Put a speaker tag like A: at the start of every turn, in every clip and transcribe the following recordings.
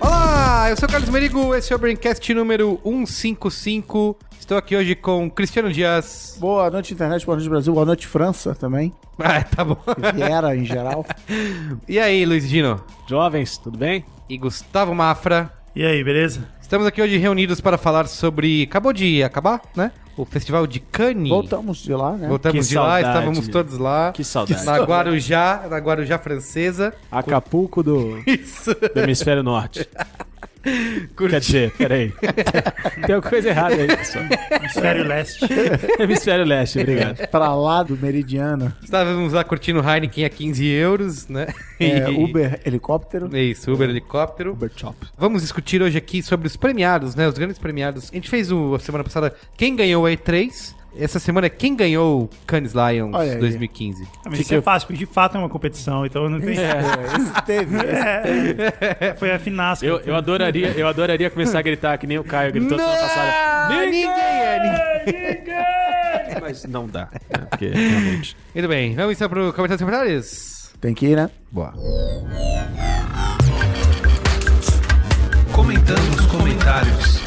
A: Olá, eu sou o Carlos Merigo, esse é o Braincast número 155. Estou aqui hoje com Cristiano Dias.
B: Boa noite, internet. Boa noite, Brasil. Boa noite, França também.
A: Ah, tá bom.
B: E era em geral.
A: E aí, Luiz Gino?
C: Jovens, tudo bem?
A: E Gustavo Mafra.
D: E aí, beleza?
A: Estamos aqui hoje reunidos para falar sobre. Acabou de acabar, né? O Festival de Cannes.
B: Voltamos de lá, né?
A: Voltamos
C: Que
A: de
C: saudade.
A: lá, estávamos todos lá.
C: Que saudade.
A: Na Guarujá, na Guarujá Francesa.
C: Acapulco do,
A: Isso.
C: do Hemisfério Norte. Quer
A: Curti.
C: dizer, peraí. Tem alguma coisa errada aí, pessoal.
D: Mistério Leste.
C: Hemisfério Leste, obrigado.
B: Pra lá do Meridiano.
A: Estávamos lá curtindo Heineken a 15 euros, né?
B: É,
A: E-
B: Uber helicóptero.
A: É Isso, Uber helicóptero.
B: Uber Chop.
A: Vamos discutir hoje aqui sobre os premiados, né? Os grandes premiados. A gente fez o, a semana passada quem ganhou o E3. Essa semana é quem ganhou o Cannes Lions
B: Olha aí.
A: 2015.
D: Mas isso é fácil, porque de fato é uma competição, então não tem. É.
B: É, esse teve. esse-
D: Foi a finasca.
C: Eu, eu adoraria, eu adoraria começar a gritar que nem o Caio gritou semana passada.
A: Não, ninguém é ninguém.
C: Mas não dá. né? Porque realmente.
A: Muito bem, vamos então pro comentário dos comentários.
B: Tem que ir, né?
A: Boa.
E: Comentando os comentários.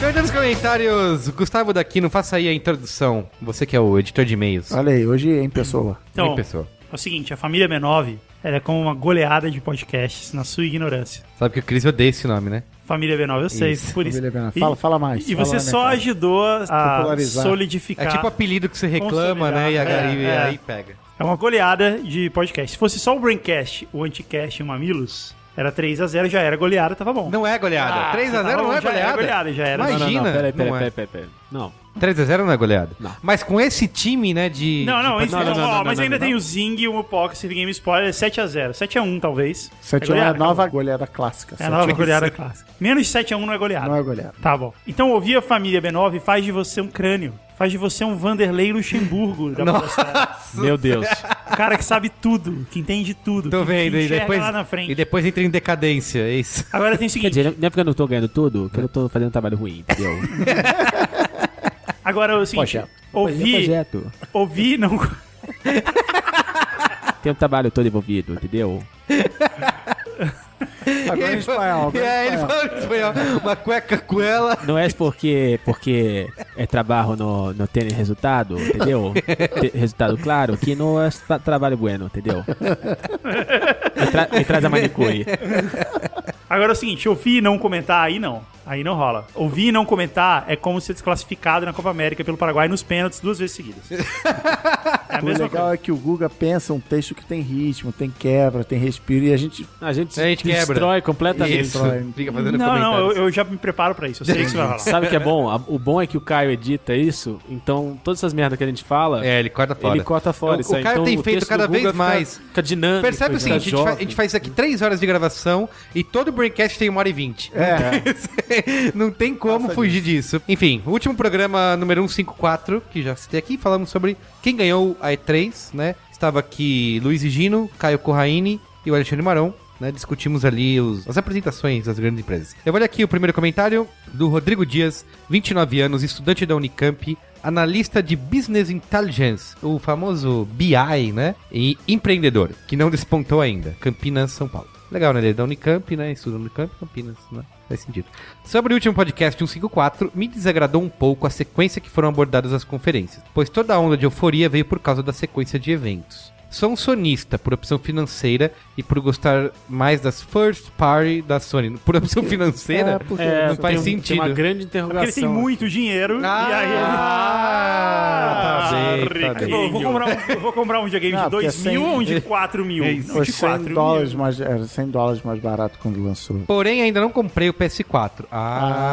A: Comentando os comentários, Gustavo daqui, não faça aí a introdução. Você que é o editor de e-mails.
B: Olha aí, hoje é em pessoa.
D: Então,
A: Bem, pessoal.
D: é o seguinte: a família B9 ela é como uma goleada de podcasts na sua ignorância.
A: Sabe que o Cris odeia esse nome, né?
D: Família B9, eu sei, por isso.
B: Família Bernardo.
D: E-
B: Fala, fala mais.
D: E
B: Fala,
D: você
B: né,
D: só
B: cara?
D: ajudou a
B: Popularizar.
A: É
D: solidificar.
A: tipo apelido que você reclama,
D: Consolidar,
A: né? E, a-
D: é,
A: e- e
D: é.
A: aí pega.
D: É uma goleada de podcast. Se fosse só o Braincast, o Anticast e o Mamilos, era 3x0, já era goleada, tava bom.
A: Não é goleada.
D: Ah,
A: 3x0 não é
D: já era
A: goleada.
D: goleada, já era.
C: Não, não,
A: Imagina.
C: não, peraí,
A: não é.
C: peraí, peraí, peraí, peraí. Não.
A: 3x0 não é goleada.
C: Não.
A: Mas com esse time, né, de...
D: Não, não,
A: de...
D: isso
C: não,
D: não,
C: não,
D: ó,
C: não,
D: mas
C: não,
D: ainda
C: não,
D: tem
C: não.
D: o Zing, o Mopox, o Game Spoiler, 7x0. 7x1, talvez.
B: 7 é a
D: goleada,
B: nova goleada clássica.
D: É a
B: sete
D: nova
B: a um.
D: goleada clássica. Menos 7x1 não é goleada.
B: Não é goleada.
D: Tá bom. Então ouvir a família B9 faz de você um crânio. Faz de você um Vanderlei Luxemburgo da Podosfera.
C: Meu Deus.
D: Um cara que sabe tudo, que entende tudo.
A: Tô
D: que
A: vendo,
D: que
A: e
D: enxerga
A: depois,
D: lá na frente.
A: e depois entra em decadência, é isso.
D: Agora tem o
C: Quer
D: seguinte,
C: dizer, não é porque eu não tô ganhando tudo, que eu não tô fazendo um trabalho ruim, entendeu?
D: agora é o seguinte,
B: Projeto.
D: ouvir,
C: um projeto.
D: ouvir não...
C: Tem um trabalho todo envolvido, entendeu?
B: Agora em espanhol.
A: e
B: né? É. agora em
D: É,
A: aí ele
B: espanhol.
A: fala em espanhol, uma cueca com ela.
C: Não é porque, porque é trabalho no, no ter resultado, entendeu? Ter resultado claro, que não é tra- trabalho bueno, entendeu? Me, tra- me traz a manicure.
D: Agora é o seguinte, ouvir e não comentar, aí não. Aí não rola. Ouvir e não comentar é como ser desclassificado na Copa América pelo Paraguai nos pênaltis duas vezes seguidas. É a
B: O
D: mesma
B: legal
D: coisa.
B: é que o Guga pensa um texto que tem ritmo, tem quebra, tem respiro e a gente
C: A gente,
A: A gente quebra.
C: destrói
B: tá
C: completamente.
A: Isso,
B: Destrói.
A: fica fazendo
D: Não, não, eu,
A: comentários.
D: eu já me preparo pra isso. Eu sei que isso vai rolar.
C: Sabe o que é bom? A- O bom é que o Caio edita isso, então todas essas merdas que a gente fala,
A: É, ele corta fora.
C: ele corta fora.
A: O-
C: isso aí.
A: o Caio
C: Então,
A: tem feito
C: texto
A: cada
C: do Guga
A: vez
C: fica-
A: mais.
C: Fica dinâmico.
A: Percebe o
C: fica
A: seguinte, a
D: né?
A: gente, fa- a
C: jovem.
A: gente faz aqui 3 horas de gravação e todo o Braincast tem 1 hora e 20. É. Não tem como fugir disso. Enfim, o último programa número 154, que já citei aqui, falamos sobre quem ganhou a E3, né? Estava aqui Luiz e Gino, Caio Corraine e o Alexandre Maron. Né, discutimos ali os- as apresentações das grandes empresas. Eu vou ler aqui o primeiro comentário do Rodrigo Dias, 29 anos, estudante da Unicamp, analista de Business Intelligence, o famoso BI, né? E empreendedor, que não despontou ainda. Campinas, São Paulo. Legal, né? Ele é da Unicamp, né? Estuda na Unicamp, Campinas, né? Faz sentido. Sobre o último podcast 154, me desagradou um pouco a sequência que foram abordadas as conferências, pois toda a onda de euforia veio por causa da sequência de eventos. Sou um sonista por opção financeira e por gostar mais das first party da Sony. Por opção financeira?
B: É, porque
A: não
B: você
A: faz
B: tem-
A: sentido.
C: Tem uma grande
D: Porque ele
C: interrogação.
D: tem muito dinheiro e aí ele...
A: Ah, tá bem, tá
D: riquinho.
A: bem.
D: Eu vou, comprar um, eu vou comprar um videogame
B: Ah,
D: de
B: porque
D: 2 mil
B: cem-
D: ou um de 4 mil?
B: Foi
D: Um de 4
B: 100
D: mil.
B: dólares, mais, era 100 dólares mais barato quando lançou.
A: Porém, ainda não comprei o PS4.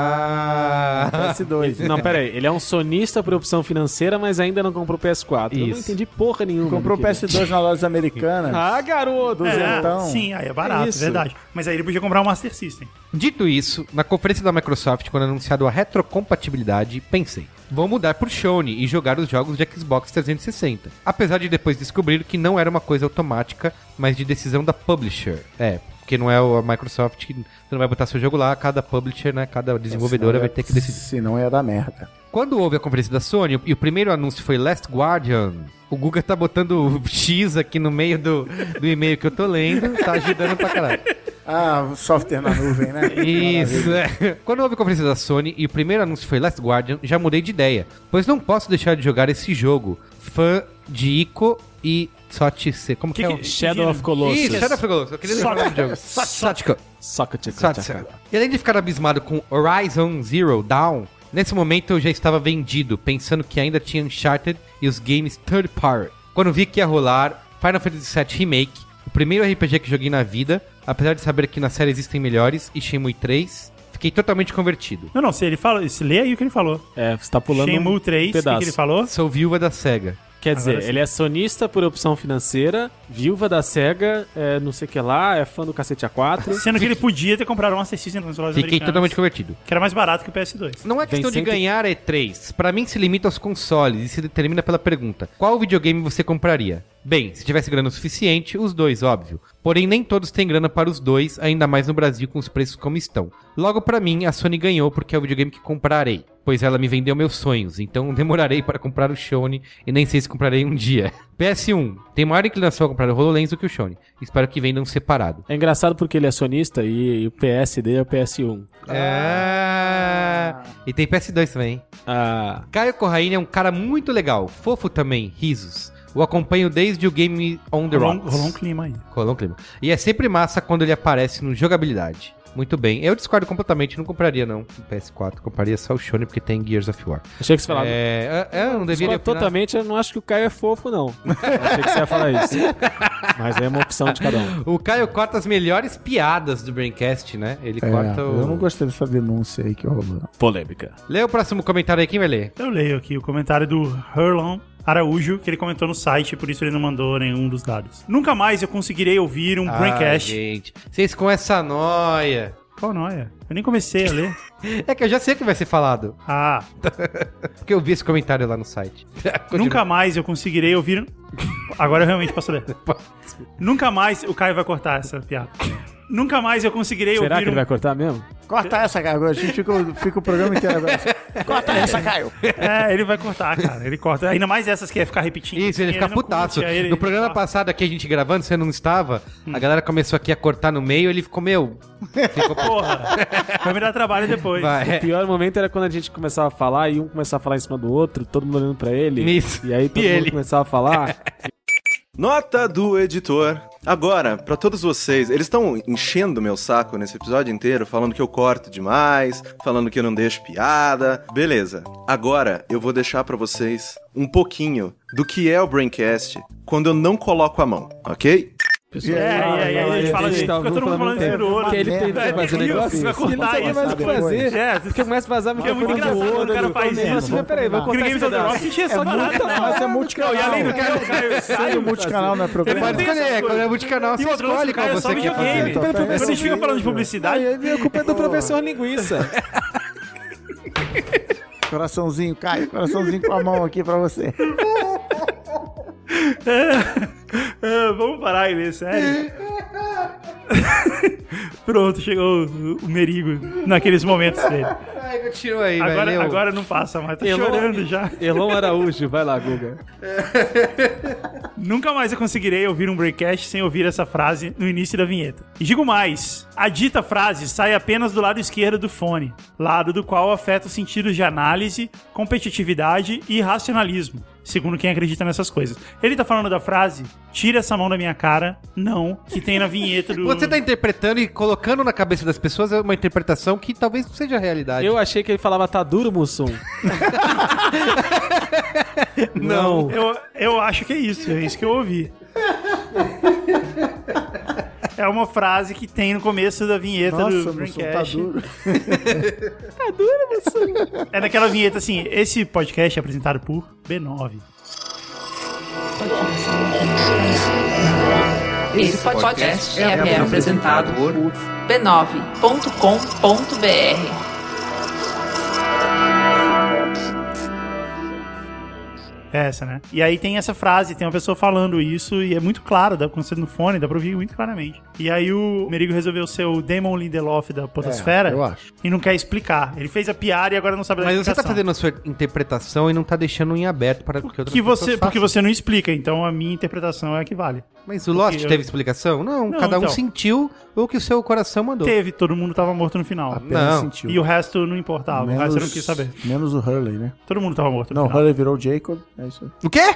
A: Ah!
B: PS2.
C: Não, pera aí. Ele é um sonista por opção financeira, mas ainda não comprou o PS4. Eu não
A: Isso.
C: entendi porra nenhuma.
B: Comprou o
C: do que-
B: PS2 na loja americana.
C: Ah, garoto!
D: É,
B: Duzentão.
D: Sim, aí é barato,
C: É
D: é
C: isso.
D: verdade. Mas aí ele podia comprar um Master System.
A: Dito isso, na conferência da Microsoft, quando anunciado a retrocompatibilidade, pensei. Vou mudar por Sony e jogar os jogos de Xbox 360. Apesar de depois descobrir que não era uma coisa automática, mas de decisão da publisher. É, porque não é o- a Microsoft que você não vai botar seu jogo lá, cada publisher, né? Cada desenvolvedora vai ter que decidir.
B: Se não ia dar merda.
A: Quando houve a conferência da Sony e o primeiro anúncio foi Last Guardian, o Guga tá botando X aqui no meio do, do e-mail que eu tô lendo, tá ajudando pra caralho.
B: Ah, o software na nuvem, né?
A: Isso, é. Quando houve a conferência da Sony e o primeiro anúncio foi Last Guardian, já mudei de ideia, pois não posso deixar de jogar esse jogo. Fã de Ico e Sotice. Como que, é o...
C: Shadow of Colossus.
A: Isso, Shadow of Colossus. Eu queria lembrar o nome do jogo. Sotico.
C: Soca, tchaca, tchaca.
A: Satsa. E além de ficar abismado com Horizon Zero Dawn, nesse momento eu já estava vendido, pensando que ainda tinha Uncharted e os games third party. Quando vi que ia rolar Final Fantasy VII Remake, o primeiro RPG que joguei na vida, apesar de saber que na série existem melhores, e Shenmue 3, fiquei totalmente convertido.
D: Não, não, se ele fala, se lê aí o que ele falou.
C: É, você tá pulando
D: Shenmue
C: um
D: 3, o é que,
C: pedaço.
D: que ele falou?
A: Sou viúva da SEGA.
C: Quer dizer,
D: Agora sim.
C: ele é sonista por opção financeira, viúva da SEGA, é não sei o que lá, é fã do Cacete A4.
D: Sendo que ele podia ter comprado um Master System nas lojas
A: Fiquei
D: americanas,
A: totalmente convertido.
D: que era mais barato que o PS2.
A: Não é questão
C: Vem
A: de
C: sempre-
A: ganhar a E3. Pra mim se limita aos consoles e se determina pela pergunta: qual videogame você compraria? Bem, se tivesse grana o suficiente, os dois, óbvio. Porém, nem todos têm grana para os dois, ainda mais no Brasil com os preços como estão. Logo pra mim, a Sony ganhou porque é o videogame que comprarei, pois ela me vendeu meus sonhos, então demorarei para comprar o Sony e nem sei se comprarei um dia. PS1, tenho maior inclinação a comprar o HoloLens do que o Sony. Espero que vendam separado.
C: É engraçado porque ele é sonista e, e o PSD é o PS1.
A: É... E tem PS2 também, hein?
C: Ah,
A: Caio Corraine é um cara muito legal, fofo também, risos. O acompanho desde o game On The
D: Rolou, um-
A: Rocks.
D: rolou um clima aí.
A: Rolou um clima. E é sempre massa quando ele aparece no jogabilidade. Muito bem. Eu discordo completamente, não compraria não um o PS4, compraria só o Shone porque tem Gears of War.
C: achei que você falava.
A: É, é, eu não deveria
C: Discordo totalmente, eu não acho que o Caio é fofo, não. Eu achei que você ia falar isso. Mas é uma opção de cada um.
A: O Caio corta as melhores piadas do Braincast, né? Ele
B: É,
A: corta o...
B: Eu não gostei dessa denúncia aí que rolou.
C: Polêmica.
A: Lê o próximo comentário aí, quem vai ler?
D: Eu leio aqui o comentário do Herlon Araújo, que ele comentou no site, por isso ele não mandou nenhum dos dados. Nunca mais eu conseguirei ouvir um
A: Ah,
D: Braincast.
A: gente, vocês com essa noia.
D: Qual nóia? Eu nem comecei a ler.
A: É que eu já sei o que vai ser falado,
D: Ah,
A: porque eu vi esse comentário lá no site. Continua.
D: nunca mais eu conseguirei ouvir. um- Agora eu realmente posso ler. Nunca mais. O Caio vai cortar essa piada. Nunca mais eu conseguirei
C: Será que
D: ouvir
C: ele
D: um
C: vai cortar mesmo?
B: Corta essa, Caio. A gente fica, fica o programa inteiro agora. Corta essa, Caio.
D: É, ele vai cortar, cara. Ele corta. Ainda mais essas que ia ficar repetindo.
A: Isso, ele fica
D: não
A: putaço.
D: curte, aí ele-
A: no programa
D: Ah,
A: passado aqui, a gente gravando, você não estava, a galera começou aqui a cortar no meio, ele ficou, meu,
D: Porra. Vai me dar trabalho depois.
C: O
A: vai. é.
C: pior momento era quando a gente começava a falar e um começava a falar em cima do outro, todo mundo olhando pra ele.
A: Isso.
C: E aí todo
A: E
C: mundo
A: ele?
C: começava a falar.
E: Nota do editor. Agora, pra todos vocês, eles estão enchendo meu saco nesse episódio inteiro, falando que eu corto demais, falando que eu não deixo piada. Beleza. Agora eu vou deixar pra vocês um pouquinho do que é o Braincast quando eu não coloco a mão, ok?
D: É, e aí, aí a gente fala,
C: Ele
D: gente,
C: tá
D: fica todo mundo falando
C: falando
D: né? isso do outro.
C: que ele tem
B: merda,
C: que fazer
D: Meu Deus,
C: negócio.
D: É vai cortar
C: Ele não sabe
D: isso,
C: mais o que
B: sabe?
C: fazer.
D: É,
C: Porque começa a vazar
D: é muito engraçado quando o cara faz
C: Mas,
D: isso.
C: assim, mas peraí, vou
B: O
D: Porque
C: cortar
D: Games
C: esse
D: of the
C: pedaço.
D: Rock enche só
C: É muito-
D: nada.
B: Mas é
D: Não,
B: multicanal.
D: e
C: Então,
D: além do
B: né?
D: cara, o Caio
B: Tem
D: sai.
B: o multicanal, né?
A: Você
B: Programa.
A: pode
D: tem essas
A: escolher,
D: coisas.
A: quando é multicanal, você
D: E outro lance,
A: escolhe
D: o cara
A: qual
D: é só
A: você quer
D: videogame.
A: fazer.
B: Então,
D: Quando a gente fica
B: professor
D: falando de
B: Lívio.
D: publicidade,
B: Aí, a culpa é do professor.
C: Linguiça.
B: Coraçãozinho, Caio. Coraçãozinho com a mão aqui pra você.
D: Ah, vamos parar e ver, sério. Pronto, chegou o o Merigo naqueles momentos dele.
A: Ai, continua Então aí,
D: Agora,
A: velho.
D: agora não passa mais, tá
C: Eu-
D: chorando já.
C: Elon Araújo, vai lá, Guga.
D: Nunca mais eu conseguirei ouvir um breakcast sem ouvir essa frase no início da vinheta. E digo mais, a dita frase sai apenas do lado esquerdo do fone, lado do qual afeta os sentidos de análise, competitividade e racionalismo. segundo quem acredita nessas coisas. Ele tá falando da frase, tira essa mão da minha cara, não, que tem na vinheta do...
A: Você tá interpretando e colocando na cabeça das pessoas é uma interpretação que talvez não seja a realidade.
C: Eu achei que ele falava tá duro, Mussum. não.
D: Eu, eu acho que é isso, é isso que eu ouvi. É uma frase que tem no começo da vinheta
B: Nossa,
D: é do
B: moço, tá
D: Dreamcast.
B: duro.
D: É naquela vinheta assim, esse podcast é apresentado por B9.
F: Esse podcast é apresentado por b9.com.br.
D: É essa, né? E aí tem essa frase, tem uma pessoa falando isso e é muito claro, dá acontecendo no fone, dá pra ouvir muito claramente. E aí o Merigo resolveu ser o Damon Lindelof da Podosfera
B: É, eu acho.
D: e não quer explicar. Ele fez a piada e agora não sabe da
A: Mas você tá
D: explicação.
A: fazendo a sua interpretação e não tá deixando em aberto para que outras
D: que você,
A: pessoas
D: porque
A: façam.
D: você não explica, então a minha interpretação é a que vale.
A: Mas o Lost
D: porque eu-
A: teve explicação? Não,
D: Não,
A: cada um
D: então.
A: sentiu o que o seu coração mandou.
D: Teve, todo mundo tava morto no final.
B: Apenas
A: Não.
B: sentiu.
D: E o resto não importava, o resto eu não quis saber.
B: Menos o Hurley, né?
D: Todo mundo tava morto no
B: Não, o
D: final.
B: Hurley virou o Jacob. É isso aí.
A: O quê?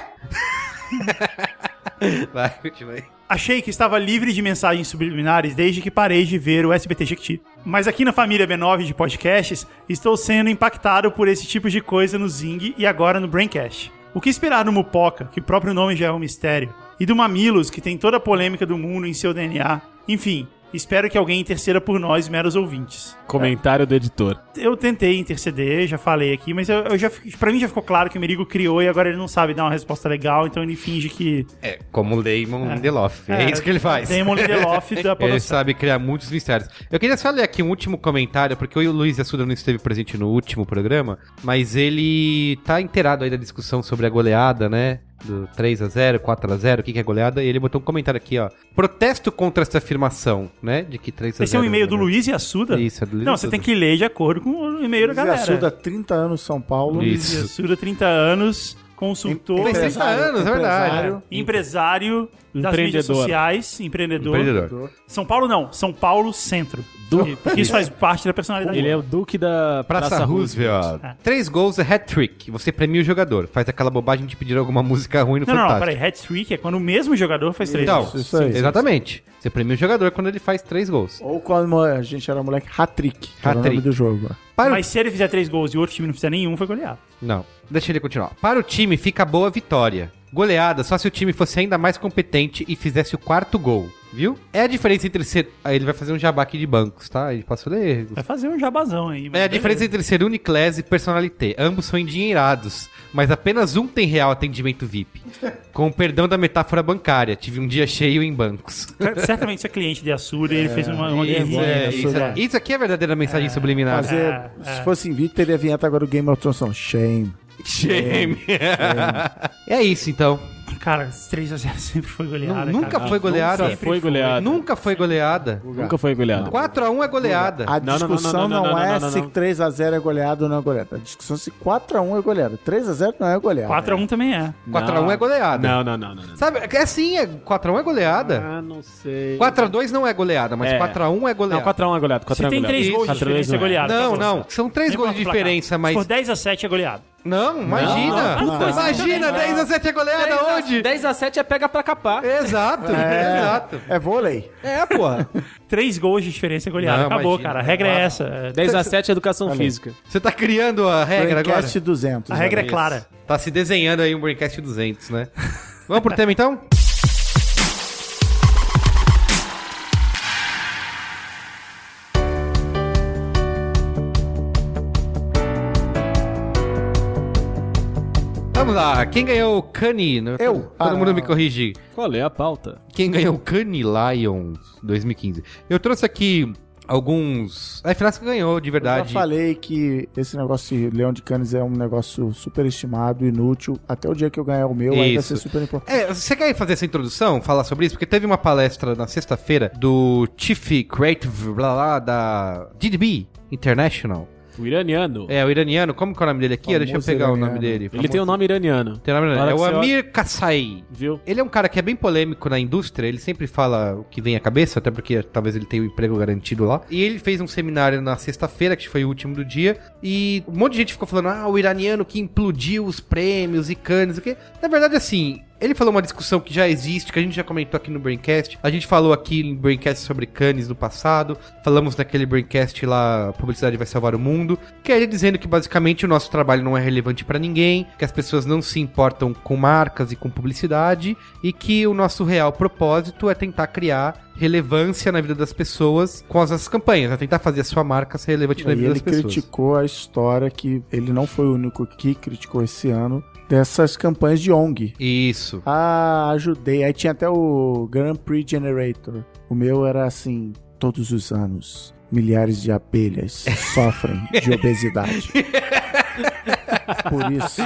A: Vai, continua aí.
D: Achei que estava livre de mensagens subliminares desde que parei de ver o SBT Jequiti. Mas aqui na família B9 de podcasts, estou sendo impactado por esse tipo de coisa no Zing e agora no Braincast. O que esperar do Mupoca, que o próprio nome já é um mistério, e do Mamilos, que tem toda a polêmica do mundo em seu DNA. Enfim, espero que alguém interceda por nós, meros ouvintes.
C: Comentário do editor.
D: Eu tentei interceder, já falei aqui, mas eu, eu já fico- pra mim já ficou claro que o Merigo criou e agora ele não sabe dar uma resposta legal, então ele finge que
A: É, como o Damon Lindelof. É, isso que ele faz.
D: Damon Lindelof da
A: Ele
D: Podosfera.
A: sabe criar muitos mistérios. Eu queria só ler aqui um último comentário, porque o Luiz Assuda não esteve presente no último programa, mas ele tá inteirado aí da discussão sobre a goleada, né? Do 3x0, 4x0, o que que é goleada? E ele botou um comentário aqui, ó. Protesto contra essa afirmação, né? De que 3x0.
D: Esse é um e-mail do Luiz e Assuda?
A: Isso, é do Luiz
D: Não,
A: Assuda.
D: você tem que ler de acordo com o e-mail da galera.
B: Assuda, 30 anos, São Paulo.
A: Luiz.
D: Luiz e Assuda, 30 anos, consultor,
A: Tem 30
B: Empresário,
A: anos, é verdade.
B: empresário.
D: empresário das
C: Empreendedor.
D: mídias sociais, empreendedor.
A: Empreendedor.
D: São Paulo não, São Paulo Centro. Porque- Porque isso faz parte da personalidade
C: Ele
D: dele.
A: um
C: é o duque da
A: Praça, Roosevelt.
D: É.
A: Três gols é hat-trick. Você premia o jogador. Faz aquela bobagem de pedir alguma música ruim no
D: Não, não, não,
A: Fantástico.
D: peraí. Hat-trick é quando o mesmo jogador faz três.
A: Então,
D: gols.
B: isso aí.
A: exatamente. Você premia o jogador quando ele faz três gols.
B: Ou quando a gente era moleque, Hat-Trick. que era o
A: Hat-Trick.
B: nome do jogo. ó.
A: Para o-
D: Mas se ele fizer três gols e o outro time não fizer nenhum, foi goleado.
A: Não, deixa ele continuar. Para o time fica boa vitória. Goleada só se o time fosse ainda mais competente e fizesse o quarto gol, viu? É a diferença entre ser. Aí ele vai fazer um jabá aqui de bancos, tá? Ele passou ler.
D: Vai fazer um jabazão aí. um- mas
A: É a
D: beleza.
A: diferença entre ser Uniclass e Personalité. Ambos são endinheirados, mas apenas um tem real atendimento VIP. Com o perdão da metáfora bancária, tive um dia cheio em bancos.
D: Certamente você é cliente de Assuda e ele fez uma, né? uma
A: Isso, é,
D: guerrinha.
A: isso, é- isso aqui é a verdadeira mensagem subliminar.
B: Fazer,
D: Ah,
B: se fosse em vídeo, teria a vinheta agora do Game of Thrones. não. Shame.
A: Shame. é isso então.
D: Cara, 3x0 sempre foi
A: Nu-
D: goleado.
A: nunca
D: cara.
A: foi goleada.
C: Nunca foi goleada.
A: Nunca foi goleada.
C: Nunca foi goleado.
A: 4x1 é goleada.
B: A
C: Não, não, não,
B: discussão
C: não, não,
B: não,
C: não,
B: é
C: não, não,
B: se
C: não.
B: 3x0 é goleado ou não é goleada. A discussão é se 4x1 é goleada. 3x0 não é goleada.
D: 4x1 também é.
A: 4x1 é goleada.
C: Não, não, não, não. não.
A: Sabe, é sim, é, 4x1 é goleada.
C: Ah, não sei.
A: 4x2 não é goleada, mas
C: É.
A: 4x1 é
C: Não,
A: goleada.
C: 4x1 é goleado. 4x1
D: Se tem três gols de diferença, é goleado.
A: Não,
D: Acabou.
A: não. São três
D: Nem
A: gols de
D: importa o placar.
A: diferença, mas.
D: Se for 10 a 7 é goleado.
A: Não, imagina.
B: não, não.
A: Imagina,
D: Não.
A: 10x7 é goleada onde?
C: 10 a 7 é pega pra capar.
A: Exato, exato.
D: um.
B: É vôlei.
C: É, porra.
D: 3 gols de diferença é goleado.
A: Não,
D: Acabou,
A: imagina.
D: cara. A regra é essa. É,
C: 10 a 7 é educação física.
A: Você tá criando a regra agora?
B: Braincast 200.
D: A regra é
B: né?
D: clara.
A: Tá se desenhando aí um Braincast 200, né? Vamos pro tema então? Vamos lá, quem ganhou o Cani? né?
B: Eu.
A: Todo
B: Ah,
A: mundo me
B: não.
A: corrige.
C: Qual é a pauta?
A: Quem ganhou o Cani Lions 2015? Eu trouxe aqui alguns. A Finasca ganhou, de
B: Eu já
A: verdade.
B: falei que esse negócio de leão de canes é um negócio superestimado, inútil. Até o dia que eu ganhar o meu, aí vai
A: Isso.
B: ser super importante.
A: É, você quer fazer essa introdução, falar sobre isso? Porque teve uma palestra na sexta-feira do Chief Creative blá, blá, da DDB International.
C: O iraniano.
A: É, o iraniano, como que é o nome dele aqui?
B: Famoso
A: Deixa eu pegar o nome
B: iraniano.
A: dele.
C: Ele tem o nome iraniano.
A: Tem nome
C: Na hora
A: É
C: que
A: o
C: você
A: Amir Kassai.
C: Viu?
A: Ele é um cara que é bem polêmico na indústria, ele sempre fala o que vem à cabeça, até porque talvez ele tenha o emprego garantido lá. E ele fez um seminário na sexta-feira, que foi o último do dia, e um monte de gente ficou falando, ah, o iraniano que implodiu os prêmios e canes, o quê? Na verdade, assim, ele falou uma discussão que já existe, que a gente já comentou aqui no Braincast. A gente falou aqui em Braincast sobre canes no passado. Falamos naquele Braincast lá, Publicidade vai salvar o mundo. Que é ele dizendo que basicamente o nosso trabalho não é relevante pra ninguém, que as pessoas não se importam com marcas e com publicidade, e que o nosso real propósito é tentar criar relevância na vida das pessoas com as nossas campanhas, é tentar fazer a sua marca ser relevante na
B: E
A: vida
B: ele
A: das pessoas.
B: criticou a história que ele não foi o único que criticou esse ano dessas campanhas de ONG.
A: Isso.
B: Ah, ajudei. Aí tinha até o Grand Prix Generator. O meu era assim, todos os anos. Milhares de abelhas sofrem de obesidade. Por isso,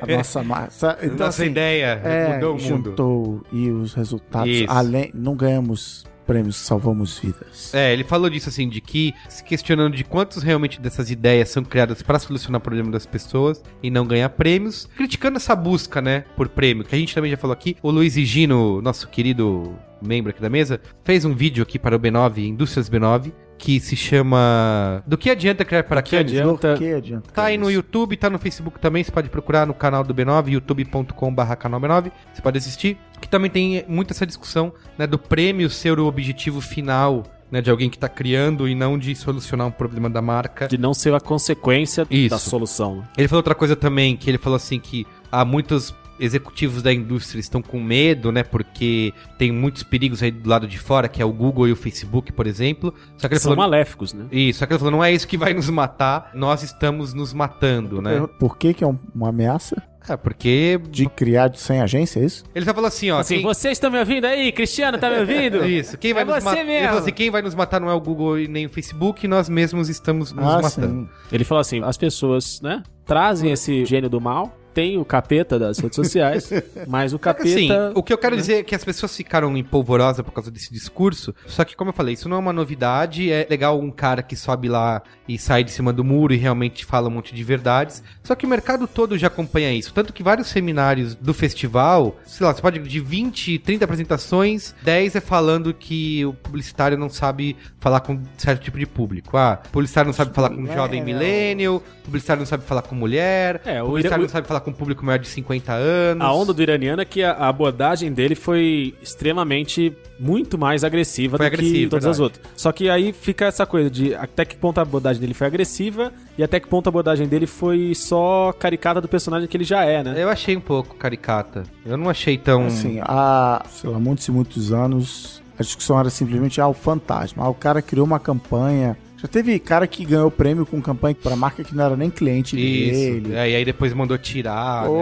B: a nossa massa. Então,
A: Nossa
B: assim,
A: ideia
B: é,
A: mudou o mundo.
B: juntou e os resultados.
A: Isso.
B: Além, não ganhamos prêmios, salvamos vidas.
A: É, ele falou disso assim, de que se questionando de quantos realmente dessas ideias são criadas pra solucionar o problema das pessoas e não ganhar prêmios, criticando essa busca, né, por prêmio, que a gente também já falou aqui. O Luiz Higino, nosso querido membro aqui da mesa, fez um vídeo aqui para o B9, Indústrias B9, que se chama Do que adianta criar para
C: que
A: Cannes?
C: adianta?
B: Por que adianta?
A: Tá aí no
B: isso?
A: YouTube, tá no Facebook também, você pode procurar no canal do B9, youtube.com.br canal B9, você pode assistir, que também tem muito essa discussão, né, do prêmio ser o objetivo final, né, de alguém que tá criando e não de solucionar um problema da marca.
C: De não ser a consequência
A: Isso.
C: da solução.
A: Ele falou outra coisa também, que ele falou assim que há muitos executivos da indústria estão com medo, né, porque tem muitos perigos aí do lado de fora, que é o Google e o Facebook, por exemplo. Só que ele
C: São
A: falou...
C: maléficos, né?
A: Isso, só que ele falou, não é isso que vai nos matar, nós estamos nos matando, né?
B: Por que, que é um- uma ameaça?
A: É, porque
B: De criar de- sem agência, é isso?
A: Ele só falou assim, ó.
C: Assim,
A: quem-
C: vocês estão me ouvindo aí? Cristiano, tá me ouvindo?
A: Isso, quem vai,
C: É
A: nos
C: você
A: ma- Ele
C: mesmo.
A: falou assim, quem vai nos matar não é o Google e nem o Facebook, nós mesmos estamos nos
B: Ah,
A: matando. Hum.
C: Ele falou assim: as pessoas, né, trazem esse gênio do mal, tem o capeta das redes sociais, mas o capeta. né?
A: Assim, o que eu quero dizer é que as pessoas ficaram em polvorosa por causa desse discurso, só que, como eu falei, isso não é uma novidade, é legal um cara que sobe lá e sai de cima do muro e realmente fala um monte de verdades, só que o mercado todo já acompanha isso, tanto que vários seminários do festival, sei lá, você pode de 20, 30 apresentações, 10 é falando que o publicitário não sabe falar com certo tipo de público. Ah, publicitário não sabe falar com jovem millennial, publicitário não sabe falar com mulher,
C: É, o-
A: publicitário
C: o-
A: não sabe falar com um público maior de 50 anos.
C: A onda do iraniano é que a a abordagem dele foi extremamente muito mais agressiva
A: Foi
C: do que
A: agressiva,
C: todas as
A: verdade.
C: outras. Só que aí fica essa coisa de até que ponto a abordagem dele foi agressiva e até que ponto a abordagem dele foi só caricata do personagem que ele já é, né?
A: Eu achei um pouco caricata. Eu não achei tão.
D: é
B: Assim, há, sei lá, muitos e muitos anos, a discussão era simplesmente, ah, o fantasma. Ah, o cara criou uma campanha. Já teve cara que ganhou prêmio com campanha pra marca que não era nem cliente
A: Isso. É,
B: dele.
A: Aí, aí depois mandou tirar. né?
D: Oh,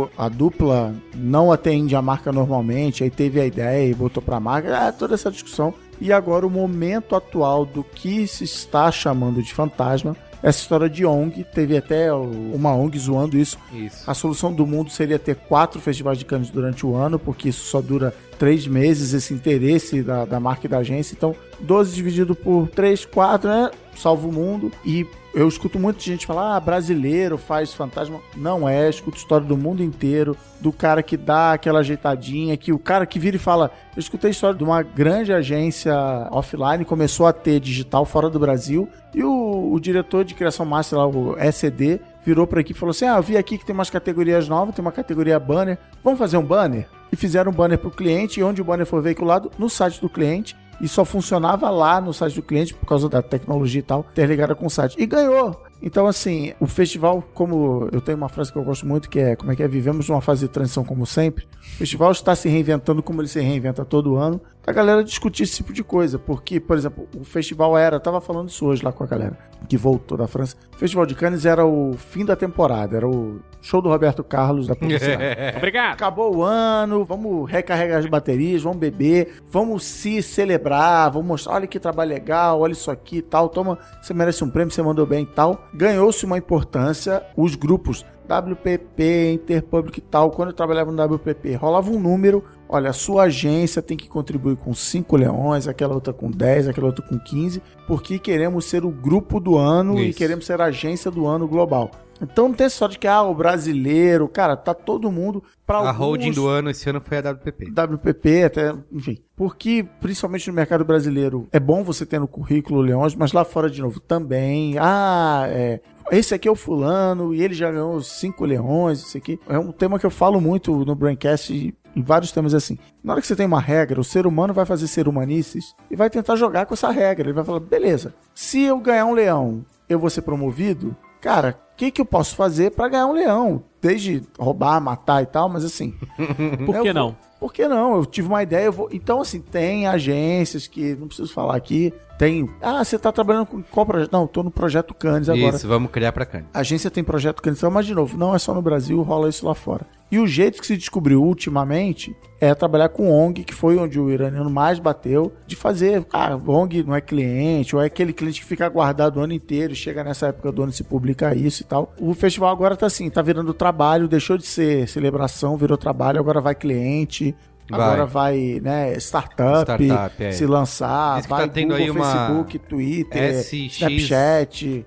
B: Ou a dupla não atende a marca normalmente, aí teve a ideia e botou pra marca, ah, toda essa discussão. E agora o momento atual do que se está chamando de fantasma, essa história de ONG, teve até o- uma ONG zoando isso,
A: Isso.
B: A solução do mundo seria ter quatro festivais de Cannes durante o ano, porque isso só dura três meses, esse interesse da, da marca e da agência. Então, 12 dividido por 3, 4, né? Salva o mundo. E eu escuto muita gente falar, ah, brasileiro faz fantasma. Não é, eu escuto história do mundo inteiro, do cara que dá aquela ajeitadinha, que o cara que vira e fala. Eu escutei história de uma grande agência offline, começou a ter digital fora do Brasil, e o, o diretor de criação master lá, o SED, virou pra equipe e falou assim: Ah, eu vi aqui que tem umas categorias novas, tem uma categoria banner, vamos fazer um banner? E fizeram um banner pro cliente, e onde o banner foi veiculado? No site do cliente. E só funcionava lá no site do cliente por causa da tecnologia e tal, interligada com o site. E ganhou! Então, assim, o festival, como eu tenho uma frase que eu gosto muito, que é como é que é? Vivemos numa fase de transição como sempre. O festival está se reinventando como ele se reinventa todo ano. A galera discutir esse tipo de coisa, porque, por exemplo, o festival era, eu tava falando isso hoje lá com a galera, que voltou da França. O festival de Cannes era o fim da temporada, era o show do Roberto Carlos da publicidade.
G: Obrigado.
B: Acabou o ano, vamos recarregar as baterias, vamos beber, vamos se celebrar, vamos mostrar, olha que trabalho legal, olha isso aqui e tal, toma, você merece um prêmio, você mandou bem e tal. Ganhou-se uma importância, os grupos WPP, Interpublic e tal, quando eu trabalhava no WPP, rolava um número, olha, a sua agência tem que contribuir com 5 leões, aquela outra com 10, aquela outra com 15, porque queremos ser o grupo do ano e
A: Isso.
B: queremos ser a agência do ano global. Então não tem só de que, ah, o brasileiro, cara, tá todo mundo para
A: A holding do ano esse ano foi a WPP.
B: WPP, até, enfim. Porque, principalmente no mercado brasileiro, é bom você ter no currículo Leões, mas lá fora, de novo, também. Ah, é, esse aqui é o fulano e ele já ganhou cinco leões, isso aqui. É um tema que eu falo muito no Braincast e em vários temas assim. Na hora que você tem uma regra, o ser humano vai fazer ser humanices e vai tentar jogar com essa regra. Ele vai falar, beleza, se eu ganhar um leão, eu vou ser promovido? Cara, o que, que eu posso fazer pra ganhar um leão? Desde roubar, matar e tal, mas assim,
G: Por
D: É
B: eu
G: que
B: vou-
G: não?
B: por que não? Eu tive uma ideia, eu vou. Então, assim, tem agências que, não preciso falar aqui, tem. Ah, você tá trabalhando com qual projeto? Não, tô no projeto Cannes agora.
A: Isso, vamos criar pra cá.
B: A agência tem projeto candidato, mas de novo, não é só no Brasil, rola isso lá fora. E o jeito que se descobriu ultimamente é trabalhar com ONG, que foi onde o iraniano mais bateu, de fazer, ah, ONG não é cliente, ou é aquele cliente que fica aguardado o ano inteiro, e chega nessa época do ano e se publica isso e tal. O festival agora tá assim, tá virando trabalho, deixou de ser celebração, virou trabalho, agora vai cliente,
A: Vai.
B: agora vai, né, startup,
A: Startup, é.
B: se lançar,
A: Diz que tá
B: vai
A: tendo aí uma
B: Facebook, Twitter,
A: SX.
B: Snapchat.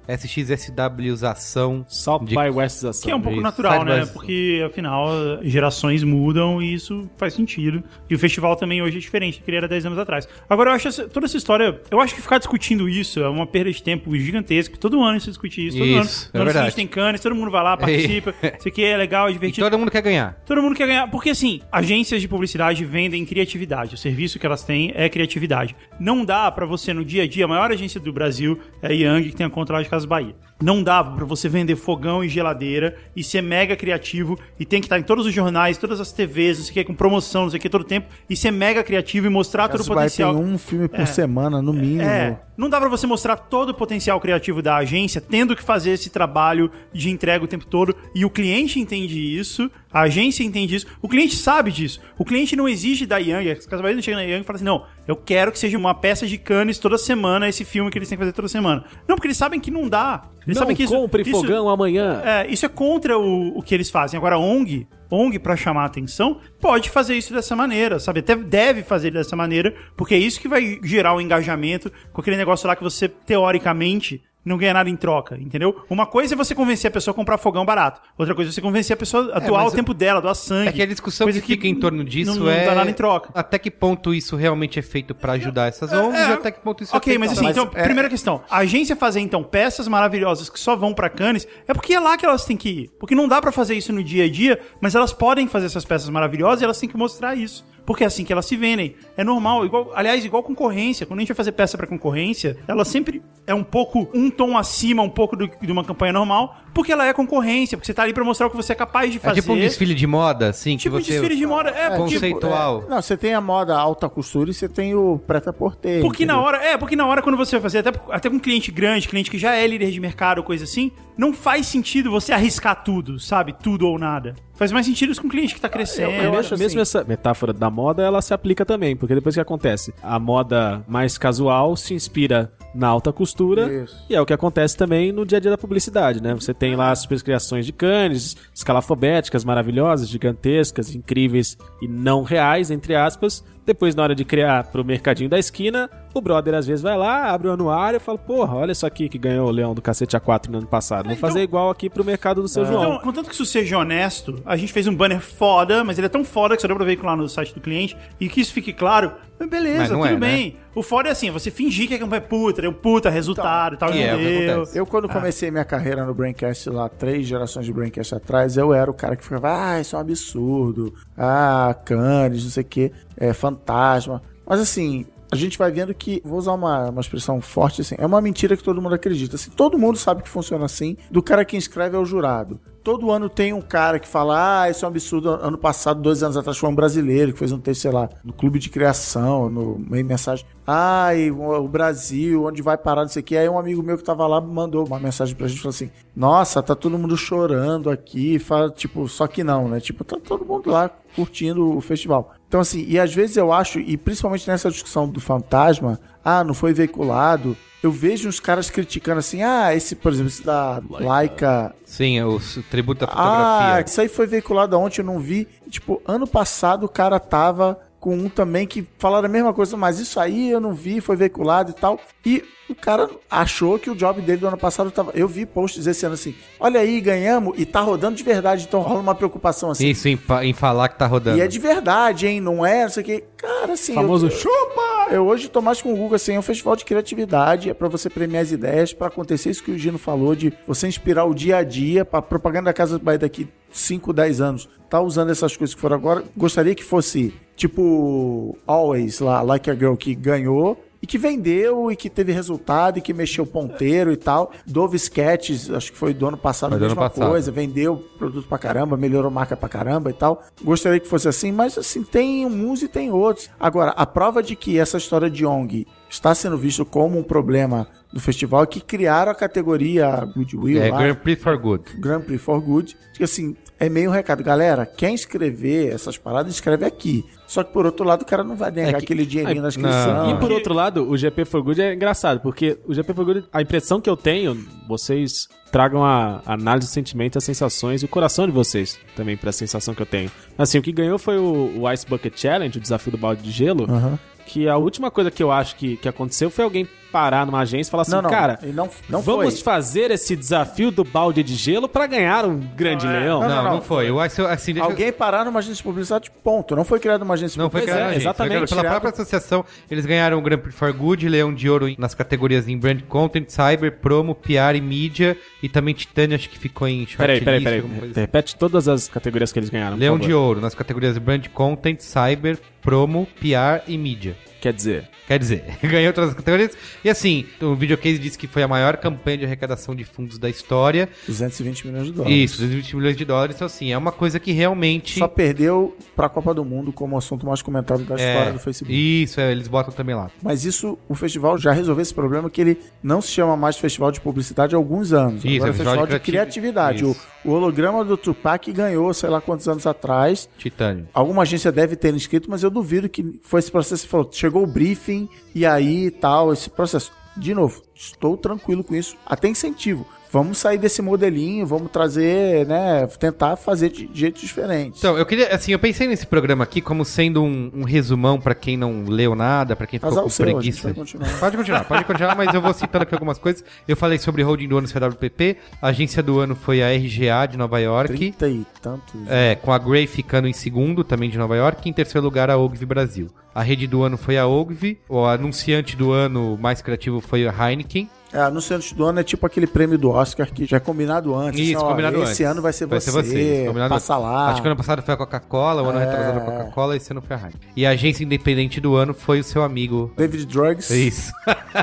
A: SXSWzação.
C: South
A: De-
C: by West ação.
D: Que é um pouco
A: Isso,
D: natural,
A: side
D: né?
A: by side.
D: Porque, afinal, gerações mudam e isso faz sentido. E o festival também hoje é diferente do que ele era 10 anos atrás. Agora, eu acho essa- toda essa história... Eu acho que ficar discutindo isso é uma perda de tempo gigantesca. Todo ano se discute isso. Todo
A: Isso,
D: ano.
A: é
D: No ano
A: verdade.
D: seguinte tem canes, todo mundo vai lá, participa. Isso aqui é legal, é
A: E
D: divertido.
A: todo mundo quer ganhar.
D: Todo mundo quer ganhar. Porque, assim, agências de publicidade vendem criatividade. O serviço que elas têm é criatividade. Não dá pra você, no dia a dia, a maior agência do Brasil é a Yang, que tem a conta lá de Casas Bahia. Não dá pra você vender fogão e geladeira e ser mega criativo e tem que estar em todos os jornais, todas as TVs, não sei o que, com promoção, não sei o que, todo tempo, e ser mega criativo e mostrar todo o
B: Vai ter
D: potencial.
B: um filme por semana, no mínimo.
D: É, não dá pra você mostrar todo o potencial criativo da agência tendo que fazer esse trabalho de entrega o tempo todo e o cliente entende isso, a agência entende isso, o cliente sabe disso. O cliente não exige da Yang, as casas Bahia não chegam na Yang e falam assim: "Não, eu quero que seja uma peça de Cannes toda semana esse filme que eles têm que fazer toda semana". Não, porque eles sabem que não dá. Eles
G: Não
D: sabem que isso
G: compre
D: isso-
G: fogão amanhã.
D: é, isso é contra o, o que eles fazem. Agora, a ONG, ONG para chamar a atenção, pode fazer isso dessa maneira, sabe? Até deve fazer dessa maneira, porque é isso que vai gerar o engajamento com aquele negócio lá que você, teoricamente, não ganha nada em troca, entendeu? Uma coisa é você convencer a pessoa a comprar fogão barato. Outra coisa é você convencer a pessoa a doar o
A: mas
D: tempo dela, doar sangue.
A: É que a discussão
D: coisa
A: que, fica em torno disso
D: não,
A: é.
D: Não dá nada em troca.
A: Até que ponto isso realmente é feito pra ajudar essas ONGs
D: é.
A: e até que ponto isso é
D: Ok,
A: feito
D: mas assim, então,
A: é-
D: primeira questão. A agência fazer, então, peças maravilhosas que só vão pra Cannes, é porque é lá que elas têm que ir. Porque não dá pra fazer isso no dia a dia, mas elas podem fazer essas peças maravilhosas e elas têm que mostrar isso. Porque é assim que elas se vendem. É normal. Igual, aliás, igual concorrência. Quando a gente vai fazer peça pra concorrência, ela sempre é um pouco, um tom acima, um pouco do- de uma campanha normal, porque ela é concorrência, porque você tá ali pra mostrar o que você é capaz de
A: É
D: fazer.
A: tipo um desfile de moda, assim,
D: Tipo um
A: que você...
D: desfile de moda. É, porque-
A: Conceitual.
B: Não, você tem a moda alta costura e você tem o preta porteiro.
D: Porque na hora, é, porque na hora quando você vai fazer, até, até com cliente grande, cliente que já é líder de mercado, coisa assim, não faz sentido você arriscar tudo, sabe? Tudo ou nada. Faz mais sentido isso com o cliente que tá crescendo.
C: É, mesmo, mesmo essa metáfora da moda, ela se aplica também, porque depois o que acontece? A moda mais casual se inspira na alta costura
B: Isso.
C: e é o que acontece também no dia a dia da publicidade, né? Você tem lá as super criações de canes, escalafobéticas, maravilhosas, gigantescas, incríveis e não reais, entre aspas. Depois, na hora de criar pro mercadinho da esquina, o brother às vezes vai lá, abre o anuário e fala: Porra, olha isso aqui que ganhou o leão do cacete A4 no ano passado. Vou
D: então-
C: fazer igual aqui pro mercado do seu João.
D: Então, contanto que isso seja honesto, a gente fez um banner foda, mas ele é tão foda que só deu pra veicular no site do cliente. E que isso fique claro, mas beleza,
A: Mas não
D: tudo
A: é, né?
D: bem. O foda é assim, você fingir que a campanha é puta, deu puta resultado e tal,
A: que
D: não
A: é o que
D: deu.
A: acontece.
B: Eu,
D: Ah.
B: quando comecei minha carreira no Braincast lá, três gerações de Braincast atrás, eu era o cara que ficava, ah, isso é um absurdo, ah, Cannes, não sei o quê, é fantasma. Mas assim, a gente vai vendo que, vou usar uma, uma expressão forte assim, é uma mentira que todo mundo acredita. Assim, todo mundo sabe que funciona assim, do cara que inscreve ao jurado. Todo ano tem um cara que fala, ah, isso é um absurdo. Ano passado, dois anos atrás, foi um brasileiro que fez um texto, sei lá, no Clube de Criação, no meio mensagem. Ai, o Brasil, onde vai parar, não sei o quê. Aí um amigo meu que tava lá mandou uma mensagem pra gente, falou assim, nossa, tá todo mundo chorando aqui. Fala, tipo, só que não, né? Tipo, tá todo mundo lá curtindo o festival. Então, assim, e às vezes eu acho, e principalmente nessa discussão do fantasma, ah, não foi veiculado. Eu vejo uns caras criticando assim, ah, esse, por exemplo, esse da Laika.
A: Sim, é o s- tributo à
B: Ah,
A: fotografia.
B: isso aí foi veiculado ontem, eu não vi. Tipo, ano passado o cara tava com um também que falaram a mesma coisa, mas isso aí eu não vi, foi veiculado e tal. E o cara achou que o job dele do ano passado tava. Eu vi posts esse ano assim, olha aí, ganhamos e tá rodando de verdade, então rola uma preocupação
D: Ah,
B: assim.
A: Isso, em, fa- em falar que tá rodando.
B: E é de verdade, hein? Não é, não sei o que. Cara, assim.
C: Famoso
B: eu, chupa! Eu hoje tô mais com o Google, assim, é um festival de criatividade, é pra você premiar as ideias, pra acontecer isso que o Gino falou, de você inspirar o dia a dia, pra propaganda da Casa do Bahia daqui 5, 10 anos, tá usando essas coisas que foram agora. Gostaria que fosse, tipo, Always lá, Like a Girl, que ganhou. E que vendeu, e que teve resultado, e que mexeu ponteiro e tal. Dove Sketches, acho que foi do ano passado a
A: Foi do ano
B: mesma
A: passado.
B: coisa coisa, vendeu produto pra caramba, melhorou marca pra caramba e tal. Gostaria que fosse assim, mas assim, tem uns e tem outros. Agora, a prova de que essa história de ONG está sendo visto como um problema do festival é que criaram a categoria Goodwill
A: É,
B: lá,
A: Grand Prix for Good.
B: Grand Prix for Good. Que assim, é meio um recado. Galera, quem escrever essas paradas, escreve aqui. Só que por outro lado, o cara não vai negar
A: É que- Ah,
B: aquele dinheirinho na
A: não.
B: inscrição.
C: E por outro lado, o GP for Good é engraçado, porque o GP for Good, a impressão que eu tenho, vocês tragam a análise do sentimento, as sensações e o coração de vocês também pra sensação que eu tenho. Assim, o que ganhou foi o, o Ice Bucket Challenge, o desafio do balde de gelo,
B: Aham.
C: que a última coisa que eu acho que, que aconteceu foi alguém parar numa agência e falar assim,
B: não, não,
C: cara,
B: e não, não
C: vamos
B: foi.
C: fazer esse desafio do balde de gelo pra ganhar um grande
D: Não, é.
C: leão.
A: Ah, Não, não,
B: não.
A: foi. Eu acho assim, deixa eu-
B: Alguém parar numa agência de publicidade, ponto. Não foi criada uma agência
A: Não
B: de
A: foi
B: publicidade.
C: Pois
A: criado
C: é,
A: na agência,
C: exatamente.
A: foi criado Pela
C: Criado-
A: própria associação, eles ganharam o Grand Prix for Good, Leão de Ouro em- nas categorias em Brand Content, Cyber, Promo, PR e Mídia. E também Titânia, acho que ficou em
C: Peraí,
A: shortlist.
C: peraí, peraí.
A: alguma coisa assim.
C: Repete todas as categorias que eles ganharam. por
A: Leão de
C: favor.
A: Ouro nas categorias Brand Content, Cyber, Promo, PR e Mídia.
C: Quer dizer,
A: Quer dizer, ganhei outras categorias. E assim, o videocase disse que foi a maior campanha de arrecadação de fundos da história.
B: 220 milhões de dólares.
A: Isso, 220 milhões de dólares. Então, assim, é uma coisa que realmente.
B: Só perdeu pra Copa do Mundo como assunto mais comentado da
A: é,
B: história do Facebook.
A: Isso, é, eles botam também lá.
B: Mas isso, o festival já resolveu esse problema que ele não se chama mais festival de publicidade há alguns anos.
A: Isso,
B: Agora
A: é
B: é festival de
A: criati-
B: criatividade. O,
A: Isso.
B: o holograma do Tupac ganhou, sei lá quantos anos atrás.
A: Titânio.
B: Alguma agência deve ter inscrito, mas eu duvido que foi esse processo. Você falou, chegou o briefing e aí e tal, esse processo. De novo, estou tranquilo com isso, até incentivo. Vamos sair desse modelinho, vamos trazer, né? Tentar fazer de de jeitos diferentes.
A: Então, eu queria, assim, eu pensei nesse programa aqui como sendo um, um resumão pra quem não leu nada, pra quem ficou
B: Casal
A: com
B: seu, a gente
A: preguiça.
B: vai continuar.
A: Pode continuar, pode continuar, mas eu vou citando aqui algumas coisas. Eu falei sobre holding do ano CWPP, a agência do ano foi a RGA de Nova York,
B: 30 e tantos.
A: é, com a Grey ficando em segundo, também de Nova York, e em terceiro lugar a Ogvi Brasil. A rede do ano foi a Ogvi, o anunciante do ano mais criativo foi a Heineken.
B: É, anunciante do ano é tipo aquele prêmio do Oscar que já é combinado antes.
A: Isso,
B: assim, ó,
A: combinado
B: esse
A: antes.
B: ano vai ser
A: Vai ser
B: você,
A: vocês, combinado
B: passa lá.
A: Acho que ano passado foi a Coca-Cola, o ano
B: É.
A: retrasado a Coca-Cola, esse ano foi a Heineken. E a agência independente do ano foi o seu amigo...
B: David Drugs,
A: É isso.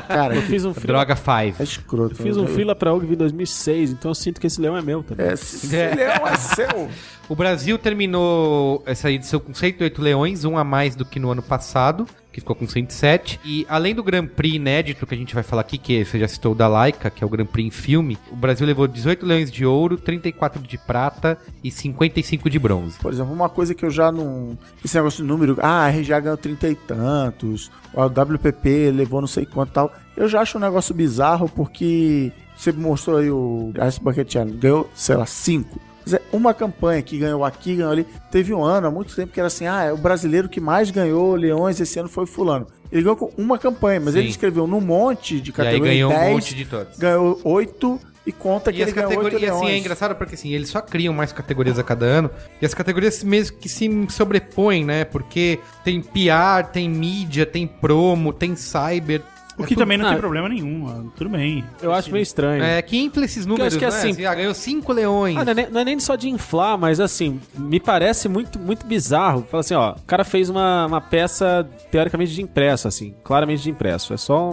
B: cara,
C: eu fiz um filme
A: Droga 5.
B: é escroto.
C: Eu fiz um fila pra Ogvi em 2006, então eu sinto que esse leão é meu também.
B: É, se se
A: É.
B: leão é seu.
A: O Brasil terminou essa edição com 108 leões, um a mais do que no ano passado, que ficou com 107. E além do Grand Prix inédito que a gente vai falar aqui, que você já citou o da Laika, que é o Grand Prix em filme, o Brasil levou 18 leões de ouro, 34 de prata e 55 de bronze.
B: Por exemplo, uma coisa que eu já não. Esse negócio de número, ah, a RGA ganhou 30 e tantos, o WPP levou não sei quanto e tal. Eu já acho um negócio bizarro porque você mostrou aí o Ice Bucket Challenge, ganhou, sei lá, 5. Uma campanha que ganhou aqui, ganhou ali. Teve um ano, há muito tempo, que era assim: ah, é o brasileiro que mais ganhou leões esse ano foi o Fulano. Ele ganhou com uma campanha, mas
A: Sim.
B: ele escreveu num monte de
A: E aí
B: categoria.
A: ganhou um
B: 10,
A: monte de todos.
B: Ganhou 8 e conta que
A: E as
B: ele ganhou 8
A: categorias, e,
B: leões.
A: assim, é engraçado porque assim, eles só criam mais categorias a cada ano. E as categorias mesmo que se sobrepõem, né? Porque tem PR, tem mídia, tem promo, tem cyber. é
D: O que também não
C: Ah.
D: tem problema nenhum, mano. tudo bem.
C: Eu acho meio estranho.
A: É, que infla esses
C: eu
A: números,
C: acho que
D: é
A: né?
C: assim-
A: Assim, ah, ganhou cinco leões.
C: Ah, não, é nem, não é nem só de inflar, mas assim, me parece muito, muito bizarro. Fala assim, ó, o cara fez uma, uma peça teoricamente de impresso, assim, claramente de um impresso. É só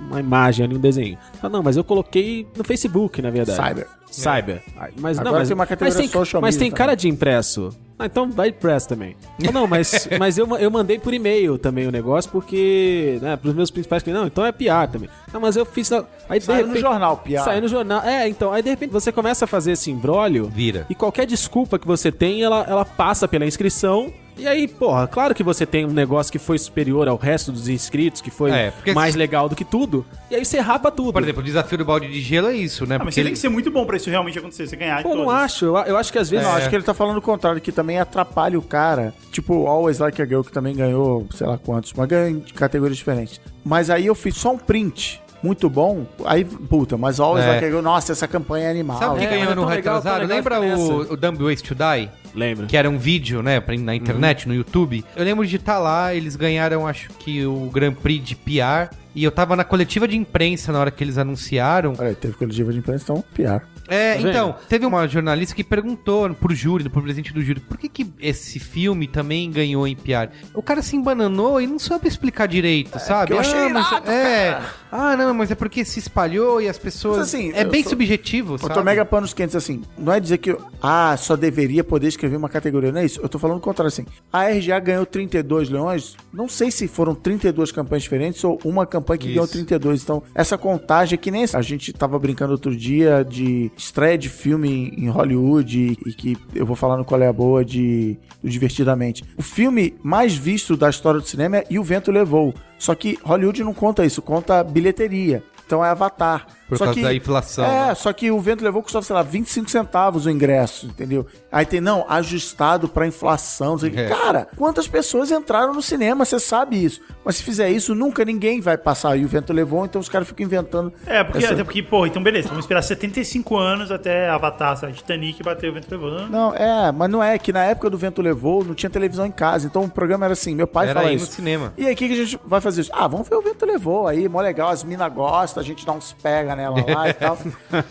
C: uma imagem ali, um desenho. Ah, não, mas eu coloquei no Facebook, na verdade.
B: Cyber.
C: Cyber. Ai, Mas não,
B: Agora
C: mas,
B: tem uma categoria
C: mas tem,
B: social né?
C: mas
B: media
C: tem cara
B: também.
C: de impresso. Ah, então vai impresso também. Ah, não, mas, mas eu, eu mandei por e-mail também o negócio, porque, né, pros meus principais clientes, não, então é PR também. Não, mas eu fiz. na- Aí,
B: Saiu no jornal, PR.
C: Saiu no jornal. É, então, aí de repente você começa a fazer esse imbróglio.
A: Vira.
C: E qualquer desculpa que você tem, ela, ela passa pela inscrição. E aí, porra, claro que você tem um negócio que foi superior ao resto dos inscritos, que foi
A: É, porque-
C: mais legal do que tudo. E aí você rapa tudo.
A: Por exemplo, o desafio do balde de gelo é isso, né?
D: Ah, mas
A: Porque
D: você tem
A: ele...
D: que ser muito bom pra isso realmente acontecer, você ganhar. em
C: Pô, não
D: todas.
C: acho. Eu, eu acho que às vezes.
A: É.
B: Não, acho que ele tá falando o contrário, que também atrapalha o cara. Tipo, o Always Like a Girl, que também ganhou, sei lá quantos, mas ganhou em categorias diferentes. Mas aí eu fiz só um print muito bom. Aí, puta, mas Always
A: É.
B: Like a Girl, nossa, essa campanha é animal.
A: Sabe o que
C: É,
A: ganhou
C: mas é
A: no
C: tão legal,
A: retrasado?
C: tão legal
A: Lembra
C: ficar
A: o,
C: nessa.
A: o Dumb Ways to Die?
C: Lembra.
A: Que era um vídeo, né, pra- na internet,
B: Uhum.
A: no YouTube. Eu lembro de estar lá, eles ganharam, acho que, o Grand Prix de PR. E eu tava na coletiva de imprensa na hora que eles anunciaram.
B: Olha, aí, teve coletiva de imprensa, então, piar.
A: É,
C: Tá vendo?
A: então, teve uma jornalista que perguntou pro júri, pro presidente do júri, por que, que esse filme também ganhou em PR? O cara se embananou e não soube explicar direito, sabe? Ah,
B: porque É, eu achei
A: mas-
B: irado,
A: é. Ah, não, mas é porque se espalhou e as pessoas.
B: Mas assim,
A: é
B: eu
A: bem
B: sou-
A: subjetivo,
B: Eu
A: sabe?
B: tô mega panos quentes, assim. Não é dizer que, eu- ah, só deveria poder escrever uma categoria, não é isso? Eu tô falando o contrário, assim. A RGA ganhou 32 leões, não sei se foram 32 campanhas diferentes ou uma campanha que ganhou 32. Então, essa contagem é que nem a gente tava brincando outro dia de estreia de filme em em Hollywood e, e que eu vou falar no Qual é a Boa de do Divertidamente. O filme mais visto da história do cinema é E o Vento Levou. Só que Hollywood não conta isso, conta bilheteria. Então é Avatar.
A: Por
B: Só
A: causa
B: que-
A: da inflação,
B: É,
A: né?
B: é, só que o vento levou custava, sei lá, 25 centavos o ingresso, entendeu? Aí tem, não, ajustado pra inflação. não sei o quê.
A: É.
B: Cara, quantas pessoas entraram no cinema, você sabe isso. Mas se fizer isso, nunca ninguém vai passar. E o vento levou, então os caras ficam inventando.
D: É, porque,
B: essa-
D: até porque, pô, então beleza, vamos esperar 75 anos até Avatar, sabe? Titanic bater o vento levando.
B: Não, é, mas não é que na época do vento levou, não tinha televisão em casa. Então o programa era assim, meu pai
A: Era
B: fala
A: aí no
B: isso.
A: cinema.
B: E aí, o que, que a gente vai fazer? Ah, vamos ver o vento levou aí, mó legal, as minas gostam, a gente dá uns pega nela lá e tal.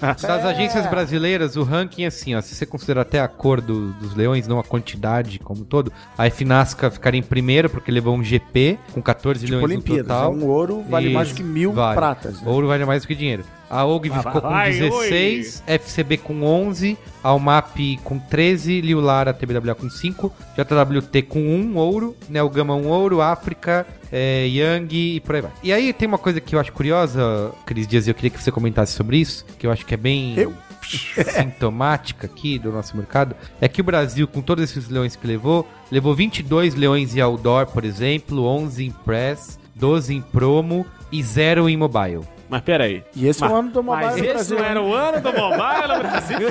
A: Das agências brasileiras, o ranking é assim, ó. Se você considerar até a cor do- dos leões, não a quantidade como um todo, a Finasca ficaria em primeiro porque levou um GP com 14
B: Tipo
A: leões
B: Olimpíadas,
A: no total.
B: né? Um ouro vale mais
A: Isso,
B: que mil pratas,
C: é.
B: né?
A: Ouro vale mais do que dinheiro. A OG ficou com
D: vai,
A: 16, FCB com 11, Almap com 13, Liulara TBWA com 5, JWT com 1 ouro, Neogama 1 ouro, África, é, Yang e por aí vai. E aí tem uma coisa que eu acho curiosa, Cris Dias, e eu queria que você comentasse sobre isso, que eu acho que é bem
B: Eu?
A: sintomática aqui do nosso mercado, é que o Brasil, com todos esses leões que levou, levou 22 leões em outdoor, por exemplo, 11 em press, 12 em promo e 0 em mobile.
C: Mas peraí.
B: E esse
C: Mas-
B: é o ano do mobile
C: Mas
B: no
C: esse
B: Brasil,
C: não é
B: né?
C: era o ano do mobile no Brasil?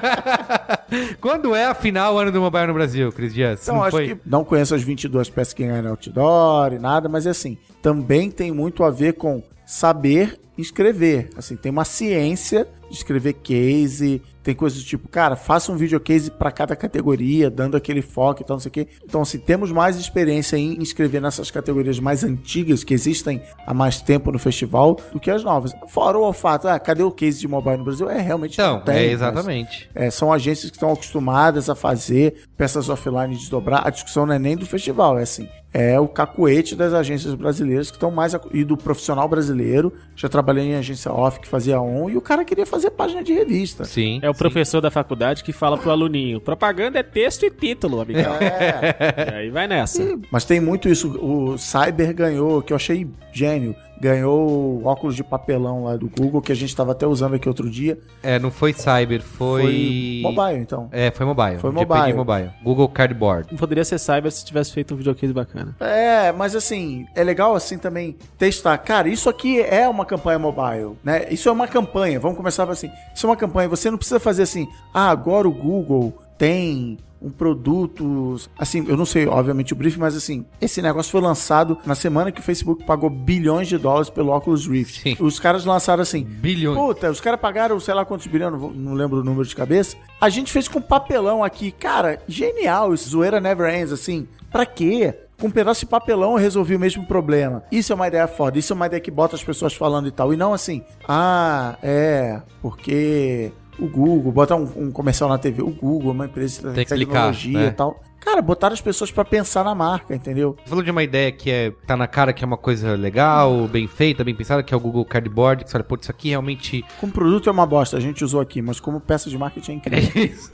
A: Quando é, afinal, o ano do mobile no Brasil, Cris Dias?
B: Então, acho que não conheço as 22 peças que ganharam outdoor e nada, mas é assim, também tem muito a ver com saber escrever. Assim, tem uma ciência de escrever case, tem coisas do tipo, cara, faça um videocase para cada categoria, dando aquele foco e tal, não sei o quê. Então, assim, temos mais experiência em escrever nessas categorias mais antigas, que existem há mais tempo no festival, do que as novas. Fora o olfato, ah, cadê o case de mobile no Brasil? É, realmente
A: Então,
B: tem,
A: é
B: mas-
A: exatamente.
B: é, são agências que estão acostumadas a fazer peças offline desdobrar. A discussão não é nem do festival, é assim. É o cacuete das agências brasileiras que estão mais. acu- E do profissional brasileiro. Já trabalhei em agência off que fazia on e o cara queria fazer página de revista.
A: Sim.
C: É
A: sim.
C: o professor da faculdade que fala pro aluninho: propaganda é texto e título, amigão.
B: É.
C: E aí vai nessa.
B: Mas tem muito isso. O Cyber ganhou, que eu achei gênio. Ganhou o óculos de papelão lá do Google, que a gente estava até usando aqui outro dia.
A: É, não foi cyber, foi...
B: mobile, então.
A: É, foi mobile.
B: Foi
A: GP
B: mobile.
A: de mobile. Google Cardboard.
C: Não Poderia ser cyber se tivesse feito um videocase bacana.
B: É, mas assim, é legal assim também testar. Cara, isso aqui é uma campanha mobile, né? Isso é uma campanha. Vamos começar assim. Isso é uma campanha. Você não precisa fazer assim, ah, agora o Google tem um produto. Assim, eu não sei, obviamente, o briefing, mas assim, esse negócio foi lançado na semana que o Facebook pagou bilhões de dólares pelo Oculus Rift.
A: Sim.
B: Os caras lançaram assim.
A: Bilhões.
B: Puta, os caras pagaram sei lá quantos bilhões, não, vou- não lembro o número de cabeça. A gente fez com papelão aqui. Cara, genial isso. Zoeira never ends, assim. Pra quê? Com um pedaço de papelão eu resolvi o mesmo problema. Isso é uma ideia foda, isso é uma ideia que bota as pessoas falando e tal. E não assim, ah, é, porque o Google, botar um, um comercial na TV, o Google é uma empresa de
A: Tem que
B: tecnologia
A: clicar, né?
B: e tal. Cara, botaram as pessoas pra pensar na marca, entendeu?
A: Você falou de uma ideia que é tá na cara que é uma coisa legal, bem feita, bem pensada, que é o Google Cardboard, que você olha, pô, isso aqui realmente
B: Como produto é uma bosta, a gente usou aqui, mas como peça de marketing é incrível.
A: isso,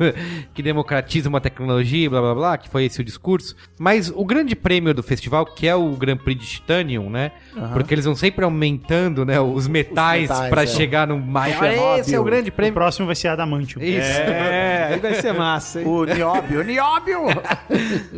A: que democratiza uma tecnologia, blá blá blá, que foi esse o discurso. Mas o grande prêmio do festival, que é o Grand Prix de Titanium, né? Porque eles vão sempre aumentando, né, os metais, pra
B: metais, é.
A: chegar no maior. Esse é o
B: Chernobyl.
A: grande
D: O
A: prêmio.
D: próximo vai ser Adamantium.
A: Isso.
C: É, aí vai ser massa, hein?
B: O Nióbio, o Nióbio!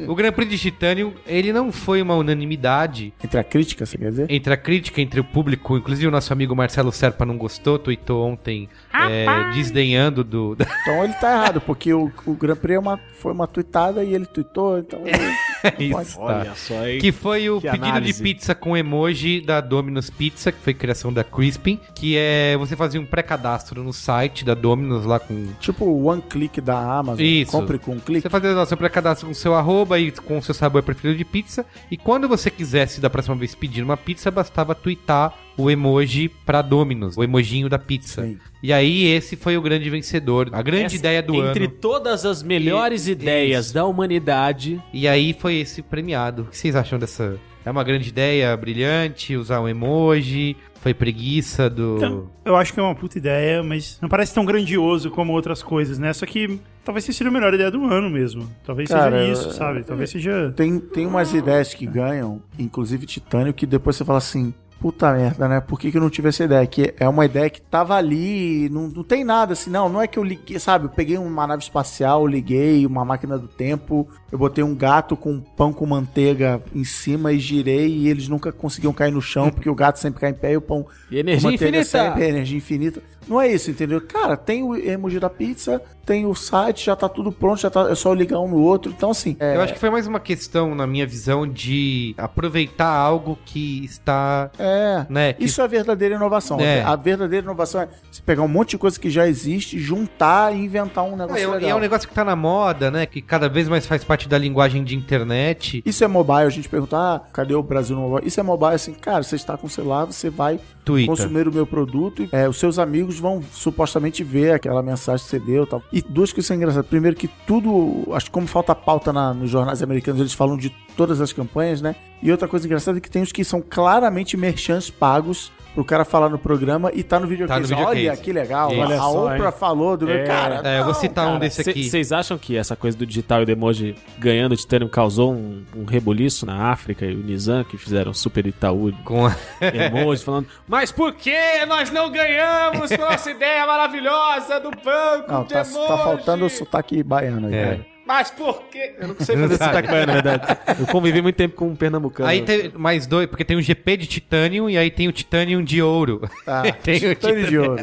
A: O Grand Prix de Titanium, ele não foi uma unanimidade,
B: Entre a crítica, você quer dizer?
A: entre a crítica, entre o público, inclusive o nosso amigo Marcelo Serpa não gostou, tweetou ontem é, desdenhando do. da-
B: Então ele tá errado, porque o, o Grand Prix é uma- foi uma tweetada e ele tweetou, então ele não pode.
A: Isso, tá.
C: Olha só, hein?
A: Que foi o
C: que
A: pedido de
C: análise.
A: pizza com emoji da Domino's Pizza, que foi criação da Crispin, que é você fazia um pré-cadastro no site da Domino's lá com.
B: Tipo o one click da Amazon.
A: Isso.
B: Compre com um clique.
A: Você fazia lá seu pré-cadastro com seu arroba e com o seu sabor preferido de pizza. E quando você quisesse da próxima vez pedir uma pizza, bastava tweetar o emoji pra Domino's, o emojinho da pizza.
B: Sim.
A: E aí esse foi o grande vencedor, a grande
C: Essa-
A: ideia do ano.
C: Entre todas as melhores ideias da humanidade,
A: E aí foi esse premiado. O que vocês acham dessa? É uma grande ideia, brilhante, usar um emoji, foi preguiça do.
D: Então, eu acho que é uma puta ideia, mas não parece tão grandioso como outras coisas, né? Só que talvez tenha sido a melhor ideia do ano mesmo. Talvez
B: Cara,
D: seja isso,
B: eu-
D: sabe? Talvez
A: é,
D: seja.
B: Tem, tem umas ideias que ganham, inclusive Titânio, que depois você fala assim. Puta merda, né? Por que, que eu não tive essa ideia? Que é uma ideia que tava ali, não, não tem nada assim, não. Não é que eu liguei, sabe? Eu peguei uma nave espacial, liguei uma máquina do tempo, eu botei um gato com um pão com manteiga em cima e girei e eles nunca conseguiam cair no
A: Hum.
B: chão, porque o gato sempre cai em pé e o pão
C: e energia
B: Manteiga
C: infinita.
B: sempre, energia infinita. Não é isso, entendeu? Cara, tem o emoji da pizza, tem o site, já tá tudo pronto, já tá, é só ligar um no outro. Então, assim, é,
A: Eu acho que foi mais uma questão, na minha visão, de aproveitar algo que está.
B: é,
A: Né, que
B: isso é verdadeira inovação.
A: É.
B: A verdadeira inovação é você pegar um monte de coisa que já existe, juntar e inventar um
A: É,
B: negócio
A: é,
B: legal.
A: um negócio que tá na moda, né? Que cada vez mais faz parte da linguagem de internet.
B: Isso é mobile, a gente pergunta, ah, cadê o Brasil no mobile? Isso é mobile, assim, cara, você está com o celular, você vai
A: Twitter.
B: consumir o meu produto. e, É, os seus amigos vão supostamente ver aquela mensagem que você deu e tal. E duas coisas são engraçadas. Primeiro que tudo, acho que como falta pauta na- nos jornais americanos, eles falam de todas as campanhas, né? E outra coisa engraçada é que tem os que são claramente merchants pagos pro cara falar no programa e tá no videocase.
A: Tá no videocase.
B: Olha que legal,
A: Isso.
B: olha, a
C: Olha só,
B: Oprah falou do meu
C: É.
B: cara.
A: É, eu vou
B: Ah, não,
A: citar um
B: cara.
A: desse aqui.
C: Vocês acham que essa coisa do digital e do emoji ganhando o Titanium causou um, um reboliço na África e o Nizam, que fizeram super Itaú
A: Com a-
C: emoji, falando Mas por que nós não ganhamos com essa ideia maravilhosa do banco
B: Não,
C: de
B: tá,
C: emoji?
B: tá faltando o sotaque baiano aí, né?
A: É.
B: cara.
C: Mas por que? Eu não sei
A: Não
C: fazer
A: sabe.
C: sotaque baiano, na verdade. Eu convivi muito tempo com um pernambucano.
A: Aí tem mais dois, porque tem o GP de titânio e aí tem o titânio de ouro.
B: Tá.
A: Tem o
B: Titânio de ouro.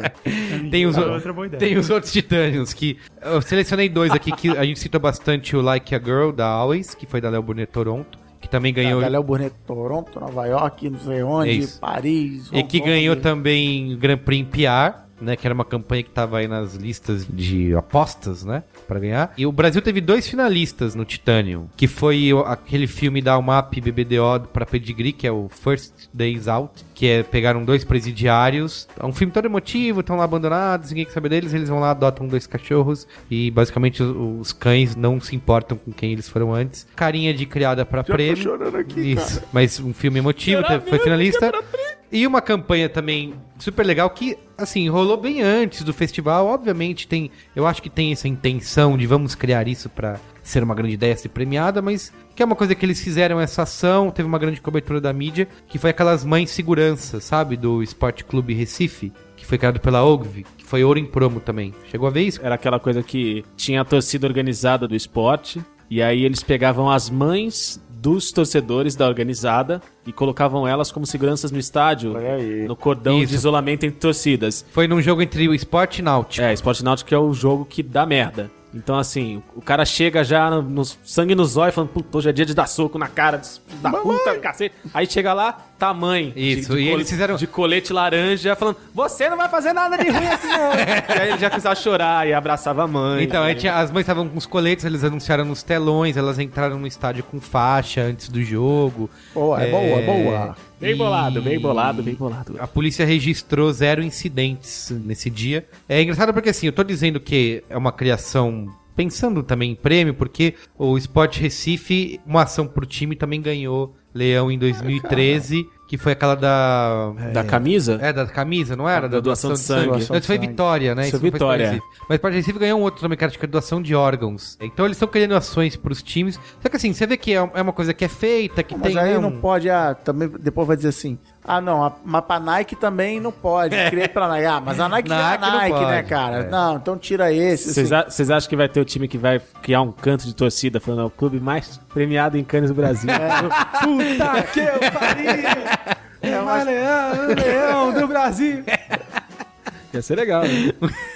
A: Tem os,
D: Ah,
A: o-
D: outra boa ideia.
A: tem os outros titânios que. Eu selecionei dois aqui que a gente citou bastante: o Like a Girl da Always, que foi da Léo Burnet Toronto, que também ganhou.
B: Tá, Galéo Burnet, Toronto, Nova York, não sei
A: É
B: onde,
A: isso.
B: Paris.
A: e
B: Hong
A: que
B: Kong.
A: ganhou também o Grand Prix em PR, né? Que era uma campanha que tava aí nas listas de apostas, né? Pra ganhar. E o Brasil teve dois finalistas no Titanium, que foi o- aquele filme da UMAP BBDO pra Pedigree, que é o First Days Out, que é pegaram dois presidiários. É um filme todo emotivo, estão lá abandonados, ninguém quer saber deles, eles vão lá, adotam dois cachorros e basicamente os, os cães não se importam com quem eles foram antes. Carinha de criada pra
B: Já né? tô
A: prêmio.
B: chorando aqui, cara.
A: Isso, mas um filme emotivo, teve- foi finalista. E uma campanha também super legal que, assim, rolou bem antes do festival. Obviamente tem, eu acho que tem essa intenção de vamos criar isso pra ser uma grande ideia ser premiada, mas que é uma coisa que eles fizeram essa ação, teve uma grande cobertura da mídia, que foi aquelas mães segurança, sabe, do Esporte Clube Recife, que foi criado pela Ogvi, que foi ouro em promo também. Chegou a ver isso?
C: Era aquela coisa que tinha a torcida organizada do esporte, e aí eles pegavam as mães dos torcedores da organizada e colocavam elas como seguranças no estádio, no cordão
A: Isso.
C: de isolamento entre torcidas.
A: Foi num jogo entre o Esporte e Náutico.
C: É, esporte náutico é o jogo que dá merda. Então, assim, o cara chega já no, no sangue nos olhos, falando, puta, hoje é dia de dar soco na cara dos filhos da puta, cacete. Aí chega lá, tá tamanho.
A: Isso, e eles fizeram-
C: De colete laranja, falando, você não vai fazer nada de ruim aqui, não. e aí ele já começava a chorar e abraçava a mãe.
A: Então, aí tinha- as mães estavam com os coletes, eles anunciaram nos telões, elas entraram no estádio com faixa antes do jogo.
B: Boa, é boa, boa.
C: Bem
A: e-
C: bolado, bem bolado, bem bolado.
A: A polícia registrou zero incidentes nesse dia. É engraçado porque, assim, eu tô dizendo que é uma criação pensando também em prêmio, porque o Sport Recife, uma ação pro time, também ganhou Leão em 2013, que foi aquela da.
C: Da camisa?
A: Ah, É, da camisa, não era?
C: Da doação de sangue.
A: Não, isso foi
B: Doação de
A: Vitória, né?
C: Isso
A: não foi
C: Vitória.
A: Sport Recife. Mas o Sport Recife ganhou um outro também, que era de doação de órgãos. Então eles estão criando ações pros times. Só que assim, você vê que é é uma coisa que é feita, que
B: Mas
A: tem.
B: aí
A: né,
B: não
A: um-
B: pode, ah, também depois vai dizer assim, ah não, a, mas pra Nike também não pode, criei pra Nike, ah, mas a Nike, já
A: Nike não
B: é a Nike, né
A: pode,
B: cara?
A: é.
B: Não, então tira esse,
C: Vocês
B: assim.
C: a- vocês acham que vai ter o time que vai criar um canto de torcida falando "É o clube mais premiado em canes do Brasil? É. Puta que pariu! É o Leão, Leão do Brasil! Ia ser legal, né?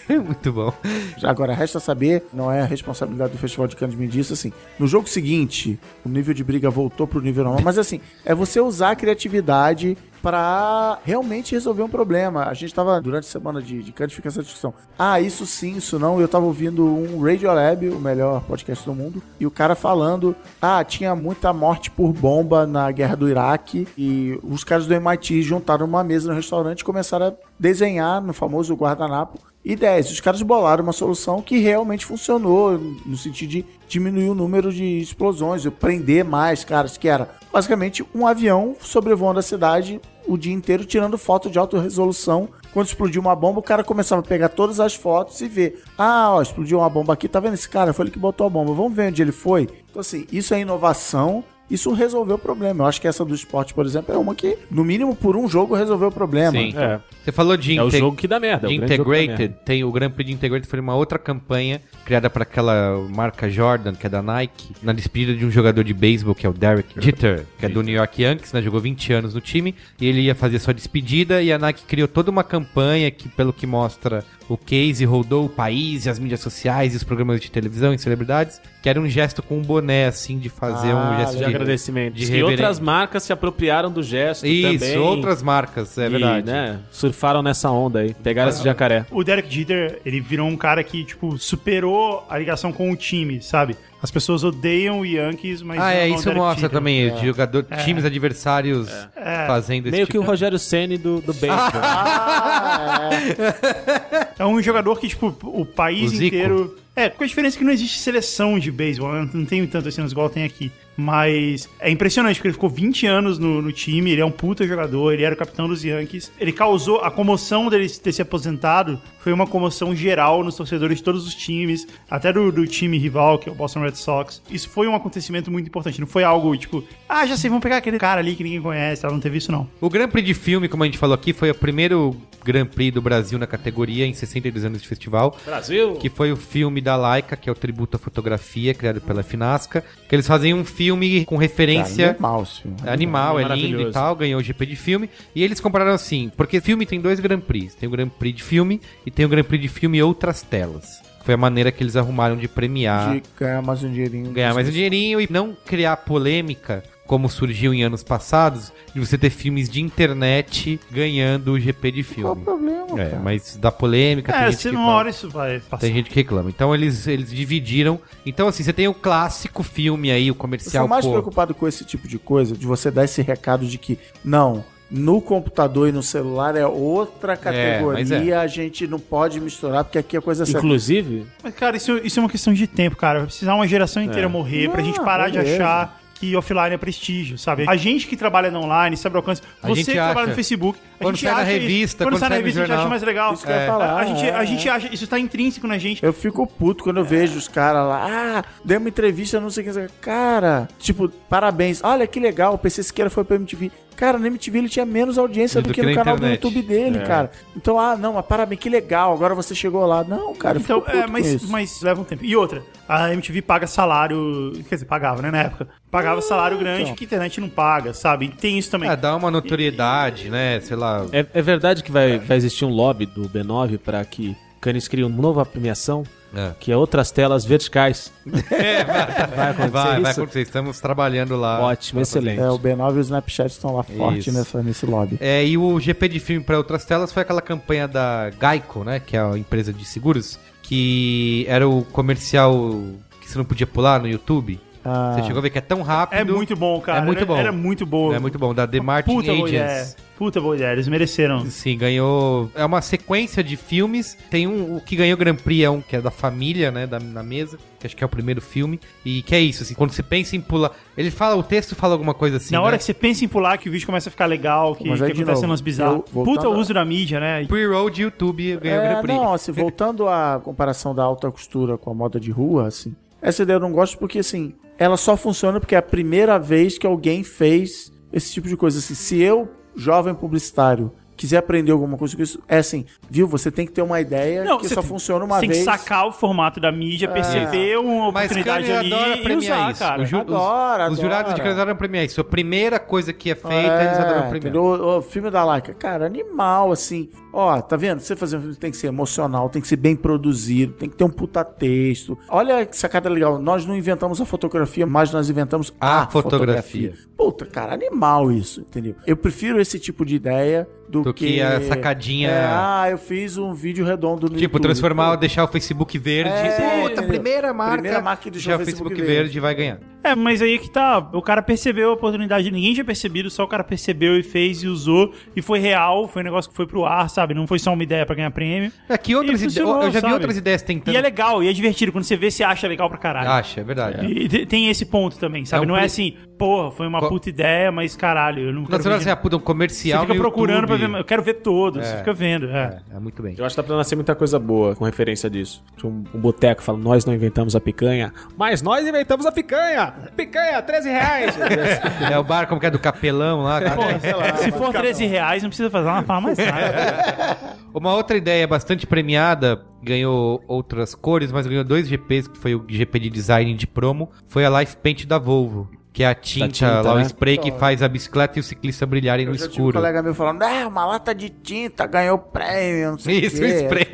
A: é Muito bom.
B: Agora, resta saber, não é a responsabilidade do Festival de Cannes Mendes, assim, no jogo seguinte, o nível de briga voltou pro nível normal, mas assim, é você usar a criatividade pra realmente resolver um problema. A gente tava, durante a semana de, de Cannes, fica essa discussão. Ah, isso sim, isso não. Eu tava ouvindo um Radio Lab, o melhor podcast do mundo, e o cara falando, ah, tinha muita morte por bomba na guerra do Iraque, e os caras do MIT juntaram uma mesa no restaurante e começaram a desenhar no famoso guardanapo ideias. Os caras bolaram uma solução que realmente funcionou, no sentido de diminuir o número de explosões, prender mais caras, que era basicamente um avião sobrevoando a cidade o dia inteiro, tirando foto de alta resolução. Quando explodiu uma bomba, o cara começava a pegar todas as fotos e ver. Ah, ó, explodiu uma bomba aqui, tá vendo esse cara? Foi ele que botou a bomba. Vamos ver onde ele foi? Então, assim, isso é inovação. Isso resolveu o problema. Eu acho que essa do esporte, por exemplo, é uma que, no mínimo, por um jogo resolveu o problema.
A: Sim.
C: É,
A: Você falou de
C: é o
A: inte-
C: jogo que dá merda. é o
A: de
C: grande jogo que dá merda.
A: Integrated, tem o Grand Prix de Integrated foi uma outra campanha criada para aquela marca Jordan, que é da Nike, na despedida de um jogador de beisebol, que é o Derek Jeter, que é do New York Yankees, né, jogou 20 anos no time, e ele ia fazer sua despedida, e a Nike criou toda uma campanha que, pelo que mostra o case, rodou o país e as mídias sociais e os programas de televisão e celebridades, que era um gesto com um boné, assim, de fazer
B: Ah,
A: um gesto
C: De agradecimento.
A: de
C: Diz que
A: reverência.
C: outras marcas se apropriaram do gesto
A: Isso,
C: também.
A: outras marcas, é
C: e,
A: verdade.
C: né, surfaram nessa onda aí. Pegaram esse jacaré.
D: O Derek Jeter, ele virou um cara que, tipo, superou a ligação com o time, sabe? As pessoas odeiam o Yankees, mas...
A: Ah, é,
D: amam o
A: isso
D: Derek
A: mostra
D: Jeter.
A: também, de jogador, times adversários fazendo esse
C: Meio que
A: tipo
C: o Rogério Ceni do, do beisebol.
D: É um jogador que, tipo, o país
A: O Zico.
D: inteiro. É, com a diferença que não existe seleção de beisebol, né? não tem tanto assim, igual tem aqui. Mas é impressionante, porque ele ficou 20 anos no, no time, ele é um puta jogador, ele era o capitão dos Yankees. Ele causou a comoção dele ter se aposentado, foi uma comoção geral nos torcedores de todos os times, até do, do time rival, que é o Boston Red Sox. Isso foi um acontecimento muito importante, não foi algo tipo, ah, já sei, vamos pegar aquele cara ali que ninguém conhece, ela não teve isso não.
A: O Grand Prix de filme, como a gente falou aqui, foi o primeiro Grand Prix do Brasil na categoria em 62 anos de festival,
C: Brasil!
A: que foi o filme da Laika, que é o tributo à fotografia criado pela Finasca, que eles fazem um filme com referência
B: Animal, sim.
A: é animal, é,
C: É
A: lindo
C: maravilhoso.
A: e tal, ganhou o GP de filme. E eles compararam assim, porque filme tem dois Grand Prix. Tem o Grand Prix de filme e tem o Grand Prix de filme e outras telas. Foi a maneira que eles arrumaram de premiar
B: De ganhar mais um dinheirinho.
A: Ah. ganhar mais um
B: Assim.
A: dinheirinho e não criar polêmica como surgiu em anos passados de você ter filmes de internet ganhando o GP de
B: Qual o
A: filme.
B: problema,
A: É,
B: cara?
A: mas da polêmica tem
D: É, se
A: gente que
D: uma
A: fala.
D: hora isso vai passar.
A: Tem gente que reclama. Então eles, eles dividiram. Então, assim, você tem o clássico filme aí, o
B: Eu sou
A: comercial.
B: mais
A: pô,
B: preocupado com esse tipo de coisa, de você dar esse recado de que, não, no computador e no celular é outra
A: mas
B: categoria, a gente não pode misturar, porque aqui a coisa é séria.
C: Inclusive,
D: Mas, cara, isso, isso é uma questão de tempo, cara. Vai precisar uma geração
A: É.
D: inteira morrer pra
B: Ah,
D: gente parar de
B: beleza.
D: achar que offline é prestígio, sabe? A gente que trabalha no online, sabe o alcance.
A: A
D: Você
A: gente
D: que trabalha
A: acha.
D: no Facebook, a
A: Quando
D: gente
A: sai na
D: acha isso.
A: revista,
D: quando
A: quando
D: sai na
A: sai no
D: revista, a gente
A: jornal.
D: acha mais legal.
B: Isso que eu ia
D: É.
B: falar,
D: A, a gente,
B: é,
D: a
B: é.
D: gente acha, isso tá intrínseco na gente.
B: Eu fico puto quando eu vejo os caras lá, ah, dei uma entrevista, não sei o que. Cara, tipo, parabéns. Olha que legal, o PC Siqueira foi pra MTV. Cara, na MTV ele tinha menos audiência do, que, no
A: na
B: canal
A: internet.
B: do YouTube dele, cara. Então, ah, não, mas parabéns, que legal, agora você chegou lá. Não, cara, eu
D: Então,
B: fico puto
D: é,
B: com
D: mas,
B: isso.
D: mas leva um tempo. E outra, a MTV paga salário. Quer dizer, pagava, né, na época. Pagava salário grande
B: então.
D: que a internet não paga, sabe? E tem isso também.
A: É, dá uma notoriedade, né? Sei lá.
C: é, é verdade que vai, vai existir um lobby do B9 pra que Canis crie uma nova premiação,
A: É.
C: que é outras telas verticais.
A: Vai acontecer. Vai,
C: isso?
A: acontecer. Estamos trabalhando lá.
C: Ótimo, excelente.
B: Ah, É, o B9 e o Snapchat estão lá forte
A: Isso.
B: nessa, nesse lobby.
A: É, e o GP de filme para outras telas foi aquela campanha da Geico, né? Que é a empresa de seguros, que era o comercial que você não podia pular no YouTube. Você
B: Ah.
A: chegou a ver que é tão rápido.
D: É muito bom, cara.
A: É muito
D: Era-
A: bom.
D: Era muito boa.
A: É muito bom, da The Martin
D: Puta
A: Agents.
D: mulher. Puta mulher, eles mereceram.
A: Sim, ganhou. É uma sequência de filmes. Tem um. O que ganhou Grand Prix é um que é da família, né? Da, na mesa. Que acho que é o primeiro filme. E que é isso, assim. Quando você pensa em pular. Ele fala, o texto fala alguma coisa assim.
D: Na hora
A: né?
D: que você pensa em pular, que o vídeo começa a ficar legal, que,
B: Mas aí,
D: que
B: de
D: acontece
B: novo,
D: umas bizarras.
B: eu- voltando
D: Puta
B: a-
D: uso da mídia, né?
A: Pre-roll de YouTube ganhou o
B: É,
A: Grand Prix.
B: não, assim, voltando à comparação da alta costura com a moda de rua, assim, essa ideia eu não gosto porque, assim, ela só funciona porque é a primeira vez que alguém fez esse tipo de coisa. Assim, se eu, jovem publicitário, quiser aprender alguma coisa com isso, é assim, viu? Você tem que ter uma ideia que
D: você
B: só
D: tem-
B: funciona uma
D: tem
B: vez. É.
D: que sacar o formato da mídia, perceber uma
A: Mas
D: oportunidade
A: Câmara
D: ali
A: adora
D: e usar,
A: premiar isso.
D: cara.
A: Os ju- os-
B: Adora,
A: Os jurados de
B: adora.
A: Cannes adoram premiar isso. A primeira coisa que é feita, eles adoram
B: É,
A: premiar.
B: entendeu? o, o filme da Laika, cara, animal, assim. Ó, tá vendo? Você fazer um filme tem que ser emocional, tem que ser bem produzido, tem que ter um puta texto. Olha que sacada legal. Nós não inventamos a fotografia, mas nós inventamos a,
A: A fotografia.
B: fotografia. Puta, cara, animal isso, entendeu? Eu prefiro esse tipo de ideia do,
A: Do que a sacadinha-
B: É, ah, eu fiz um vídeo redondo no
A: Tipo,
B: YouTube.
A: transformar, deixar o Facebook verde.
B: É,
A: Puta,
B: entendeu?
A: primeira marca.
B: Primeira marca que deixou
A: já
B: o Facebook
A: verde.
B: verde.
A: vai ganhar.
D: É, mas aí que tá. O cara percebeu a oportunidade, ninguém tinha percebido, só o cara percebeu e fez e usou. E foi real, foi um negócio que foi pro ar, sabe? Não foi só uma ideia pra ganhar prêmio.
A: É que outras
D: E
A: ideias.
D: funcionou,
A: Eu já vi
D: sabe?
A: outras ideias tentando.
D: E é legal, e é divertido. Quando você vê, você acha legal pra caralho.
A: Acha, é verdade.
D: E te- tem esse ponto também,
A: É
D: sabe?
A: um
D: não é
A: pre-
D: assim, porra, foi uma
A: Co-
D: puta ideia, mas caralho, eu não
A: Não, você
D: quero ver
A: fala assim, ah,
D: de-
A: puta, um
D: Você
A: comercial.
D: fica
A: no
D: procurando pra
A: YouTube.
D: ver, mas eu quero ver todos,
A: É.
D: você fica vendo. É.
A: É, é muito bem.
G: Eu acho que dá pra nascer muita coisa boa com referência disso. Tinha Um, um boteco fala, nós não inventamos a picanha, mas nós inventamos a picanha! Picanha, 13 reais!
A: É o bar, como que é, do capelão lá.
D: Porra, se for 13 reais, não precisa fazer uma fala mais nada.
A: Uma outra ideia bastante premiada, ganhou outras cores, mas ganhou dois GPs, que foi o GP de design de promo, foi a Life Paint da Volvo. Que é a tinta,
G: tinta,
A: lá, o
G: né?
A: spray que faz a bicicleta e o ciclista brilharem no
B: Eu já tive um
A: escuro.
B: colega meu falando, ah, uma lata de tinta ganhou prêmio, não sei
A: Isso,
B: o quê.
A: o spray.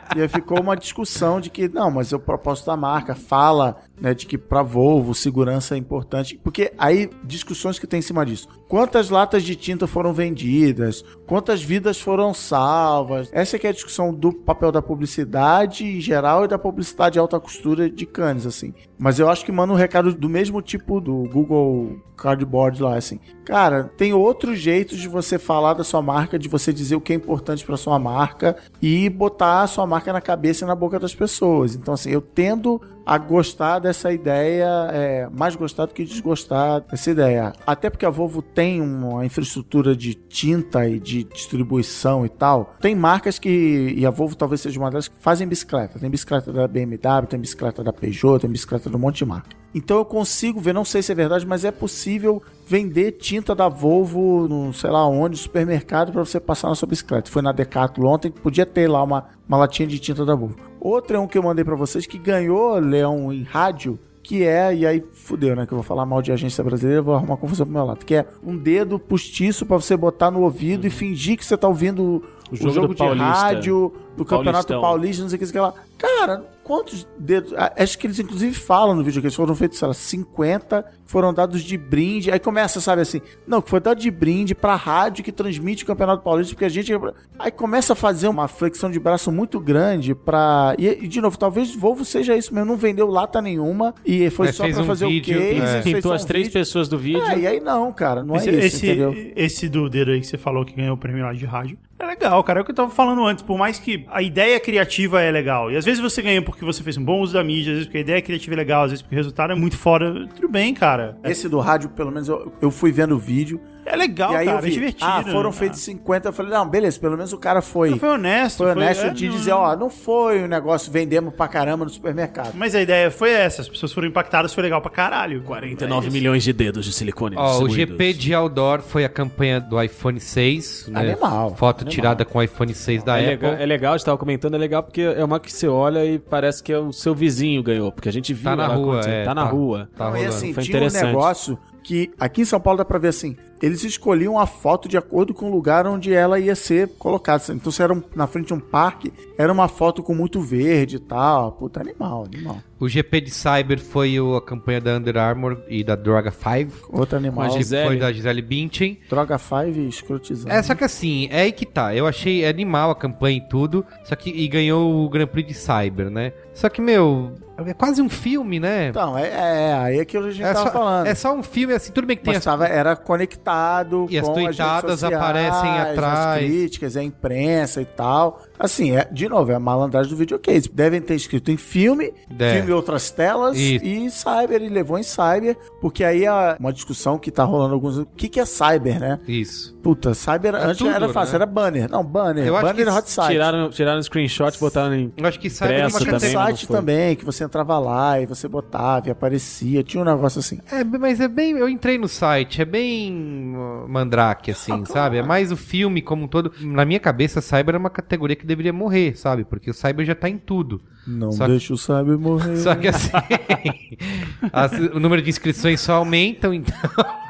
B: E aí ficou uma discussão de que, não, mas o propósito da marca fala, né, de que pra Volvo segurança é importante, porque aí discussões que tem em cima disso. Quantas latas de tinta foram vendidas? Quantas vidas foram salvas? Essa que é a discussão do papel da publicidade em geral e da publicidade de alta costura de canes, assim. Mas eu acho que manda um recado do mesmo tipo do Google Cardboard lá, assim. Cara, tem outros jeitos de você falar da sua marca, de você dizer o que é importante pra sua marca e botar a sua marca na cabeça e na boca das pessoas. Então, assim, eu tendo a gostar dessa ideia, é, mais gostar do que desgostar dessa ideia. Até porque a Volvo tem uma infraestrutura de tinta e de distribuição e tal. Tem marcas que, e a Volvo talvez seja uma delas, que fazem bicicleta. Tem bicicleta da BMW, tem bicicleta da Peugeot, tem bicicleta de um monte de marca. Então eu consigo ver, não sei se é verdade, mas é possível vender tinta da Volvo, no, sei lá onde, supermercado, para você passar na sua bicicleta. Foi na Decathlon ontem, podia ter lá uma, uma latinha de tinta da Volvo. Outro é um que eu mandei para vocês que ganhou, Leão, em rádio, que é, e aí fudeu, né? Que eu vou falar mal de agência brasileira, vou arrumar confusão pro meu lado. Que é um dedo postiço pra você botar no ouvido e fingir que você tá ouvindo o jogo,
C: jogo do
B: de
C: Paulista.
B: rádio, do Campeonato
C: Paulistão.
B: Paulista, não sei o que, não sei o que lá. Cara, quantos dedos. ah, Acho que eles inclusive falam no vídeo que eles foram feitos, sei lá, 50 foram dados de brinde. Aí começa, sabe assim, não, que foi dado de brinde pra rádio que transmite o Campeonato Paulista, porque a gente. Aí começa a fazer uma flexão de braço muito grande pra. E, e, de novo, talvez Volvo seja isso mesmo, não vendeu lata nenhuma e foi
A: É,
B: só
A: fez
B: pra
A: um
B: fazer
A: vídeo,
B: o case,
A: é.
B: fez
C: Pintou
B: só
C: as
B: um
C: três
B: vídeo.
C: pessoas do vídeo.
B: É, e aí não, cara, não é
D: Esse,
B: isso, entendeu?
D: esse, esse do dedo aí que você falou que ganhou o prêmio lá de rádio. É legal, cara. É o que eu tava falando antes. Por mais que a ideia criativa é legal. E às vezes você ganha porque você fez um bom uso da mídia, às vezes porque a ideia criativa é legal, às vezes porque o resultado é muito foda. Tudo bem, cara. É,
B: Esse do rádio, pelo menos eu, eu fui vendo o vídeo.
D: é legal,
B: e aí
D: cara.
B: eu
D: É
B: vi,
D: divertido.
B: ah, foram
D: né?
B: feitos 50. Eu falei, não, beleza, pelo menos o cara foi,
D: Foi honesto.
B: foi honesto
D: é,
B: de
D: não-
B: dizer, ó, não foi um negócio, vendemos pra caramba no supermercado.
D: Mas a ideia foi essa. As pessoas foram impactadas, foi legal pra caralho. É
C: 49
B: é
C: milhões de dedos de silicone.
A: Ó, o
C: distribuídos.
A: GP de outdoor foi a campanha do iPhone 6. Né?
B: Animal,
A: Foto
B: animal.
A: tirada com o iPhone 6 da
C: é
A: Apple.
C: legal, é legal, estava comentando, é legal porque é uma que você olha e parece que é o seu vizinho ganhou, porque a gente viu
A: Tá na
C: ela
A: rua,
C: acontecendo,
A: é,
C: tá na
A: tá-
C: rua.
A: tá
B: Não, e
A: rolando.
B: assim,
C: foi
B: tinha um
C: interessante.
B: negócio que aqui em São Paulo dá pra ver assim, eles escolhiam a foto de acordo com o lugar onde ela ia ser colocada. Então se era um- na frente de um parque, era uma foto com muito verde e tal. Puta, animal, animal.
A: O GP de Cyber foi o- a campanha da Under Armour e da Droga 5.
B: Outro animal.
A: que foi da Gisele Bündchen.
B: Droga 5 e escrotizando.
A: É, só que assim, é aí que tá. Eu achei animal a campanha e tudo, só que e ganhou o Grand Prix de Cyber, né? Só que, meu, é quase um filme, né?
B: Então, é, é, aí é aquilo que a gente
A: é,
B: tava
A: só,
B: falando.
A: é só um filme, assim, tudo bem que tem
B: Mas
A: as...
B: tava- era conectado
A: E as
B: com as redes
A: tuitadas
B: sociais,
A: aparecem
B: As
A: atrás.
B: críticas, a imprensa e tal. Assim, é, de novo, é a malandragem do videocase. Devem ter escrito em filme,
A: É.
B: filme e outras telas,
A: Isso.
B: e cyber, ele levou em cyber, porque aí é uma discussão que tá rolando alguns... O que que é cyber, né?
A: Isso.
B: Puta, cyber antes
A: tudo,
B: era fácil,
A: né?
B: era banner. Não, banner,
A: Eu acho
B: banner
A: que
B: hot site.
C: Tiraram, tiraram o screenshot e botaram em.
A: Eu acho que Cyber é
C: Impressa
A: uma
B: Tinha um
A: categoria...
C: também, mas não
B: site
C: foi.
B: também, que você entrava lá e você botava e aparecia. Tinha um negócio assim.
A: É, mas é bem... Eu entrei no site, é bem uh, mandrake,
B: Ah,
A: assim, sabe? É mais o filme como um todo. Na minha cabeça, Cyber é uma categoria que deveria morrer, sabe? Porque o Cyber já tá em tudo.
B: Não
A: Só que-
B: deixa o cyber morrer.
A: Só que assim, as- o número de inscrições só aumentam, então...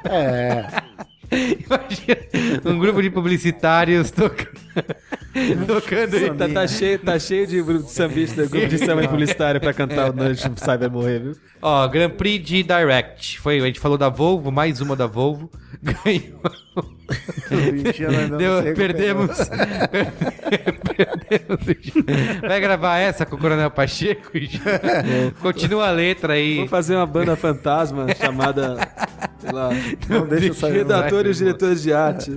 B: É.
A: Imagina um grupo de publicitários toca- tocando aí.
C: Tá, tá cheio, tá cheio de grupo de sambista, grupo de samba de publicitário pra cantar o Nudge Cyber Morrer, viu?
A: Ó, Grand Prix de Direct. Foi, a gente falou da Volvo, mais uma da Volvo. Ganhou. Deu- perdemos. perdemos. Vai gravar essa com o Coronel Pacheco? Continua a letra
C: Vamos
A: aí.
C: fazer uma banda fantasma chamada. Sei lá.
B: Não deixa o cyber morrer.
C: Redatores e diretores de arte.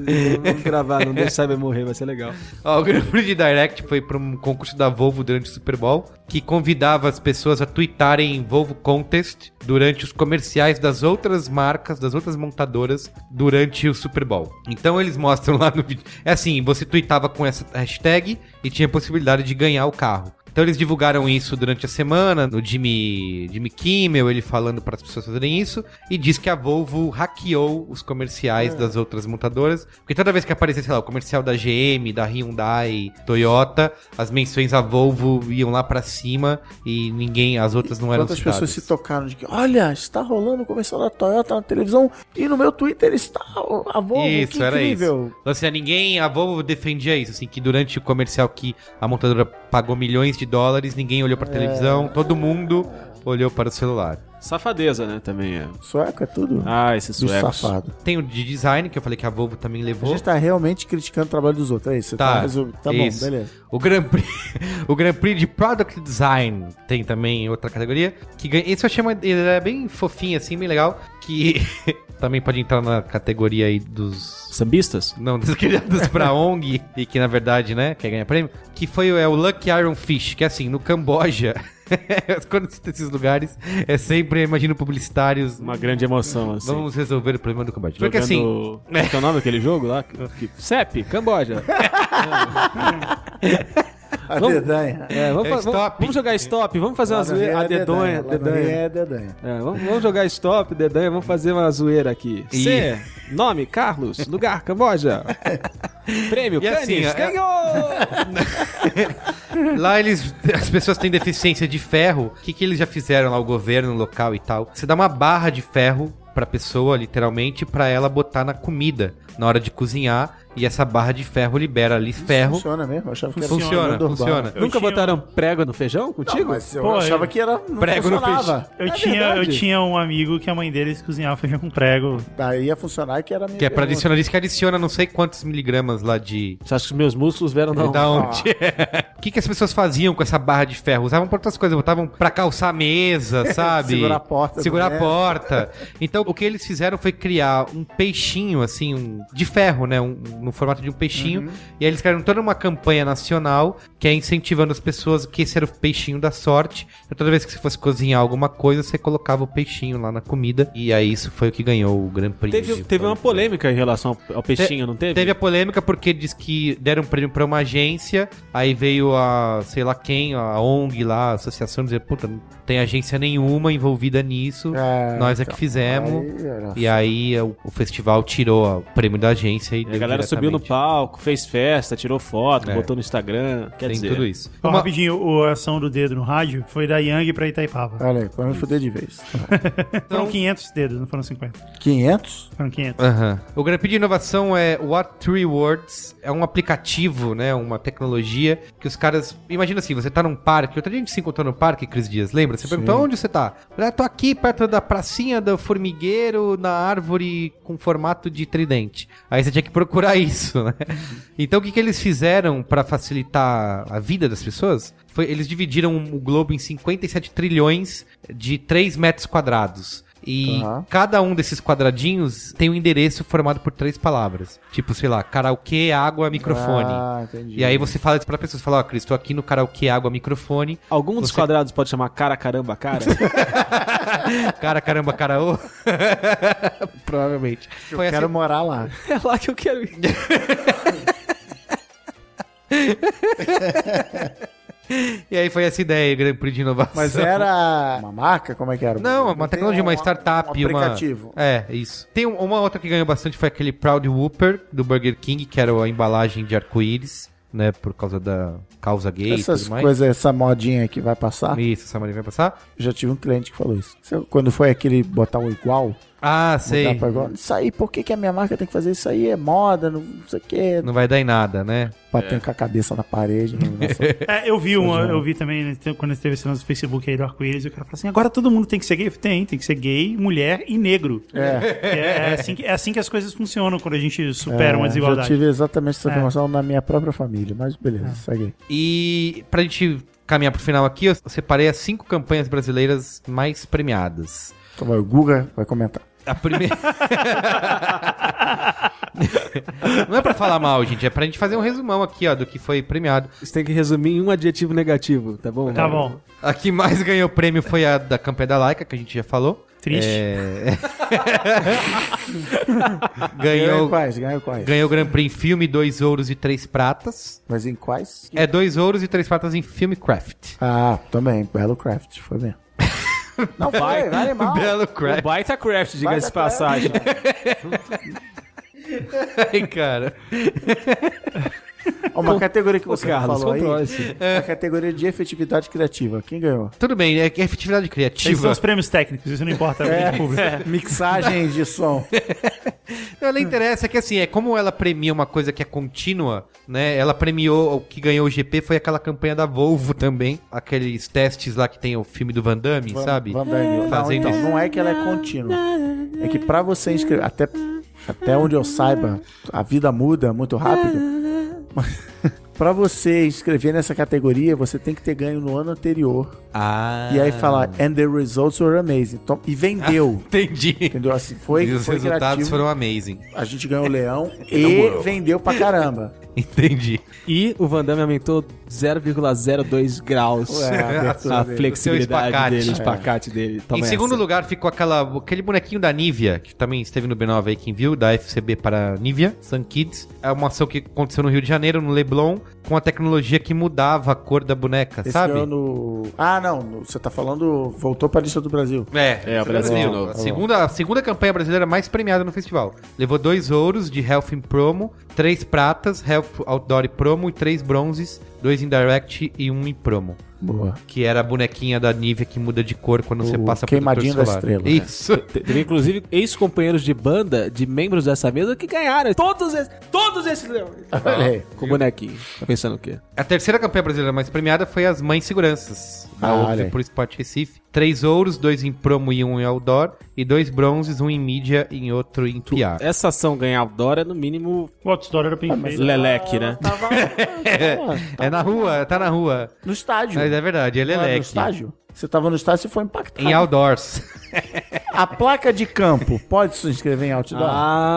C: Vamos gravar, não deixa o Cyber morrer, vai ser legal.
A: Ó, o Grand Prix de Direct foi para um concurso da Volvo durante o Super Bowl que convidava as pessoas a tweetarem Volvo Contest durante os comerciais das outras marcas, das outras montadoras durante o Super Bowl. Então eles mostram lá no vídeo. É assim, você tweetava com essa hashtag e tinha a possibilidade de ganhar o carro. Então eles divulgaram isso durante a semana, no Jimmy, Jimmy Kimmel, ele falando para as pessoas fazerem isso, e diz que a Volvo hackeou os
B: É.
A: comerciais das outras montadoras, porque toda vez que aparecia, sei lá, o comercial da GM, da Hyundai, Toyota, as menções à Volvo iam lá para cima e ninguém, as outras não eram
B: Quantas pessoas se
A: citadas.
B: tocaram de que, olha, está rolando o comercial da Toyota na televisão e no meu Twitter está a Volvo,
A: Isso,
B: que
A: era
B: incrível.
A: Então, assim, a ninguém, a Volvo defendia isso, assim, que durante o comercial que a montadora pagou milhões de dólares, ninguém olhou para
B: É.
A: televisão, todo mundo olhou para o celular.
C: Safadeza, né? Também é.
B: Sueco é tudo
C: Ah, esses
B: do
C: suecos.
B: safado.
A: Tem o de design, que eu falei que a Volvo também
B: A
A: levou.
B: gente tá realmente criticando o trabalho dos outros, é isso. você
A: Tá,
B: resol- tá bom,
A: isso.
B: beleza.
A: O Grand Prix, o Grand Prix de Product Design tem também outra categoria que ganha, esse eu achei uma ideia bem fofinha assim, bem legal, que também pode entrar na categoria aí dos
C: Sambistas?
A: não, dos criados pra ONG, e que na verdade, né, quer ganhar prêmio, que foi o- é o Lucky Iron Fish, que é assim, no Camboja, quando cita esses lugares, é sempre, eu imagino, publicitários,
C: Uma grande emoção, assim.
A: vamos resolver o problema do Camboja.
C: Jogando-
A: Porque assim,
C: Como é que é o nome daquele jogo lá? Que- que- CEP, Camboja.
B: A
C: Vamos-
B: dedanha.
C: É, vamos,
A: É
C: fa-
A: stop.
C: vamos, vamos jogar stop, vamos fazer uma
B: Lá na
C: zoeira.
B: Via
C: A
B: é
C: dedanha,
B: Lá na
C: dedanha.
B: Via é dedanha.
C: É, vamos, vamos jogar stop, dedanha, vamos fazer uma zoeira aqui.
A: E-
C: C, nome, Carlos, lugar, Camboja. Prêmio,
A: E
C: Canis,
A: assim, é-
C: ganhou!
A: Lá eles. As pessoas têm deficiência de ferro. O que, que eles já fizeram lá, o governo local e tal? Você dá uma barra de ferro pra pessoa, literalmente, pra ela botar na comida na hora de cozinhar. E essa barra de ferro libera ali ferro.
B: Funciona mesmo? Eu achava que era
A: Funciona,
B: propaganda
A: funciona.
B: urbana.
D: Eu
C: Nunca
D: tinha-
C: botaram prego no feijão
B: Não,
C: contigo?
B: mas eu
D: Pô,
B: achava
D: eu-
B: que era. Não
A: Prego no
B: funcionava.
D: Eu,
C: É
D: tinha, eu
C: verdade.
D: tinha um amigo que a mãe dele cozinhava feijão com prego.
B: Daí ia funcionar e que era a minha
A: Que é pra
B: pergunta.
A: adicionar isso que adiciona não sei quantos miligramas lá de.
C: Você acha que os meus músculos vieram da
A: Da onde? é. O que, que as pessoas faziam com essa barra de ferro? Usavam pra outras coisas, botavam pra calçar a mesa, sabe?
B: um Segurar a porta do
A: Segurar a
B: metro.
A: porta. Então, o que eles fizeram foi criar um peixinho, assim, um- de ferro, né? Um, um- no formato de um peixinho. E aí eles criaram toda uma campanha nacional que é incentivando as pessoas que esse era o peixinho da sorte. Então, toda vez que você fosse cozinhar alguma coisa, você colocava o peixinho lá na comida. E aí isso foi o que ganhou o Grand Prix.
C: Teve, teve uma polêmica em relação ao- ao peixinho, não teve?
A: Teve a polêmica porque diz que deram um prêmio pra uma agência, aí veio a, sei lá quem, a ONG lá, a associação, dizer, puta, não tem agência nenhuma envolvida nisso,
B: É,
A: nós é que fizemos.
B: Aí era
A: E aí o, o festival tirou a- o prêmio da agência e
C: E A galera
A: direto
C: subiu no palco, fez festa, tirou foto,
A: É.
C: botou no Instagram. Quer
A: Tem
C: dizer,
A: tudo isso.
D: Ó,
A: Uma-
D: Rapidinho, o- a ação do dedo no rádio foi da Yang pra Itaipava.
B: Olha aí, pra me fuder de vez.
D: Foram 500 dedos, não foram 50.
B: 500?
D: Foram 500.
A: Aham. O Grand Prix de inovação é What Three Words. É um aplicativo, né? Uma tecnologia que os caras. Imagina assim, você tá num parque. Outra gente se encontrou no parque, Cris Dias, lembra? Você perguntou onde você tá? Ah, tô aqui perto da pracinha do formigueiro, na árvore com formato de tridente. Aí você tinha que procurar isso, né? Então o que, que eles fizeram pra facilitar a vida das pessoas? Foi, eles dividiram o globo em 57 trilhões de 3 metros quadrados. E
B: Tá.
A: cada um desses quadradinhos tem um endereço formado por três palavras. Tipo, sei lá, karaokê, água, microfone.
B: Ah, entendi.
A: e aí você fala isso pra pessoa, você fala, ó, Cris, tô aqui no karaokê, água, microfone.
C: algum dos
A: Você-
C: quadrados pode chamar cara, caramba, cara?
A: Cara, caramba, caraô. Provavelmente. Foi
B: Quero morar lá.
C: é lá que eu quero ir.
A: assim- E aí foi essa ideia, Grand Prix de Inovação.
B: Mas é, era uma marca? Como é que era?
A: Não, uma
B: Tem
A: tecnologia, uma startup,
B: Um
A: uma-
B: aplicativo.
A: É, isso. Tem um- uma outra que ganhou bastante foi aquele Proud Whooper do Burger King, que era a embalagem de arco-íris, né? Por causa da causa gay e
B: Essas
A: tudo mais.
B: coisas, essa modinha que vai passar.
A: Isso, essa maneira vai passar.
B: Eu já tive um cliente que falou isso. Sabe Quando foi aquele botar um igual,
A: Ah, sei.
B: botar pra igual. Isso aí, por que, que a minha marca tem que fazer isso aí? É moda, não sei o quê.
A: Não vai dar em nada, né?
B: Batendo com a cabeça na parede. não, nossa.
D: É, eu vi uma, eu vi também né, tem- quando teve esse lance do Facebook aí do arco-íris, o cara falou assim: agora todo mundo tem que ser gay? Eu falei, Tem, tem que ser gay, mulher e negro.
B: é.
D: É, é assim, que, é assim que as coisas funcionam quando a gente supera uma
B: Já
D: desigualdade.
B: tive exatamente essa
D: É.
B: informação na minha própria família, mas beleza, segue aí.
A: E pra gente caminhar pro final aqui, eu separei as cinco campanhas brasileiras mais premiadas.
B: Então vai, o Guga vai comentar.
A: A primeira. Não é pra falar mal, gente, é pra gente fazer um resumão aqui, ó, do que foi premiado.
C: Você tem que resumir em um adjetivo negativo, tá bom?
D: Tá bom.
A: A que mais ganhou prêmio foi a da campanha da Laika, que a gente já falou.
D: Triste.
A: É... ganhou,
B: quais? Ganhou quais?
A: ganhou o Grand Prix em filme, dois ouros e três pratas.
B: Mas em quais?
A: É dois ouros e três pratas em filme craft.
B: Ah, também, Belo Craft, foi mesmo. Não vai, vai mal.
A: Belo
C: O
A: craft,
C: baita craft, diga-se de
B: Baita craft.
C: passagem.
A: hein, cara.
B: Ó, Uma categoria que
C: Ô,
B: você
C: Carlos,
B: falou aí,
C: controla-se.
B: é a categoria de efetividade criativa. Quem ganhou?
A: Tudo bem, é que é efetividade
D: Esses são
A: criativa.
D: os prêmios técnicos, isso não importa é
A: É.
D: pra
B: É.
D: gente público.
B: Mixagem de som.
A: Ela interessa é que assim, é como ela premia uma coisa que é contínua, né? Ela premiou o que ganhou o GP foi aquela campanha da Volvo também, aqueles testes lá que tem o filme do Van Damme, sabe?
B: Van Damme. Não,
A: Fazendo
B: então,
A: isso.
B: não é que ela é contínua. É que pra você inscrever, até, até onde eu saiba, a vida muda muito rápido. Mas Pra você inscrever nessa categoria, você tem que ter ganho no ano anterior.
A: Ah.
B: E aí falar, and the results were amazing. Então, e vendeu.
A: Entendi.
B: Entendeu? Assim, foi,
A: e os
B: foi
A: resultados
B: criativo.
A: foram amazing.
B: A gente ganhou o leão e vendeu pra caramba.
A: Entendi.
C: E o Van Damme aumentou 0,02 graus
B: Ué, a abertura
C: a
B: dele.
A: Seu
C: flexibilidade
A: espacate.
C: dele, o espacate dele. Toma
A: em
B: é
C: essa.
A: segundo lugar ficou aquela, aquele bonequinho da Nivea, que também esteve no B9 aí, quem viu, da FCB para Nivea, Sun Kids. É uma ação que aconteceu no Rio de Janeiro, no Leblon, com a tecnologia que mudava a cor da boneca,
B: Esse
A: sabe?
B: ganhou no. Ah, não. no- Você tá falando. Voltou pra lista do Brasil.
A: É,
C: É, o Brasil de novo.
A: A segunda, a segunda campanha brasileira mais premiada no festival. Levou dois ouros de Health in Promo, três pratas, Health Outdoor e Promo, e três bronzes, dois em Direct e um em Promo.
B: Boa.
A: Que era a bonequinha da Nivea que muda de cor quando você
B: O
A: passa
B: queimadinho da
A: protetor solar.
B: estrela, né?
A: Isso.
C: Te- Teve inclusive ex-companheiros de banda, de membros dessa mesa, que ganharam. Todos esses. Todos esses leões.
B: Olha aí.
C: Com bonequinho. Tá pensando o quê?
A: A terceira campanha brasileira mais premiada foi as Mães Seguranças, da
B: Ah,
A: outra
B: olha aí.
A: por Sport Recife. Três ouros, dois em promo e um em outdoor, e dois bronzes, um em mídia e em outro em PR.
C: Essa ação ganhar outdoor é no mínimo
D: O outdoor era bem feito.
C: leleque, né?
A: É na rua, tá na rua.
B: No estádio.
A: Mas é verdade, ele é
B: Não era no
A: leque.
B: estádio? Você tava no estádio e foi impactado.
A: Em outdoors.
B: A placa de campo pode se inscrever em outdoor?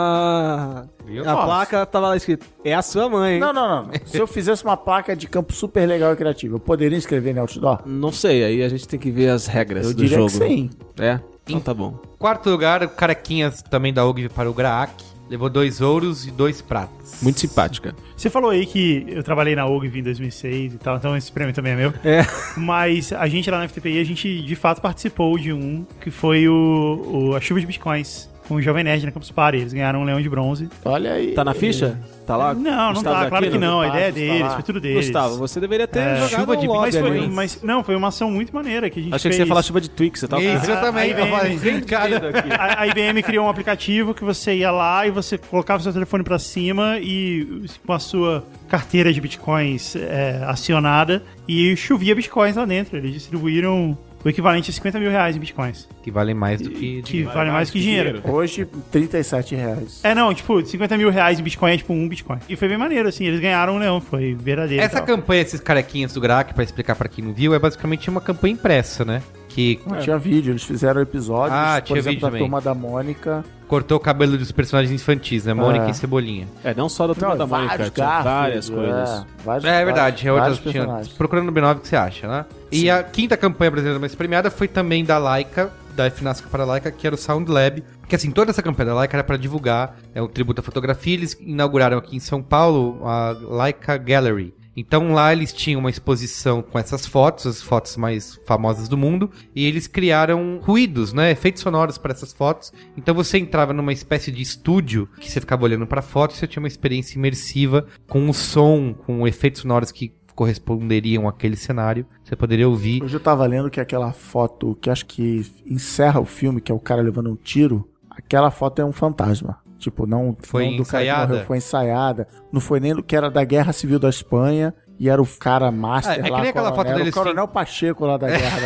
C: Ah.
A: Viu?
C: A placa tava lá escrito: É a sua mãe. hein?
B: Não, não, não. Se eu fizesse uma placa de campo super legal e criativa, eu poderia inscrever em outdoor?
C: Não sei, aí a gente tem que ver as regras
B: Eu
C: do
B: diria
C: jogo.
A: né?
B: que sim.
C: É? Então tá bom.
A: Quarto lugar, o Carequinhas também da UG para o Graak. Levou dois ouros e dois pratas.
C: Muito simpática.
D: Você falou aí que eu trabalhei na OGV em 2006 e tal, então esse prêmio também é meu.
C: É.
D: Mas a gente lá na FTPI, a gente de fato participou de um que foi o, o- a chuva de bitcoins. com o Jovem Nerd na Campus Party. Eles ganharam um leão de bronze.
B: Olha aí.
C: Tá na ficha? Tá lá?
D: Não, não
C: Gustavo
D: tá, claro
C: Aquino?
D: que não. A ideia é
C: Gustavo,
D: deles,
C: lá.
D: foi tudo deles.
C: Gustavo, você deveria ter
D: É,
C: jogado
A: chuva de
C: um lobby
D: mas foi,
C: ali.
D: mas não, foi uma ação muito maneira que a gente
C: Achei que você
D: fez.
C: ia falar chuva de Twix, você tava com-
A: Isso, eu também.
D: Aí vem-
A: eu falei, cara,
D: A, a IBM criou um aplicativo que você ia lá e você colocava seu telefone pra cima e com a sua carteira de bitcoins é, acionada e chovia bitcoins lá dentro. Eles distribuíram o equivalente a 50 mil reais em bitcoins,
A: que vale mais do que...
D: que vale mais que dinheiro.
B: Hoje, 37 reais.
D: É, não, tipo, 50 mil reais em bitcoin é tipo um bitcoin. E foi bem maneiro, assim, eles ganharam um leão, foi verdadeiro. e
A: Essa
D: tal.
A: campanha, esses carequinhas do Grac, pra explicar pra quem não viu, é basicamente uma campanha impressa, né? Que
B: Não Tinha vídeo, eles fizeram episódios,
A: Ah,
B: por
A: tinha
B: exemplo,
A: vídeo
B: da
A: também.
B: turma da Mônica.
A: cortou o cabelo dos personagens infantis, né? Mônica
B: É.
A: e Cebolinha.
C: É, não só da turma da Mônica, tinha várias coisas.
B: vários-
A: É, é verdade, é
B: vários
A: outras tinha.
B: personagens.
A: Procurando no B9 que você acha, né? E a quinta campanha brasileira mais premiada foi também da Laika, da FNASC para a Laika, que era o Sound Lab. Que assim, toda essa campanha da Laika era para divulgar, é um tributo à fotografia. Eles inauguraram aqui em São Paulo a Laika Gallery. Então lá eles tinham uma exposição com essas fotos, as fotos mais famosas do mundo, e eles criaram ruídos, né, efeitos sonoros para essas fotos. Então você entrava numa espécie de estúdio que você ficava olhando para foto e você tinha uma experiência imersiva com o som, com efeitos sonoros que corresponderiam àquele cenário. Você poderia ouvir.
B: Hoje eu tava lendo que aquela foto que acho que encerra o filme, que é o cara levando um tiro, aquela foto é um fantasma. Tipo, não
A: Foi
B: não do cara que
A: ensaiada?
B: morreu, foi ensaiada. Não foi nem do que era da Guerra Civil da Espanha e era o cara
A: É, é
B: master
A: que
B: lá,
A: nem aquela foto
B: coronel,
A: deles
B: o coronel Pacheco lá da Guerra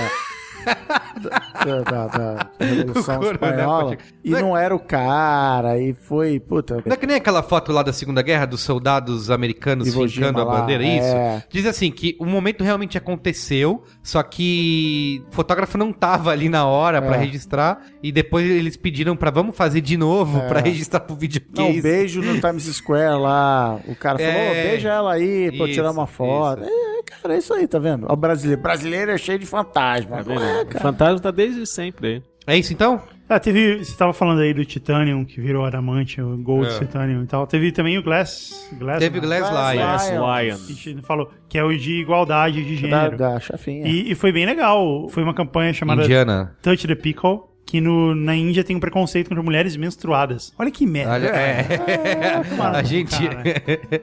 B: da, da, da- da Revolução
A: O coronel
B: Espanhola.
A: Pacheco. é
B: E não era o cara, e foi, puta...
A: Não é que nem aquela foto lá da Segunda Guerra dos soldados americanos
B: Iwo Jima
A: fincando a
B: lá,
A: bandeira, isso?
B: é.
A: Diz assim que o momento realmente aconteceu, só que o fotógrafo não tava ali na hora pra
B: É.
A: registrar e depois eles pediram pra vamos fazer de novo pra registrar pro
B: É. Não, um
A: videocase.
B: beijo no Times Square lá. O cara falou,
A: É.
B: "Ô, beija ela aí pra eu
A: Isso,
B: tirar uma foto.
A: isso.
B: É, é, cara, é isso aí, tá vendo? O brasileiro, brasileiro é cheio de fantasma. não é,
C: O
B: cara?
C: Tá fantasma tá desde sempre aí.
A: É isso então?
D: Ah, teve. Você tava falando aí do Titanium, que virou adamante, o Gold
A: É.
D: Titanium e tal. Teve também o Glass. Glass né?
A: Teve Glass Lion.
B: é
C: Yes, Lion.
D: A gente não falou, que é o de igualdade de
B: Da,
D: gênero.
B: da chafinha.
D: E, e foi bem legal. Foi uma campanha chamada
A: Indiana.
D: Touch the Pickle, que no, na Índia tem um preconceito contra mulheres menstruadas. Olha que merda.
A: Olha, é.
D: tomar no
A: a
D: cu,
A: gente.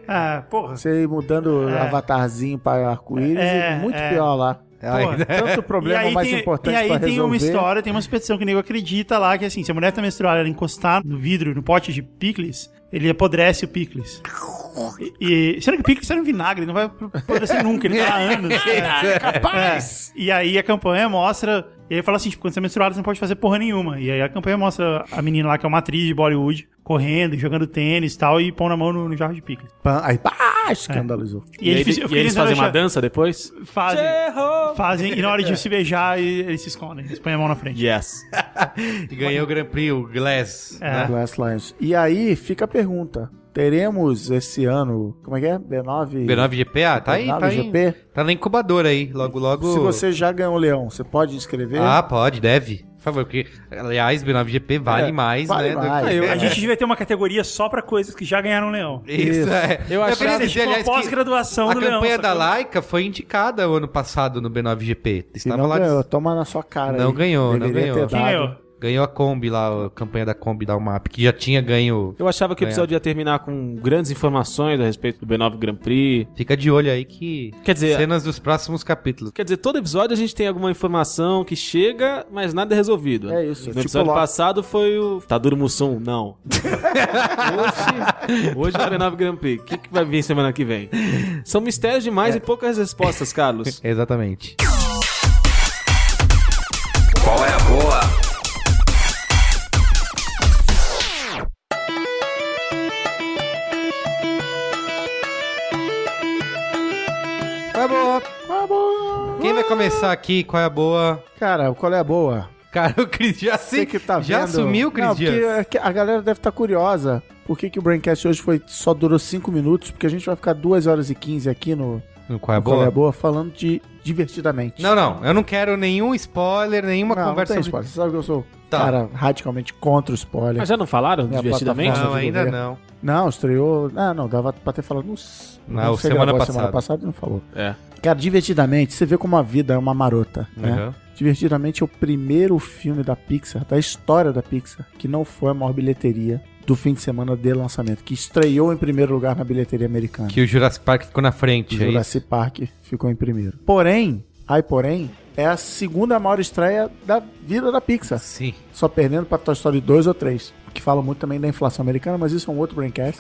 D: Ah, porra.
B: Você ir mudando avatarzinho pra arco-íris,
D: É,
B: é, muito
D: é.
B: pior lá.
D: Porra.
A: né?
B: Tanto
D: E
B: problema
D: aí
B: mais
D: tem-
B: importante
D: E aí
B: pra
D: tem uma
B: resolver.
D: história, tem uma expedição que o nego acredita lá que assim, se a mulher tá menstruada, ela encostar no vidro, no pote de picles, ele apodrece o picles. E, e será que o picles era um vinagre? Não vai apodrecer nunca, ele tá lá há anos. capaz! E aí a campanha mostra. E aí fala assim, tipo, quando você é menstruada, você não pode fazer porra nenhuma. E aí a campanha mostra a menina lá, que é uma atriz de Bollywood, correndo, jogando tênis e tal, e pão na mão no, no jarro de picles.
B: Pá, Aí, pá, escandalizou.
D: é
C: E, aí-
D: difícil- eu
C: e
D: fiquei
C: eles
D: tentando
C: fazem uma
D: achar-
C: dança depois?
D: Fazem. Fazem, e na hora de se beijar, e- eles se escondem, eles põem a mão na frente.
C: Yes.
A: E ganhou o Grand Prix, o Glass.
D: É.
A: né?
B: Glass Lions. E aí fica a pergunta. Teremos esse ano, como é que é? B9?
A: B9 GPA, tá aí,
B: B9
A: tá aí.
B: GP?
A: Tá na incubadora aí, logo, logo.
B: Se você já ganhou o leão, você pode inscrever?
A: Ah, pode, deve. Por favor, porque, aliás, B9 GP vale
B: É,
A: mais,
B: vale
A: né? do
B: mais. É,
A: que-
B: Eu-
D: A gente devia ter uma categoria só pra coisas que já ganharam leão.
A: Isso, é.
C: Eu achava-
A: queria
D: Seria
A: dizer,
D: tipo uma
A: aliás, que
D: pós-graduação
A: a
D: do leão.
A: campanha da
D: sacou?
A: Laika foi indicada o ano passado no B9GP.
B: Se
A: Estava
B: não
A: lá.
B: ganhou, toma na sua cara.
A: tá Não
B: aí.
A: ganhou, não
B: Deveria
A: ganhou.
B: ter
D: Quem é?
B: dado.
D: ganhou?
A: Ganhou a Kombi lá, a campanha da Kombi da UMAP, que já tinha ganho.
C: Eu achava que o episódio ia terminar com grandes informações a respeito do B9 Grand Prix.
A: Fica de olho aí que.
C: Quer dizer,
A: Cenas dos próximos capítulos.
C: Quer dizer, todo episódio a gente tem alguma informação que chega, mas nada é resolvido.
B: É isso,
C: No
B: tipo
C: episódio
B: Lost.
C: passado foi Tá o Taduro Mussum, não. hoje, hoje é o B9 Grand Prix. O que, que vai vir semana que vem? São mistérios demais
B: É.
C: e poucas respostas, Carlos.
A: Exatamente.
H: Qual é a boa?
A: Qual é a boa?
B: Tá
A: Quem vai começar aqui? Qual é a boa?
B: Cara, qual é a boa?
A: Cara, o Cris já se.
B: Você que tá
A: já
B: vendo.
A: assumiu, Cris
B: Não,
A: Dias?
B: porque é que a galera deve estar curiosa. Por que, que o Braincast hoje foi, só durou 5 minutos? Porque a gente vai ficar 2 horas e 15 aqui no
A: No Qual é a
B: Qual
A: boa?
B: é a Boa falando de divertidamente.
A: Não, não. Eu não quero nenhum spoiler, nenhuma
B: não,
A: conversa.
B: não tem
A: sobre-
B: spoiler. Você sabe que eu sou
A: Tá.
B: cara radicalmente contra o spoiler.
C: Mas já não falaram
B: Minha
C: divertidamente?
B: É plataforma.
A: Não, ainda
B: governo.
A: não.
B: Não, estreou. Ah, não, dava pra ter falado. Não,
A: Não, semana
B: gravou a
A: passada.
B: semana passada e não falou.
C: É.
B: Cara, divertidamente, você vê como a vida é uma marota, né?
A: Aham.
B: Divertidamente é o primeiro filme da Pixar, da história da Pixar, que não foi a maior bilheteria do fim de semana de lançamento, que estreou em primeiro lugar na bilheteria americana.
A: Que o Jurassic Park ficou na frente. é isso?
B: Jurassic Park ficou em primeiro. Porém, aí porém, é a segunda maior estreia da vida da Pixar.
A: Sim.
B: Só perdendo pra Toy Story 2 ou 3. Que fala muito também da inflação americana, mas isso é um outro braincast.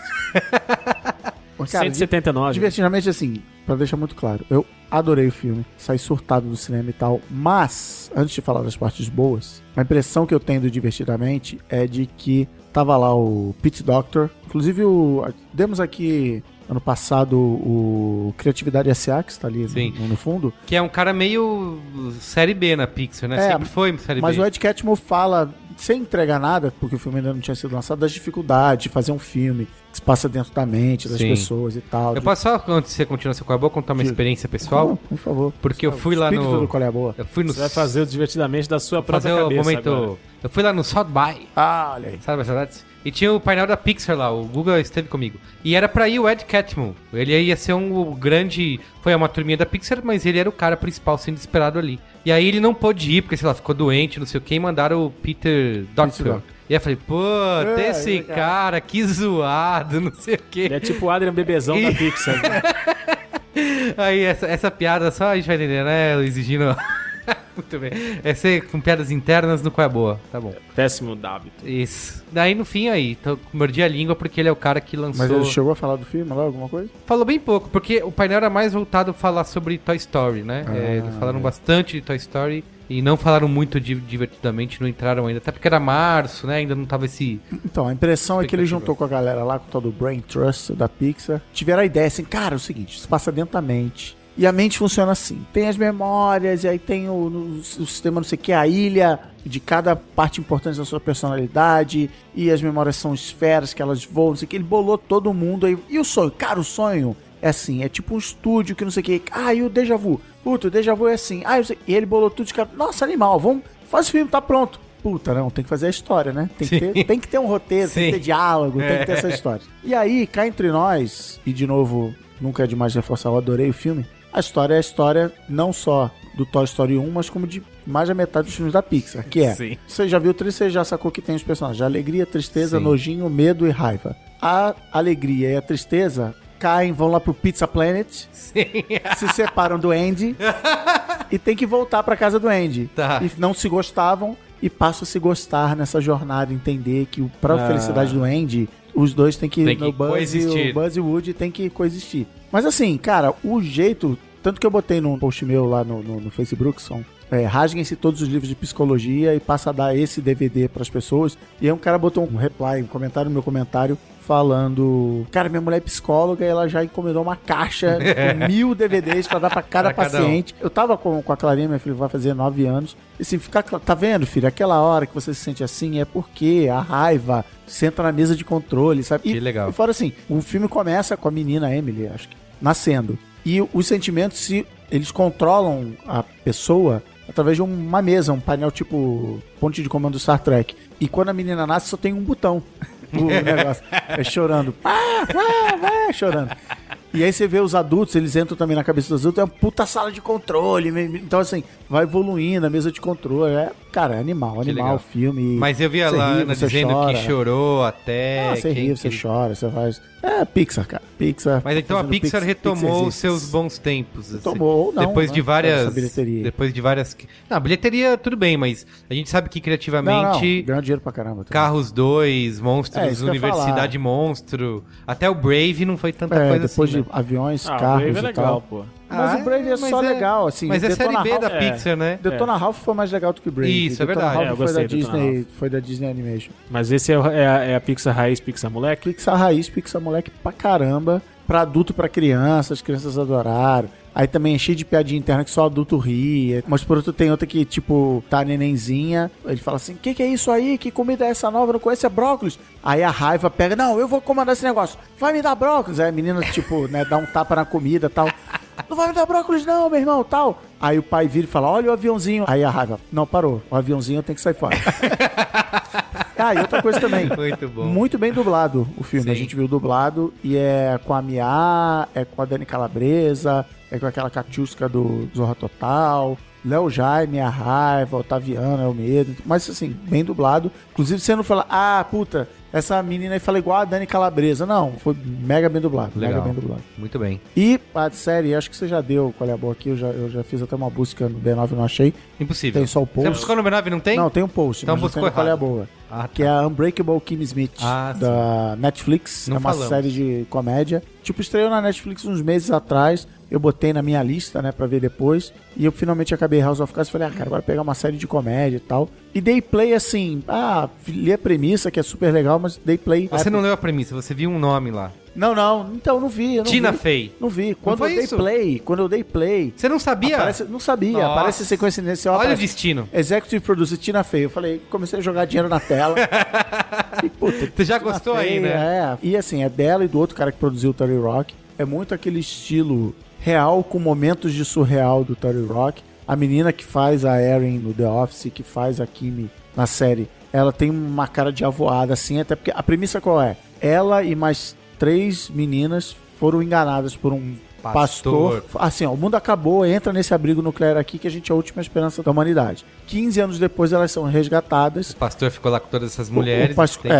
B: Mas, cara,
C: 179.
B: Divertidamente, assim, pra deixar muito claro, eu adorei o filme, saí surtado do cinema e tal, mas, antes de falar das partes boas, a impressão que eu tenho do Divertidamente é de que tava lá o Pete Doctor, inclusive o, demos aqui ano passado o Criatividade S.A., que está ali
A: Sim.
B: no, no fundo,
A: Que é um cara meio série B na Pixar, né?
B: É,
A: Sempre foi série
B: Mas
A: B.
B: o Ed Catmull fala, sem entregar nada, porque o filme ainda não tinha sido lançado, das dificuldades de fazer um filme que se passa dentro da mente das
A: Sim.
B: pessoas e tal.
A: Eu posso só, antes de você continuar seu qual é a boa, contar uma
B: Diga.
A: experiência
B: Não,
A: pessoal?
B: por favor.
A: Porque eu fui lá
B: Espírito
A: no...
B: do Qual é a Boa.
A: Eu fui no...
C: Você vai fazer o divertidamente da sua própria
A: fazer o
C: cabeça
A: momento...
C: agora.
A: Eu fui lá no South By,
B: Ah, olha aí.
A: sabe as saudades? E tinha o painel da Pixar lá, o Guga esteve comigo. E era pra ir o Ed Catmull. Ele ia ser um grande... Foi uma turminha da Pixar, mas ele era o cara principal sendo esperado ali. E aí ele não pôde ir, porque, sei lá, ficou doente, não sei o quê, e mandaram o Peter Doctor.
B: Doctor.
A: E aí eu falei, pô,
B: É,
A: esse
B: é, cara.
A: cara, que zoado, não sei o quê.
C: Ele é tipo o Adrian Bebezão da Pixar. né?
B: é-
A: Aí, essa, essa piada só a gente vai entender, né? Exigindo. Muito bem. É ser com piadas internas no Qual é a Boa. Tá bom.
C: Péssimo hábito.
A: Isso. Daí no fim aí, tô- mordi a língua porque ele é o cara que lançou.
B: Mas ele chegou a falar do filme lá, alguma coisa?
A: Falou bem pouco, porque o painel era mais voltado a falar sobre Toy Story, né?
B: Ah.
A: É, eles falaram bastante de Toy Story e não falaram muito de divertidamente, não entraram ainda. Até porque era março, né? Ainda não tava esse.
B: Então, a impressão é que ele
A: Expectativa.
B: juntou com a galera lá, com o tal do Brain Trust da Pixar. Tiveram a ideia assim, cara, é o seguinte, isso passa dentro da mente. E a mente funciona assim: tem as memórias, e aí tem o, no- o sistema, não sei o que, a ilha de cada parte importante da sua personalidade, e as memórias são esferas que elas voam, não sei o que. Ele bolou todo mundo aí. E o sonho? Cara, o sonho é assim: é tipo um estúdio que não sei o que. Ah, e o déjà vu? Puta, o déjà vu é assim. Ah, eu sei. E ele bolou tudo de cara. Nossa, animal, vamos. Faz o filme, tá pronto. Puta, não, tem que fazer a história, né? Tem que, ter, tem que ter um roteiro, tem que
A: Sim. É.
B: ter diálogo, tem que ter essa história. E aí, cá entre nós, e de novo, nunca é demais reforçar, eu adorei o filme. A história é a história não só do Toy Story 1, mas como de mais da metade dos filmes da Pixar, que é.
A: Sim.
B: Você já viu o trailer, você já sacou que tem os personagens: alegria, tristeza,
A: Sim.
B: nojinho, medo e raiva. A alegria e a tristeza caem, vão lá pro Pizza Planet, se separam do Andy e tem que voltar pra casa do Andy.
A: Tá.
B: E não se gostavam e passam a se gostar nessa jornada, entender que o- pra
C: Ah.
B: felicidade do Andy, os dois têm que,
A: Tem que
B: o Buzz e
A: coexistir.
B: o Buzz e o Woody tem que coexistir. Mas assim, cara, o jeito, tanto que eu botei num post meu lá no, no, no Facebook, são é, rasguem-se todos os livros de psicologia e passa a dar esse DVD pras pessoas. E aí um cara botou um reply, um comentário no meu comentário, falando: Cara, minha mulher é psicóloga e ela já encomendou uma caixa com mil DVDs pra dar pra cada
A: Pra cada um.
B: paciente. Eu tava com, com a Clarinha, minha filha vai fazer nove anos. E assim, ficar. cla- Tá vendo, filho? Aquela hora que você se sente assim é porque a raiva senta na mesa de controle, sabe? E-
A: Que legal.
B: E fora assim, o filme começa com a menina Emily, acho que, nascendo. E os sentimentos, se eles controlam a pessoa através de uma mesa, um painel tipo ponte de comando do Star Trek. E quando a menina nasce, só tem um botão. O negócio. É chorando. Pá, pá, pá, chorando. E aí você vê os adultos, eles entram também na cabeça dos adultos, é uma puta sala de controle. mesmo. Então, assim, vai evoluindo a mesa de controle. É, cara, é animal,
A: legal.
B: animal, filme.
A: Mas eu vi a
B: Você ri,
A: Lana
B: você
A: dizendo
B: chora.
A: que chorou até.
B: Ah, você
A: É, quem-
B: ri, você
A: quem-
B: chora, você faz. É Pixar, cara. Pixar.
A: Mas
B: tá
A: então a
B: fazendo
A: Pixar retomou
B: Pixar
A: os seus
B: existe.
A: bons tempos. assim.
B: Retomou ou não,
A: Depois de
B: né?
A: várias.
B: Essa bilheteria.
A: Depois de várias. Não, a bilheteria tudo bem, mas a gente sabe que
B: Não, não,
A: criativamente.
B: ganhou dinheiro pra caramba. também.
A: Carros 2,
B: É,
A: Monstros,
B: isso que eu ia
A: Universidade Monstro. Até o Brave não foi tanta
B: É,
A: coisa
B: depois
A: assim. né?
B: de aviões,
C: Ah, o
B: carros
C: Brave
B: e
C: é legal,
B: tal.
C: pô.
B: Mas
A: Ah,
B: o Brave é
A: mas
B: só
A: é-
B: legal, assim.
A: Mas é a série
B: Detona
A: B da
B: Ralph-
C: é.
A: Pixar, né?
B: Detona Ralph foi mais legal do que o Brave.
A: Isso, é
B: Detona
A: verdade.
B: Ralph
C: É, eu
B: foi da
C: gostei do Detona
B: Disney, foi da Disney Animation.
C: Mas esse é, o- é a, é a Pixar raiz, Pixar moleque?
B: Pixar raiz, Pixar moleque pra caramba. Pra adulto, pra criança, as crianças adoraram. Aí também é cheio de piadinha interna que só adulto ri. Mas por outro tem outra que, tipo, tá a nenenzinha. Ele fala assim, o que, que é isso aí? Que comida é essa nova? Eu Não conheço, é brócolis. Aí a raiva pega, não, eu vou comandar esse negócio. Vai me dar brócolis. Aí a menina, tipo, né, dá um tapa na comida e tal. Não vai me dar brócolis não, meu irmão, tal. Aí o pai vira e fala, olha o aviãozinho. Aí a raiva, não, parou. O aviãozinho tem que sair fora. ah, e outra coisa também.
A: Muito bom.
B: Muito bem dublado o filme.
A: Sim.
B: A gente viu dublado e é com a Mia, é com a Dani Calabresa, é com aquela catiusca do Zorra Total. Léo Jaime, a raiva, Otaviano, é o medo. Mas assim, bem dublado. Inclusive, você não fala, ah, puta, essa menina aí fala igual a Dani Calabresa. Não, foi mega bem dublado.
A: Legal.
B: Mega bem dublado.
A: Muito bem.
B: E a série, acho que você já deu qual é a boa aqui. Eu já, eu já fiz até uma busca no B9 e não achei.
A: Impossível.
B: Tem só o
A: Você
B: post.
A: buscou o número 9 não tem?
B: Não, tem um post.
A: Então
B: mas não
A: buscou
B: tem no qual é a
A: errado.
B: boa.
A: Ah,
B: Que é a Unbreakable Kim Smith,
A: Ah, sim.
B: da Netflix.
A: Não
B: é uma
A: falamos.
B: série de comédia. Tipo, estreou na Netflix uns meses atrás. Eu botei na minha lista, né, pra ver depois. E eu finalmente acabei House of Cards e falei, ah, cara, agora pegar uma série de comédia e tal. E dei play assim, ah, li a premissa, que é super legal, mas dei play.
A: Você não leu a premissa, você viu um nome lá.
B: Não, não, então não vi. Eu não
A: Tina
B: vi.
A: Fey.
B: Não vi. Quando
A: foi
B: eu dei
A: isso?
B: play, quando eu dei play.
A: Você não sabia?
B: aparece- não sabia,
A: Nossa.
B: aparece sequência inicial.
A: Olha
B: aparece-
A: o destino.
B: Executive Producer Tina Fey. Eu falei, comecei a jogar dinheiro na tela. e, puta,
A: Você já
B: Tina
A: gostou
B: Fey,
A: aí, né?
B: É. E assim, é dela e do outro cara que produziu o Terry Rock. É muito aquele estilo real com momentos de surreal do Terry Rock. A menina que faz a Erin no The Office, que faz a Kimi na série, ela tem uma cara de avoada, assim, até porque a premissa qual é? Ela e mais três meninas foram enganadas por um
A: Pastor.
B: pastor assim, ó, o mundo acabou, entra nesse abrigo nuclear aqui que a gente é a última esperança da humanidade. 15 anos depois elas são resgatadas.
A: O pastor ficou lá com todas essas mulheres.
B: O, o pastor,
A: tem-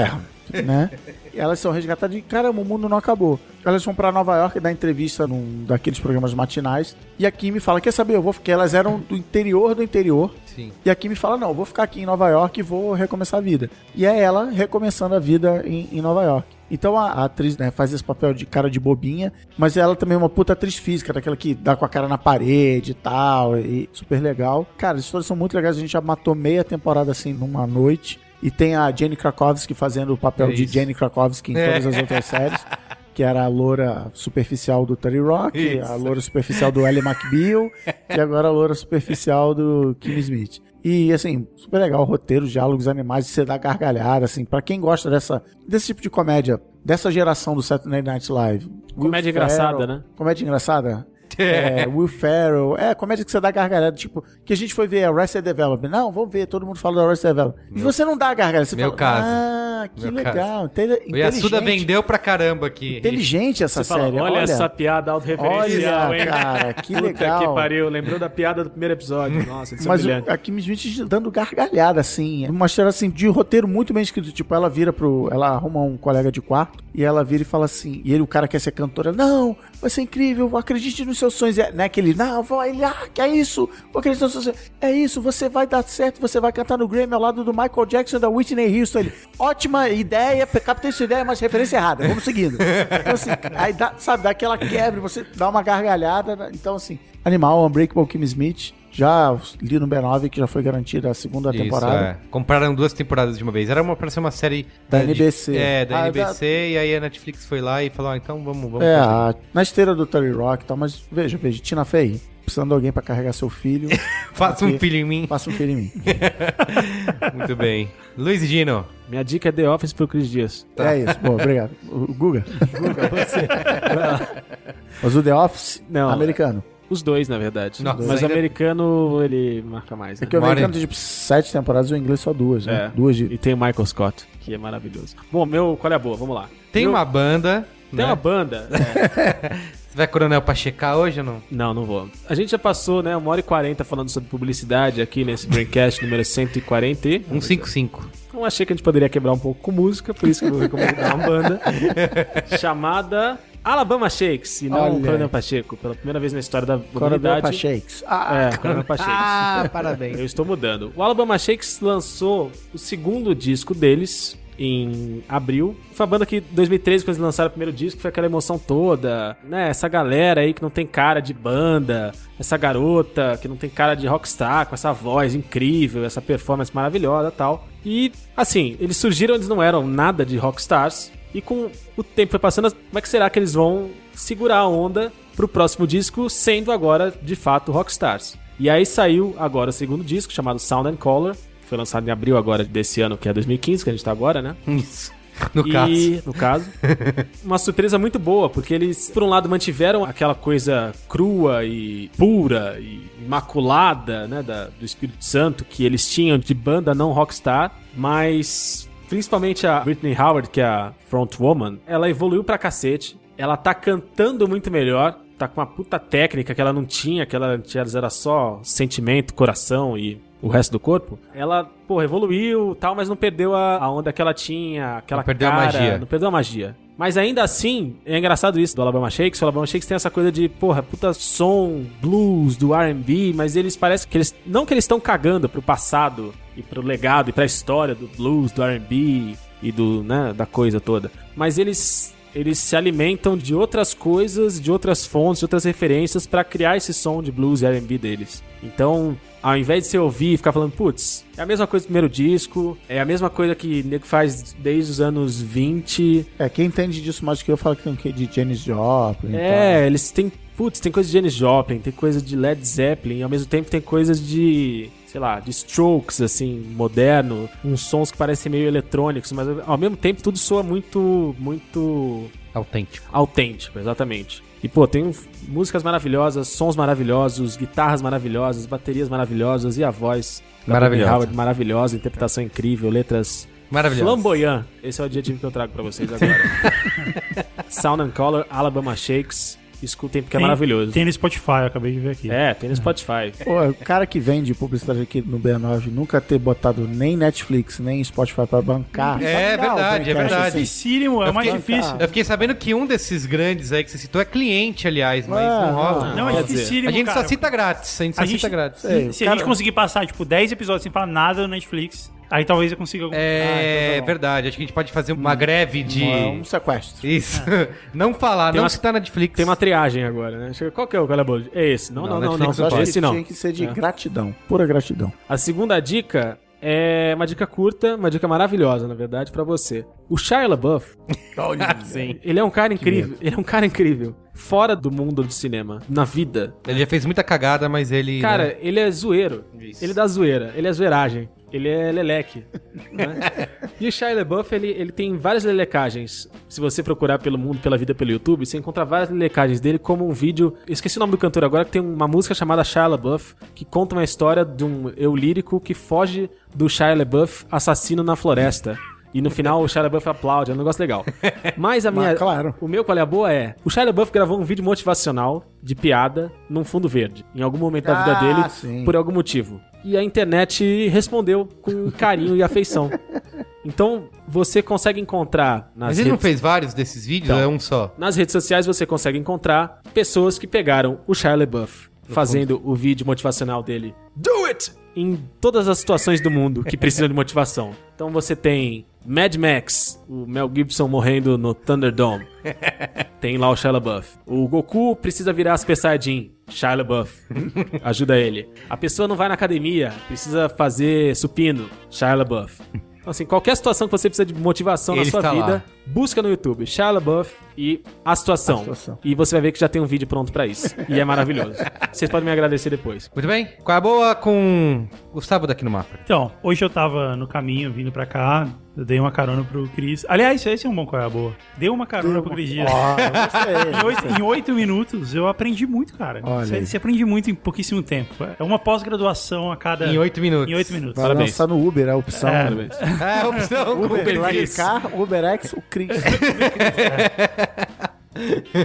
B: é, né? E elas são resgatadas e, caramba, o mundo não acabou. Elas vão pra Nova York dar entrevista num daqueles programas matinais. E a Kimi fala: Quer saber? Eu vou ficar. Elas eram do interior do interior.
A: Sim.
B: E a Kimi fala: Não, eu vou ficar aqui em Nova York e vou recomeçar a vida. E é ela recomeçando a vida em, em Nova York. Então a, a atriz né, faz esse papel de cara de bobinha, mas ela também é uma puta atriz física, daquela que dá com a cara na parede e tal, e super legal. Cara, as histórias são muito legais, a gente já matou meia temporada assim numa noite. E tem a Jenny Krakowski fazendo o papel
A: É
B: de
A: isso. É.
B: Jenny Krakowski em todas as outras séries, que era a loura superficial do Terry Rock,
A: Isso.
B: a loura superficial do Ellie McBeal e agora a loura superficial do Kim Smith. E assim, super legal, roteiro, diálogos, animais, você dá gargalhada, assim, pra quem gosta dessa, desse tipo de comédia, dessa geração do Saturday Night Live.
C: Comédia engraçada, né?
B: Comédia engraçada? É, Will Ferrell, é, comédia que você dá gargalhada, tipo, que a gente foi ver Arrested Development. Não, vamos ver, todo mundo fala do Arrested Development. e você não dá gargalhada, você
A: meu
B: fala,
A: caso.
B: ah, que
A: Meu
B: legal, inte-
A: O Yasuda
B: inteligente,
A: vendeu pra caramba aqui.
B: inteligente essa
C: Você fala,
B: série,
C: olha,
B: olha,
C: essa piada autorreferencial,
B: olha,
C: hein?
B: cara, que
C: Puta
B: legal. Hum.
C: que pariu, lembrou da piada do primeiro episódio. Nossa, isso é
B: Mas o-
C: brilhante.
B: a Kim Smith dando gargalhada, assim. Uma história, assim, de roteiro muito bem escrito. Tipo, ela vira pro... Ela arruma um colega de quarto e ela vira e fala assim... E ele, o cara quer ser cantora. Não, vai ser incrível. Acredite nos seus sonhos. É, né? Aquele... Não, vai lá, que é isso. Vou acreditar nos seus sonhos. É isso, você vai dar certo. Você vai cantar no Grammy ao lado do Michael Jackson e da Whitney Houston. Ele, Ótima ideia. Captei sua ideia, mas referência errada. Vamos seguindo. Então, assim, aí dá, sabe, dá aquela quebra. Você dá uma gargalhada. né? Então, assim... Animal, Unbreakable Kim Smith... Já li no B9 que já foi garantida a segunda
A: Isso,
B: temporada.
A: é. Compraram duas temporadas de uma vez. Era uma, pra ser uma série
B: Da
A: de-
B: NBC.
A: é, da
B: Ah,
A: NBC. E aí a Netflix foi lá e falou: ah, então vamos, vamos.
B: É,
A: fazer.
B: a- na esteira do Terry Rock e tal, mas veja, veja, Tina Fey, precisando de alguém pra carregar seu filho,
A: Faça um
B: aqui.
A: filho em mim.
B: faça um filho em mim.
A: Muito bem. Luiz e Gino.
C: Minha dica é The Office pro Cris Dias.
A: Tá.
B: É isso, boa, obrigado. O Guga. Guga, você. mas o The Office,
C: Não.
B: americano.
C: Os dois, na verdade.
A: Nossa,
C: Mas
A: ainda-
C: o americano, ele marca
B: É
C: mais, né?
B: que o
A: Mora
B: americano
A: em-
B: tem tipo sete temporadas, o inglês só duas, né?
C: É.
B: Duas de.
C: E tem o Michael Scott, que é maravilhoso. Bom, meu, qual é a boa? Vamos lá.
A: Tem
C: Meu-
A: uma banda.
C: Tem
A: né?
C: uma banda. É.
A: Você vai, Coronel, pra checar hoje ou não?
C: Não, não vou. A gente já passou, né, uma hora e quarenta falando sobre publicidade aqui nesse Braincast número 140 e...
D: é-
A: 155.
C: Então achei que a gente poderia quebrar um pouco com música, por isso que eu vou recomendar uma banda chamada Alabama Shakes, e não
B: Olha.
C: Coronel Pacheco, pela primeira vez na história da humanidade.
B: Coronel Shakes. Ah,
C: É, Coronel Pacheco.
A: Ah, parabéns.
C: Eu estou mudando. O Alabama Shakes lançou o segundo disco deles em abril. Foi a banda que, em 2013, quando eles lançaram o primeiro disco, foi aquela emoção toda, né? Essa galera aí que não tem cara de banda, essa garota que não tem cara de rockstar, com essa voz incrível, essa performance maravilhosa e tal. E, assim, eles surgiram, eles não eram nada de rockstars. E com o tempo foi passando, como é que será que eles vão segurar a onda pro próximo disco, sendo agora, de fato, rockstars? E aí saiu agora o segundo disco, chamado Sound and Color, que foi lançado em abril agora desse ano, que é 2015, que a gente tá agora, né?
A: Isso. No
C: e,
A: caso.
C: No caso. uma surpresa muito boa, porque eles, por um lado, mantiveram aquela coisa crua e pura e imaculada, né, da- do Espírito Santo que eles tinham de banda não rockstar, mas principalmente a Britney Howard, que é a frontwoman, ela evoluiu pra cacete. Ela tá cantando muito melhor. tá com uma puta técnica que ela não tinha, que ela tinha era só sentimento, coração e o resto do corpo, ela, pô, evoluiu tal, mas não perdeu a, a onda que ela tinha, aquela
A: Não perdeu a
C: cara,
A: magia.
C: Não perdeu a magia. Mas ainda assim, é engraçado isso do Alabama Shakes. O Alabama Shakes tem essa coisa de, porra, puta som, blues, do R&B, mas eles parecem que eles... Não que eles estão cagando pro passado e pro legado e pra história do blues, do R&B e do, né, da coisa toda. Mas eles... Eles se alimentam de outras coisas, de outras fontes, de outras referências pra criar esse som de blues e R&B deles. Então, ao invés de você ouvir e ficar falando, putz, é a mesma coisa do primeiro disco, é a mesma coisa que o nego faz desde os anos 20.
B: É, quem entende disso mais do que eu fala que tem o quê? De Janis Joplin.
C: É, eles têm, putz, tem coisa de Janis Joplin, tem coisa de Led Zeppelin, ao mesmo tempo tem coisas de, sei lá, de Strokes, assim, moderno, uns sons que parecem meio eletrônicos, mas ao mesmo tempo tudo soa muito, muito
A: Autêntico.
C: autêntico, exatamente. E, pô, tem um f- músicas maravilhosas, sons maravilhosos, guitarras maravilhosas, baterias maravilhosas e a voz da
A: Maravilhosa.
C: Robin Howard maravilhosa, interpretação incrível, letras
A: Maravilhoso.
C: flamboyant. Esse é o adjetivo que eu trago pra vocês agora. Sound and Color, Alabama Shakes. Escutem porque é maravilhoso.
D: Tem Ah. no Spotify, eu acabei de ver aqui.
C: É, tem no Spotify.
B: Pô, o cara que vende publicidade aqui no B9 nunca ter botado nem Netflix, nem Spotify pra bancar.
A: É
B: Só bancar o
A: verdade, é
B: Braincast,
A: verdade.
B: assim.
D: Dificílimo, é o
A: Eu
D: mais
A: fiquei-
D: difícil.
A: Eu fiquei sabendo que um desses grandes aí que você citou é cliente, aliás, mas
B: Ah,
A: não rola.
D: Não, é
C: Quer dizer,
D: dificílimo,
A: a gente
D: cara.
A: só cita grátis, a gente só
D: A
A: cita
D: gente-
A: grátis.
B: É,
D: Se
B: o
D: a gente
B: cara-
D: conseguir passar, tipo, 10 episódios sem falar nada no Netflix, aí talvez eu consiga algum.
A: É
D: Ah, então tá bom.
A: verdade, acho que a gente pode fazer uma greve de.
B: É um sequestro.
A: Isso.
D: Ah.
A: não falar,
C: Tem
A: não
C: uma-
A: citar na Netflix.
C: Tem uma triagem agora, né? Chega, Qual que é o calabouço? É esse. Não, não,
A: Não,
C: não, não.
A: Netflix
C: não,
B: Eu acho
C: pode.
B: que
C: Esse não.
B: tinha que ser de
C: É.
B: gratidão, pura gratidão.
C: A segunda dica é uma dica curta, uma dica maravilhosa, na verdade, pra você. O Shia LaBeouf,
A: Sim.
C: ele é um cara incrível. Ele é um cara incrível. Fora do mundo do cinema, na vida.
A: Ele já fez muita cagada, mas ele.
C: Cara,
A: né?
C: ele é zoeiro.
A: Isso.
C: Ele dá zoeira. Ele é zoeiragem. Ele é leleque. né? E o Shia LaBeouf, ele, ele tem várias lelecagens. Se você procurar pelo mundo, pela vida, pelo YouTube, você encontra várias lelecagens dele, como um vídeo... Eu esqueci o nome do cantor agora, que tem uma música chamada Shia LaBeouf, que conta uma história de um eu lírico que foge do Shia LaBeouf assassino na floresta. E no final o Shia LaBeouf aplaude, é um negócio legal. Mas a
D: Ah,
C: minha...
B: Mas, claro.
C: O meu qual é a boa é... O Shia LaBeouf gravou um vídeo motivacional de piada num fundo verde. Em algum momento da vida
B: Ah,
C: dele,
B: sim.
C: por algum motivo. E a internet respondeu com carinho e afeição. Então, você consegue encontrar nas
A: Mas ele não
C: redes...
A: fez vários desses vídeos,
C: Então.
A: é um só.
C: Nas redes sociais você consegue encontrar pessoas que pegaram o Shia LaBeouf fazendo o vídeo motivacional dele. Do it! Em todas as situações do mundo que precisam de motivação. Então você tem Mad Max, o Mel Gibson morrendo no Thunderdome. Tem lá o Shia LaBeouf. O Goku precisa virar as Saiyajin. Shia LaBeouf. Ajuda ele. A pessoa não vai na academia, precisa fazer supino. Shia LaBeouf. Então, assim, qualquer situação que você precisa de motivação na
A: Ele
C: sua
A: está
C: vida,
A: lá.
C: busca no YouTube Shia LaBeouf e a situação.
B: A Situação.
C: E você vai ver que já tem um vídeo pronto pra isso. E é maravilhoso. Vocês podem me agradecer depois.
A: Muito bem? Qual é a boa com Gustavo daqui no mapa?
D: Então, hoje eu tava no caminho, vindo pra cá, eu dei uma carona pro Cris. Aliás, esse é um bom qual é a boa. Dei uma carona pro Cris Dias.
B: Ó,
D: Em
B: eu
D: oito, em oito minutos eu aprendi muito, cara.
B: Olha
D: Você,
B: aí.
D: você aprende muito em pouquíssimo tempo. É uma pós-graduação a cada.
A: Em oito minutos.
D: Em oito minutos.
B: Vai lançar no Uber, é a opção.
D: É.
B: Uber,
A: É a opção.
B: Uber
C: Cris.
B: Black Car, UberX, o Cris.
D: É.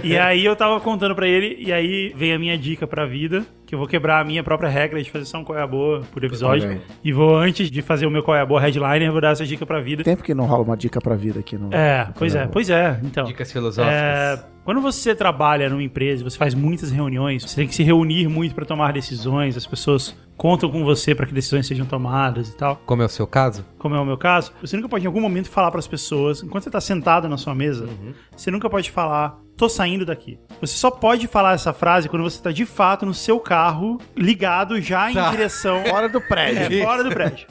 D: E aí eu tava contando pra ele, e aí vem a minha dica pra vida, que eu vou quebrar a minha própria regra de fazer só um qual é a boa por
B: Olha aí.
D: episódio. E vou, antes de fazer o meu qual é a boa headliner, eu vou dar essa dica pra vida.
B: Tempo que não rola uma dica pra vida aqui no.
D: É, pois
B: é
D: é,
B: boa.
D: pois é. Então.
A: Dicas filosóficas.
D: É, quando você trabalha numa empresa, você faz muitas reuniões, você tem que se reunir muito pra tomar decisões, as pessoas contam com você pra que decisões sejam tomadas e tal,
A: Como é o seu caso?
D: como é o meu caso. Você nunca pode em algum momento falar pras pessoas, enquanto você tá sentado na sua mesa, você nunca pode falar tô saindo daqui. Você só pode falar essa frase quando você tá de fato no seu carro, ligado já em
A: Tá.
D: direção
B: Fora do prédio.
D: é, fora do prédio.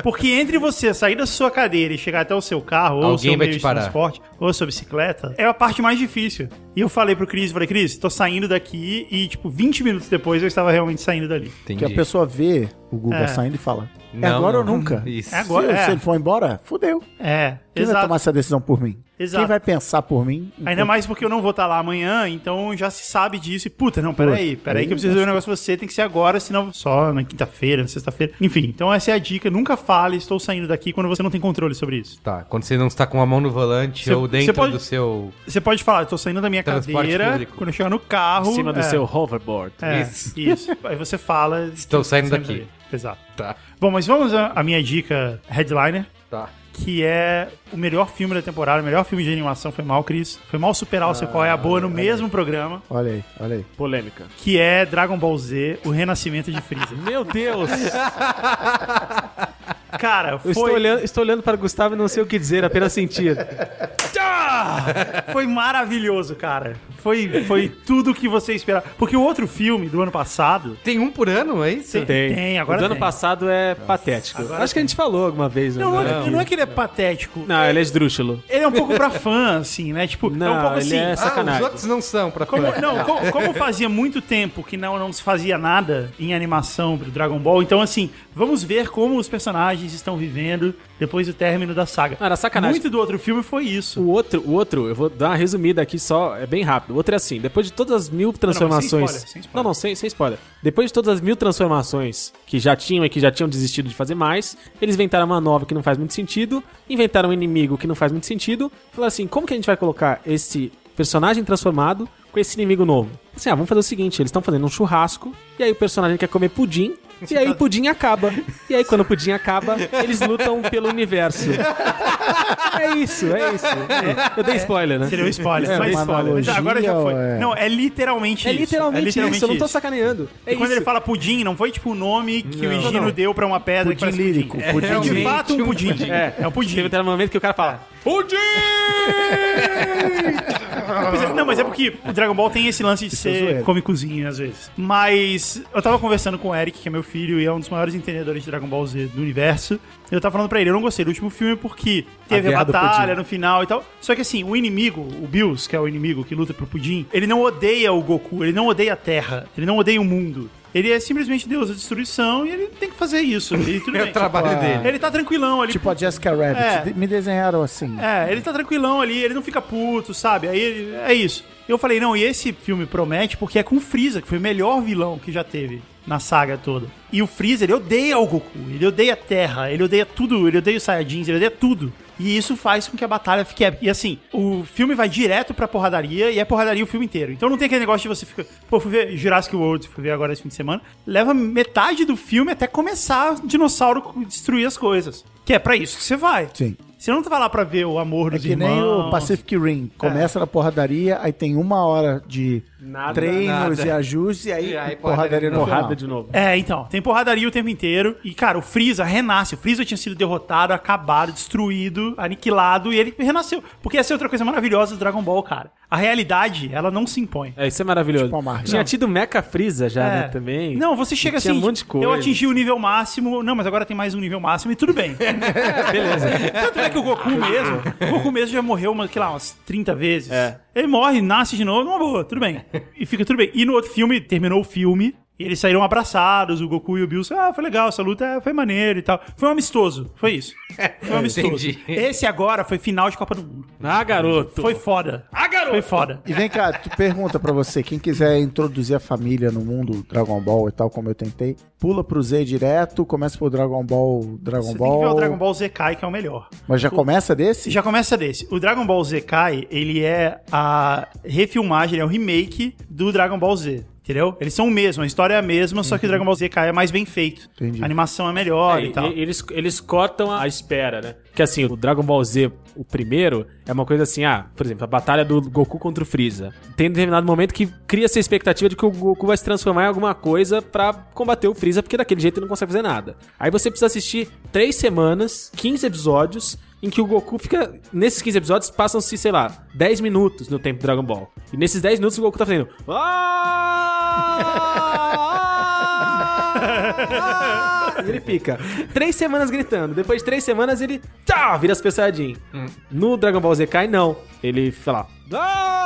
D: Porque entre você sair da sua cadeira e chegar até o seu carro, ou o
A: Alguém
D: seu
A: vai
D: meio
A: te
D: de
A: parar.
D: transporte, ou a sua bicicleta, é a parte mais difícil. E eu falei pro Cris, falei, Cris, tô saindo daqui e, tipo, 20 minutos depois eu estava realmente saindo dali.
B: Que a pessoa vê O Guga
D: É.
B: saindo e fala: É
A: Não,
B: agora
A: não.
B: ou nunca?
A: Isso.
D: É agora,
B: se,
D: é.
B: se ele for embora, fodeu.
D: É,
B: Quem vai
D: exato.
B: tomar essa decisão por mim?
D: Exato.
B: Quem vai pensar por mim?
D: Ainda mais porque eu não vou estar lá amanhã, então já se sabe disso. E puta, não, peraí, peraí que eu preciso ver um negócio com você, tem que ser agora, senão só na quinta-feira, na sexta-feira. Enfim, então essa é a dica. Nunca fale, estou saindo daqui quando você não tem controle sobre isso.
A: Tá, quando você não está com a mão no volante
D: Você-
A: ou dentro
D: você pode-
A: do seu.
D: Você pode falar, estou saindo da minha
A: Transporte
D: cadeira,
A: público.
D: quando eu chegar no carro.
C: Em cima do
D: é,
C: seu hoverboard.
D: É,
A: Isso.
D: isso. Aí você fala.
A: Estou saindo
D: "Saímos
A: daqui."
D: Exato.
A: Tá,
D: Bom, mas vamos à à minha dica headliner.
A: tá.
D: que é o melhor filme da temporada, o melhor filme de animação, foi mal, Cris. Foi mal superar o seu qual é a boa no mesmo programa,
B: Olha aí, olha aí.
C: Polêmica.
D: que é Dragon Ball Z, o Renascimento de Freeza.
C: Meu Deus!
D: Cara,
C: Eu estou
D: foi,
C: olhando, estou olhando para o Gustavo e não sei o que dizer, apenas sentir.
D: foi maravilhoso, cara. Foi, foi tudo o que você esperava. Porque o outro filme do ano passado.
A: Tem um por ano, é isso?
D: Tem, agora
C: o do ano
D: tem.
C: passado é patético.
D: Agora
C: Acho que a gente falou alguma vez. né?
D: Não, não,
C: Não,
D: é- não é que ele é patético.
C: Não, ele é esdrúxulo.
D: Ele é um pouco pra fã, assim, né? Tipo, é um
C: Não,
D: pouco
C: ele
D: assim.
C: é
A: Ah, os
C: sacanagem.
A: outros não são pra
D: Como,
A: fora.
D: não, como, como fazia muito tempo que não, não se fazia nada em animação pro Dragon Ball, então assim, vamos ver como os personagens estão vivendo depois do término da saga.
C: Não, era Ah, sacanagem.
D: Muito do outro filme foi isso.
C: O outro, o outro, eu vou dar uma resumida aqui só, é bem rápido. O outro é assim, depois de todas as mil
D: Não, não,
C: transformações...
D: sem spoiler, sem spoiler.
C: Não, não, sem, sem spoiler. Depois de todas as mil transformações que já tinham e que já tinham desistido de fazer mais, eles inventaram uma nova que não faz muito sentido, inventaram um inimigo que não faz muito sentido, falaram assim, como que a gente vai colocar esse personagem transformado com esse inimigo novo? Assim, ah, vamos fazer o seguinte, eles estão fazendo um churrasco, e aí o personagem quer comer pudim, e
D: tá
C: aí o pudim acaba. E aí quando o pudim acaba, eles lutam pelo universo. É isso, é isso. Eu dei spoiler, né?
D: Seria um spoiler,
C: É,
D: mas,
C: uma
D: spoiler. Mas
B: analogia,
D: agora já foi.
B: ou é?
D: Não, é literalmente
C: É
D: isso.
C: literalmente, isso, eu não tô
D: isso.
C: sacaneando. É
D: E quando
C: isso.
D: ele fala pudim, não foi tipo o nome que o Higino deu pra uma pedra que
B: Pudim
D: parece
B: lírico,
D: pudim.
B: pudim
D: É, de
A: lírico.
D: fato um pudim. É, é um pudim.
C: Teve até um momento que o cara fala.
D: Pois é, não, mas é porque o Dragon Ball tem esse lance de ser
B: zoeira.
D: cômicozinho às vezes. Mas eu tava conversando com o Eric, que é meu filho e é um dos maiores entendedores de Dragon Ball Z do universo. Eu tava falando pra ele, eu não gostei do último filme porque teve a,
C: guerra do
D: batalha
C: pudim.
D: no final e tal. Só que assim, o inimigo, o Bills, que é o inimigo que luta pro Pudim, ele não odeia o Goku, ele não odeia a Terra, ele não odeia o mundo. Ele é simplesmente Deus da destruição e ele tem que fazer isso. E tudo
A: É
D: bem.
A: o trabalho dele.
D: Ele tá tranquilão ali.
B: Tipo a Jessica Rabbit.
D: É.
B: Me desenharam assim.
D: É, ele tá tranquilão ali, ele não fica puto, sabe? Aí ele- é isso. Eu falei, não, e esse filme promete porque é com o Freeza, que foi o melhor vilão que já teve na saga toda. E o Freeza, ele odeia o Goku, ele odeia a Terra, ele odeia tudo, ele odeia os Saiyajins, ele odeia tudo. E isso faz com que a batalha fique épica. E assim, o filme vai direto pra porradaria e é porradaria o filme inteiro. Então não tem aquele negócio de você ficar, pô, fui ver Jurassic World, fui ver agora esse fim de semana. Leva metade do filme até começar o dinossauro destruir as coisas. Que é pra isso que você vai.
B: Sim.
D: Você não tá lá pra ver o amor
B: É
D: dos
B: que
D: irmãos. É.
B: nem o Pacific Rim. Começa na porradaria, aí tem uma hora de treinos
A: nada.
B: e ajustes, e aí,
A: E aí
B: porradaria no
C: Porrada
B: final.
C: de novo.
D: É, então, tem porradaria o tempo inteiro. E, cara, o Freeza renasce. O Freeza tinha sido derrotado, acabado, destruído, aniquilado, e ele renasceu. Porque essa é outra coisa maravilhosa do Dragon Ball, cara. A realidade, ela não se impõe.
C: É, isso é maravilhoso.
B: Tipo a Marvel.
C: Tinha tido Mecha Freeza já,
D: É.
C: né, também.
D: Não, você chega
C: Tinha
D: assim.
C: um monte de coisa.
D: Eu atingi o nível máximo. Não, mas agora tem mais um nível máximo e tudo bem. Beleza. Tanto é que o Goku mesmo. O Goku mesmo já morreu, uma, sei lá, umas 30 vezes.
C: É.
D: Ele morre, nasce de novo, numa boa, tudo bem. E fica tudo bem. E no outro filme, terminou o filme. E eles saíram abraçados, o Goku e o Bills. Ah, foi legal, essa luta é, foi maneiro e tal. Foi um amistoso, foi isso. Foi um amistoso.
A: Entendi.
D: Esse agora foi final de Copa do Mundo.
C: Ah, garoto.
D: Foi foda. Ah, garoto! Foi foda.
B: E vem cá, tu pergunta pra você, quem quiser introduzir a família no mundo Dragon Ball e tal, como eu tentei, pula pro Z direto, começa pro Dragon Ball, Dragon
D: Você
B: Ball.
D: tem que ver o Dragon Ball Z Kai, que é o melhor.
B: Mas já começa desse?
D: Já começa desse. O Dragon Ball Z Kai, ele é a refilmagem, ele é o remake do Dragon Ball Z. Entendeu? Eles são o mesmo, a história é a mesma, só que
C: Uhum.
D: o Dragon Ball Z Kai é mais bem feito.
B: Entendi.
D: A animação é melhor
C: É,
D: e tal.
C: e- eles, eles cortam a espera, né? Que assim, o Dragon Ball Z, o primeiro, é uma coisa assim, ah, por exemplo, a batalha do Goku contra o Freeza. Tem um determinado momento que cria-se a expectativa de que o Goku vai se transformar em alguma coisa pra combater o Freeza, porque daquele jeito ele não consegue fazer nada. Aí você precisa assistir três semanas, 15 episódios, em que o Goku fica. Nesses 15 episódios passam-se, sei lá, 10 minutos no tempo do Dragon Ball. E nesses 10 minutos o Goku tá fazendo. "Ah! E ele fica três semanas gritando. Depois de três semanas ele Hum. tá, vira as pesadinhas. No Dragon Ball Z Kai, não. Ele fala. "Ah!"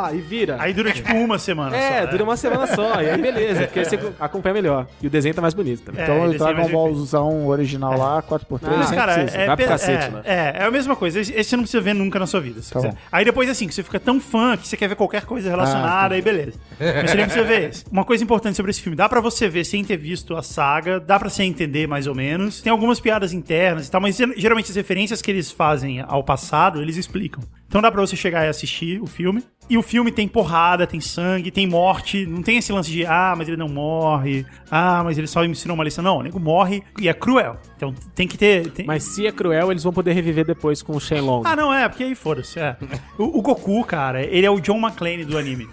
C: lá e vira.
D: Aí dura tipo uma semana
C: é,
D: só.
C: dura uma semana só. E aí beleza, porque aí você acompanha melhor. E o desenho tá mais bonito também.
D: É,
B: Então o
D: desse é
B: Dragon
D: mais
B: Ball
D: difícil.
B: Zão original lá, 4x3,
C: Ah,
D: Mas,
B: sem
D: cara,
B: precisa.
D: é,
C: Vai pro
D: pe-
C: cacete,
D: é,
C: né?
D: é, é a mesma coisa. Esse, esse você não precisa ver nunca na sua vida. se
B: Tá
D: quiser.
B: bom.
D: Aí depois, assim, que você fica tão fã que você quer ver qualquer coisa relacionada, aí beleza. Mas você nem precisa ver esse. Uma coisa importante sobre esse filme: dá pra você ver sem ter visto a saga, dá pra você entender mais ou menos. Tem algumas piadas internas e tal, mas geralmente as referências que eles fazem ao passado, eles explicam. Então dá pra você chegar e assistir o filme. E o filme tem porrada, tem sangue, tem morte. Não tem esse lance de, ah, mas ele não morre. Ah, mas ele só me ensinou uma lição. Não, o nego morre e é cruel. Então tem que ter. tem-
C: Mas se é cruel, eles vão poder reviver depois com o Shenlong.
D: ah, não, é, porque aí foda-se. é. O, o Goku, cara, ele é o John McClane do anime.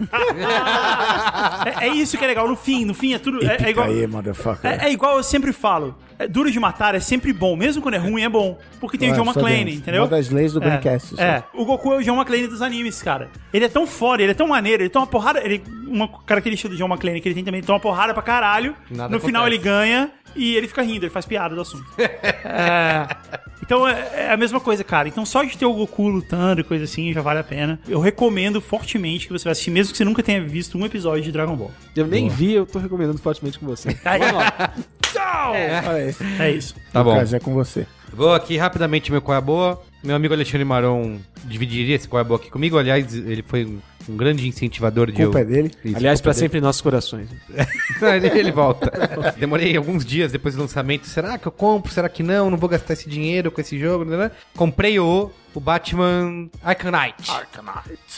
D: é, é isso que é legal. No fim, no fim é tudo. É, é igual.
B: Aí, motherfucker.
D: É, é igual eu sempre falo. é, Duro de matar é sempre bom, mesmo quando é ruim é bom, porque tem o
B: Ué,
D: John
B: só
D: McClane,
B: Deus.
D: entendeu?
B: Uma das leis do
D: é,
B: Braincast, isso
D: É,
B: aí.
D: o Goku é o John McClane dos animes, cara. Ele é tão foda, ele é tão maneiro, ele tem uma porrada, ele uma característica do John McClane que ele tem também, ele toma uma porrada pra caralho.
A: Nada
D: no final ele
A: acontece.
D: ganha e ele fica rindo, ele faz piada do assunto. É. Então é, é a mesma coisa, cara. Então só de ter o Goku lutando e coisa assim já vale a pena. Eu recomendo fortemente que você vá assistir, mesmo que você nunca tenha visto um episódio de Dragon Ball.
C: Eu nem vi, eu tô recomendando fortemente com você.
D: Tá aí.
C: Vamos lá.
B: Olha isso.
D: É isso.
A: Tá bom.
B: Lucas, é com você.
A: Vou aqui rapidamente meu qual é a boa. Meu amigo Alexandre Maron dividiria esse qual é a boa aqui comigo. Aliás, ele foi um, um grande incentivador de
B: Culpa é
A: eu...
B: dele.
A: Isso,
C: Aliás, pra
A: culpa
C: sempre em nossos corações.
A: Não, ele, ele volta. Demorei alguns dias depois do lançamento. Será que eu compro? Será que não? Não vou gastar esse dinheiro com esse jogo. né? Comprei o, o Batman Arcanite.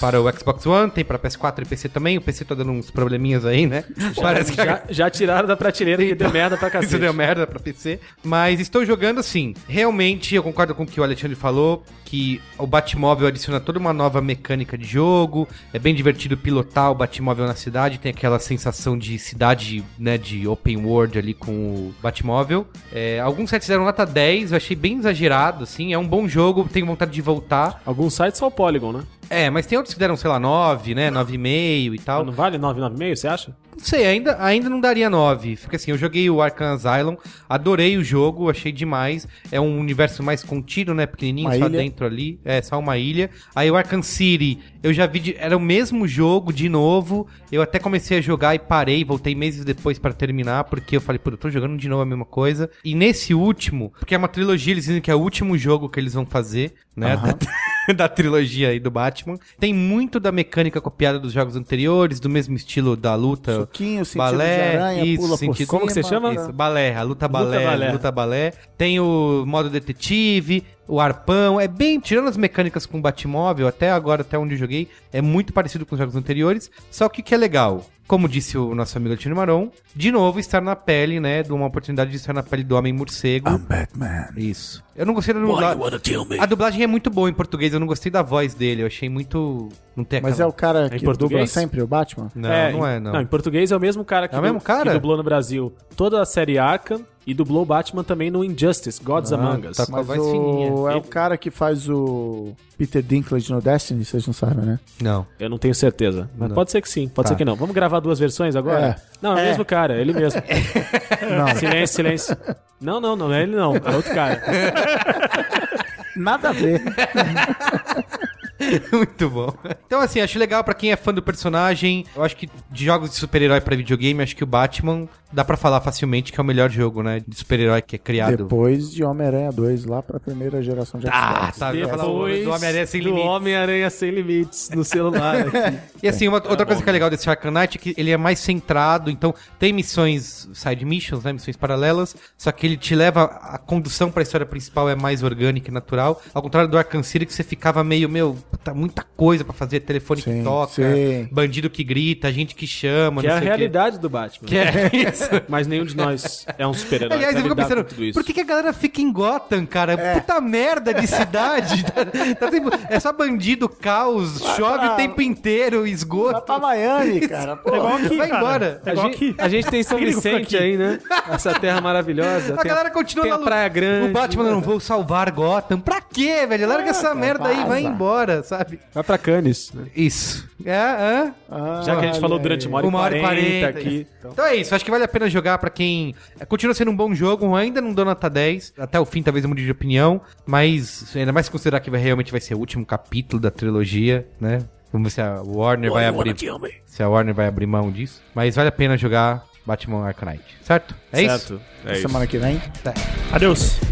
A: Para o Xbox One, tem para PS4 e PC também. O PC tá dando uns probleminhas aí, né? Parece que a-
C: Já, já tiraram da prateleira que Então, deu merda pra
A: isso
C: cacete.
A: deu merda pra PC. Mas estou jogando assim. Realmente, eu concordo com o que o Alexandre falou, que o Batmóvel adiciona toda uma nova mecânica de jogo. É bem divertido pilotar o Batmóvel na cidade. Tem aquela sensação de cidade, né, de open world ali com o Batmóvel. É, alguns sites deram nota 10, eu achei bem exagerado, assim. É um bom jogo, tenho vontade de voltar.
C: Alguns sites só o Polygon, né?
A: É, mas tem outros que deram, sei lá, 9, né, 9,5 e tal.
C: Não vale 9,9,5, você acha?
A: Não sei, ainda, ainda não daria 9. Fica assim, eu joguei o Arkham Asylum, adorei o jogo, achei demais. É um universo mais contido, né? Pequenininho,
B: Uma
A: só
B: ilha.
A: dentro ali. É, só uma ilha. Aí o Arkham City, eu já vi, de- era o mesmo jogo de novo. Eu até comecei a jogar e parei, voltei meses depois pra terminar, porque eu falei, pô, eu tô jogando de novo a mesma coisa. E nesse último, porque é uma trilogia, eles dizem que é o último jogo que eles vão fazer, né? da trilogia aí do Batman. Tem muito da mecânica copiada dos jogos anteriores, do mesmo estilo da luta.
B: Suquinho, sentido
A: balé,
B: de aranha,
A: isso,
B: pula por
A: sentido-
B: cima.
C: Como que você chama?
A: Isso, balé, a luta balé, luta
C: balé.
A: balé, Tem o modo detetive, o arpão, é bem, tirando as mecânicas com o Batmóvel, até agora, até onde eu joguei, é muito parecido com os jogos anteriores, só que o que é legal, como disse o nosso amigo Tino Maron, de novo estar na pele, né, de uma oportunidade de estar na pele do Homem Morcego.
B: Batman.
A: Isso. Eu não gostei da dublagem. A dublagem é muito boa em português, eu não gostei da voz dele, eu achei muito... Não tem
B: Mas é
A: aquela...
B: o cara
C: em
B: que dubla
C: português?
B: sempre o Batman?
A: Não, não é, não.
C: Em português é o mesmo cara que,
A: É o mesmo
C: que
A: cara?
C: dublou no Brasil toda a série Arkham e dublou Batman também no Injustice, Gods Among Us.
A: tá com a
B: Mas
A: voz
B: o,
A: fininha.
B: é o cara que faz o Peter Dinklage no Destiny, vocês não sabem, né?
A: Não.
C: Eu não tenho certeza. Mas pode ser que sim, pode ser
A: Tá.
C: que não. Vamos gravar duas versões agora?
B: É.
C: Não, é o mesmo cara, ele mesmo.
B: Não.
C: Silêncio, silêncio. Não, não, não é ele não, é outro cara.
B: Nada a ver.
A: Muito bom. Então, assim, acho legal pra quem é fã do personagem. Eu acho que de jogos de super-herói pra videogame, acho que o Batman dá pra falar facilmente que é o melhor jogo, né? De super-herói que é criado.
B: Depois de Homem-Aranha 2, lá pra primeira geração de
A: Ah,
B: Xbox.
A: tá. eu ia falar
C: Depois
A: do Homem-Aranha sem
C: do
A: limite.
C: Homem-Aranha Sem Limites no celular.
A: E assim, uma- outra coisa que é legal desse Arkham Knight é que ele é mais centrado, então tem missões, side missions, né, missões paralelas, só que ele te leva, a condução pra história principal é mais orgânica e natural, ao contrário do Arkham City que você ficava meio, meu, puta, muita coisa pra fazer, telefone
B: Sim,
A: que toca,
B: sim.
A: bandido que grita, gente que chama,
C: que é
A: não
C: a
A: sei o quê.
C: realidade do Batman.
A: Que é isso.
C: Mas nenhum de nós é um super-herói.
A: Aliás,
C: pra
A: eu fico
C: lidar com
A: pensando,
C: tudo isso.
A: por que, que a galera fica em Gotham, cara?
B: É.
A: Puta merda de cidade. Tá- tá sempre- é só bandido, caos, chove
B: tá.
A: o tempo inteiro,
C: tá.
B: Vai pra
A: esgoto.
B: Miami, cara. Pô,
D: É igual aqui,
A: Vai
D: cara.
A: embora.
D: É
C: A
D: igual
C: gente,
D: aqui.
C: a gente tem São
D: Ele ficou
C: Vicente
D: aqui.
C: aí, né? Essa terra maravilhosa.
A: A
C: Tem
A: galera continua
C: tem a
A: na
C: Praia Grande. né? Ah,
A: O Batman não vou salvar Gotham. Pra quê, velho? Larga essa merda aí, vai
B: vaza.
A: embora, sabe?
C: Vai pra Cannes. né?
A: Isso. É, hã?
C: Já que a gente
B: Ah,
C: falou durante uma hora
A: Uma hora
C: e
A: e
C: quarenta
A: quarenta,
C: aqui.
A: Então. é isso, acho que vale a pena jogar pra quem. é, Continua sendo um bom jogo, ainda não dou nota 10. Até o fim, talvez eu mude de opinião. Mas ainda mais se considerar que vai- realmente vai ser o último capítulo da trilogia, né? Vamos ver se a Warner vai abrir. Se a Warner vai abrir mão disso. Mas vale a pena jogar Batman Arcanite, certo? É isso?
C: certo. É isso.
B: Semana que vem.
D: Adeus.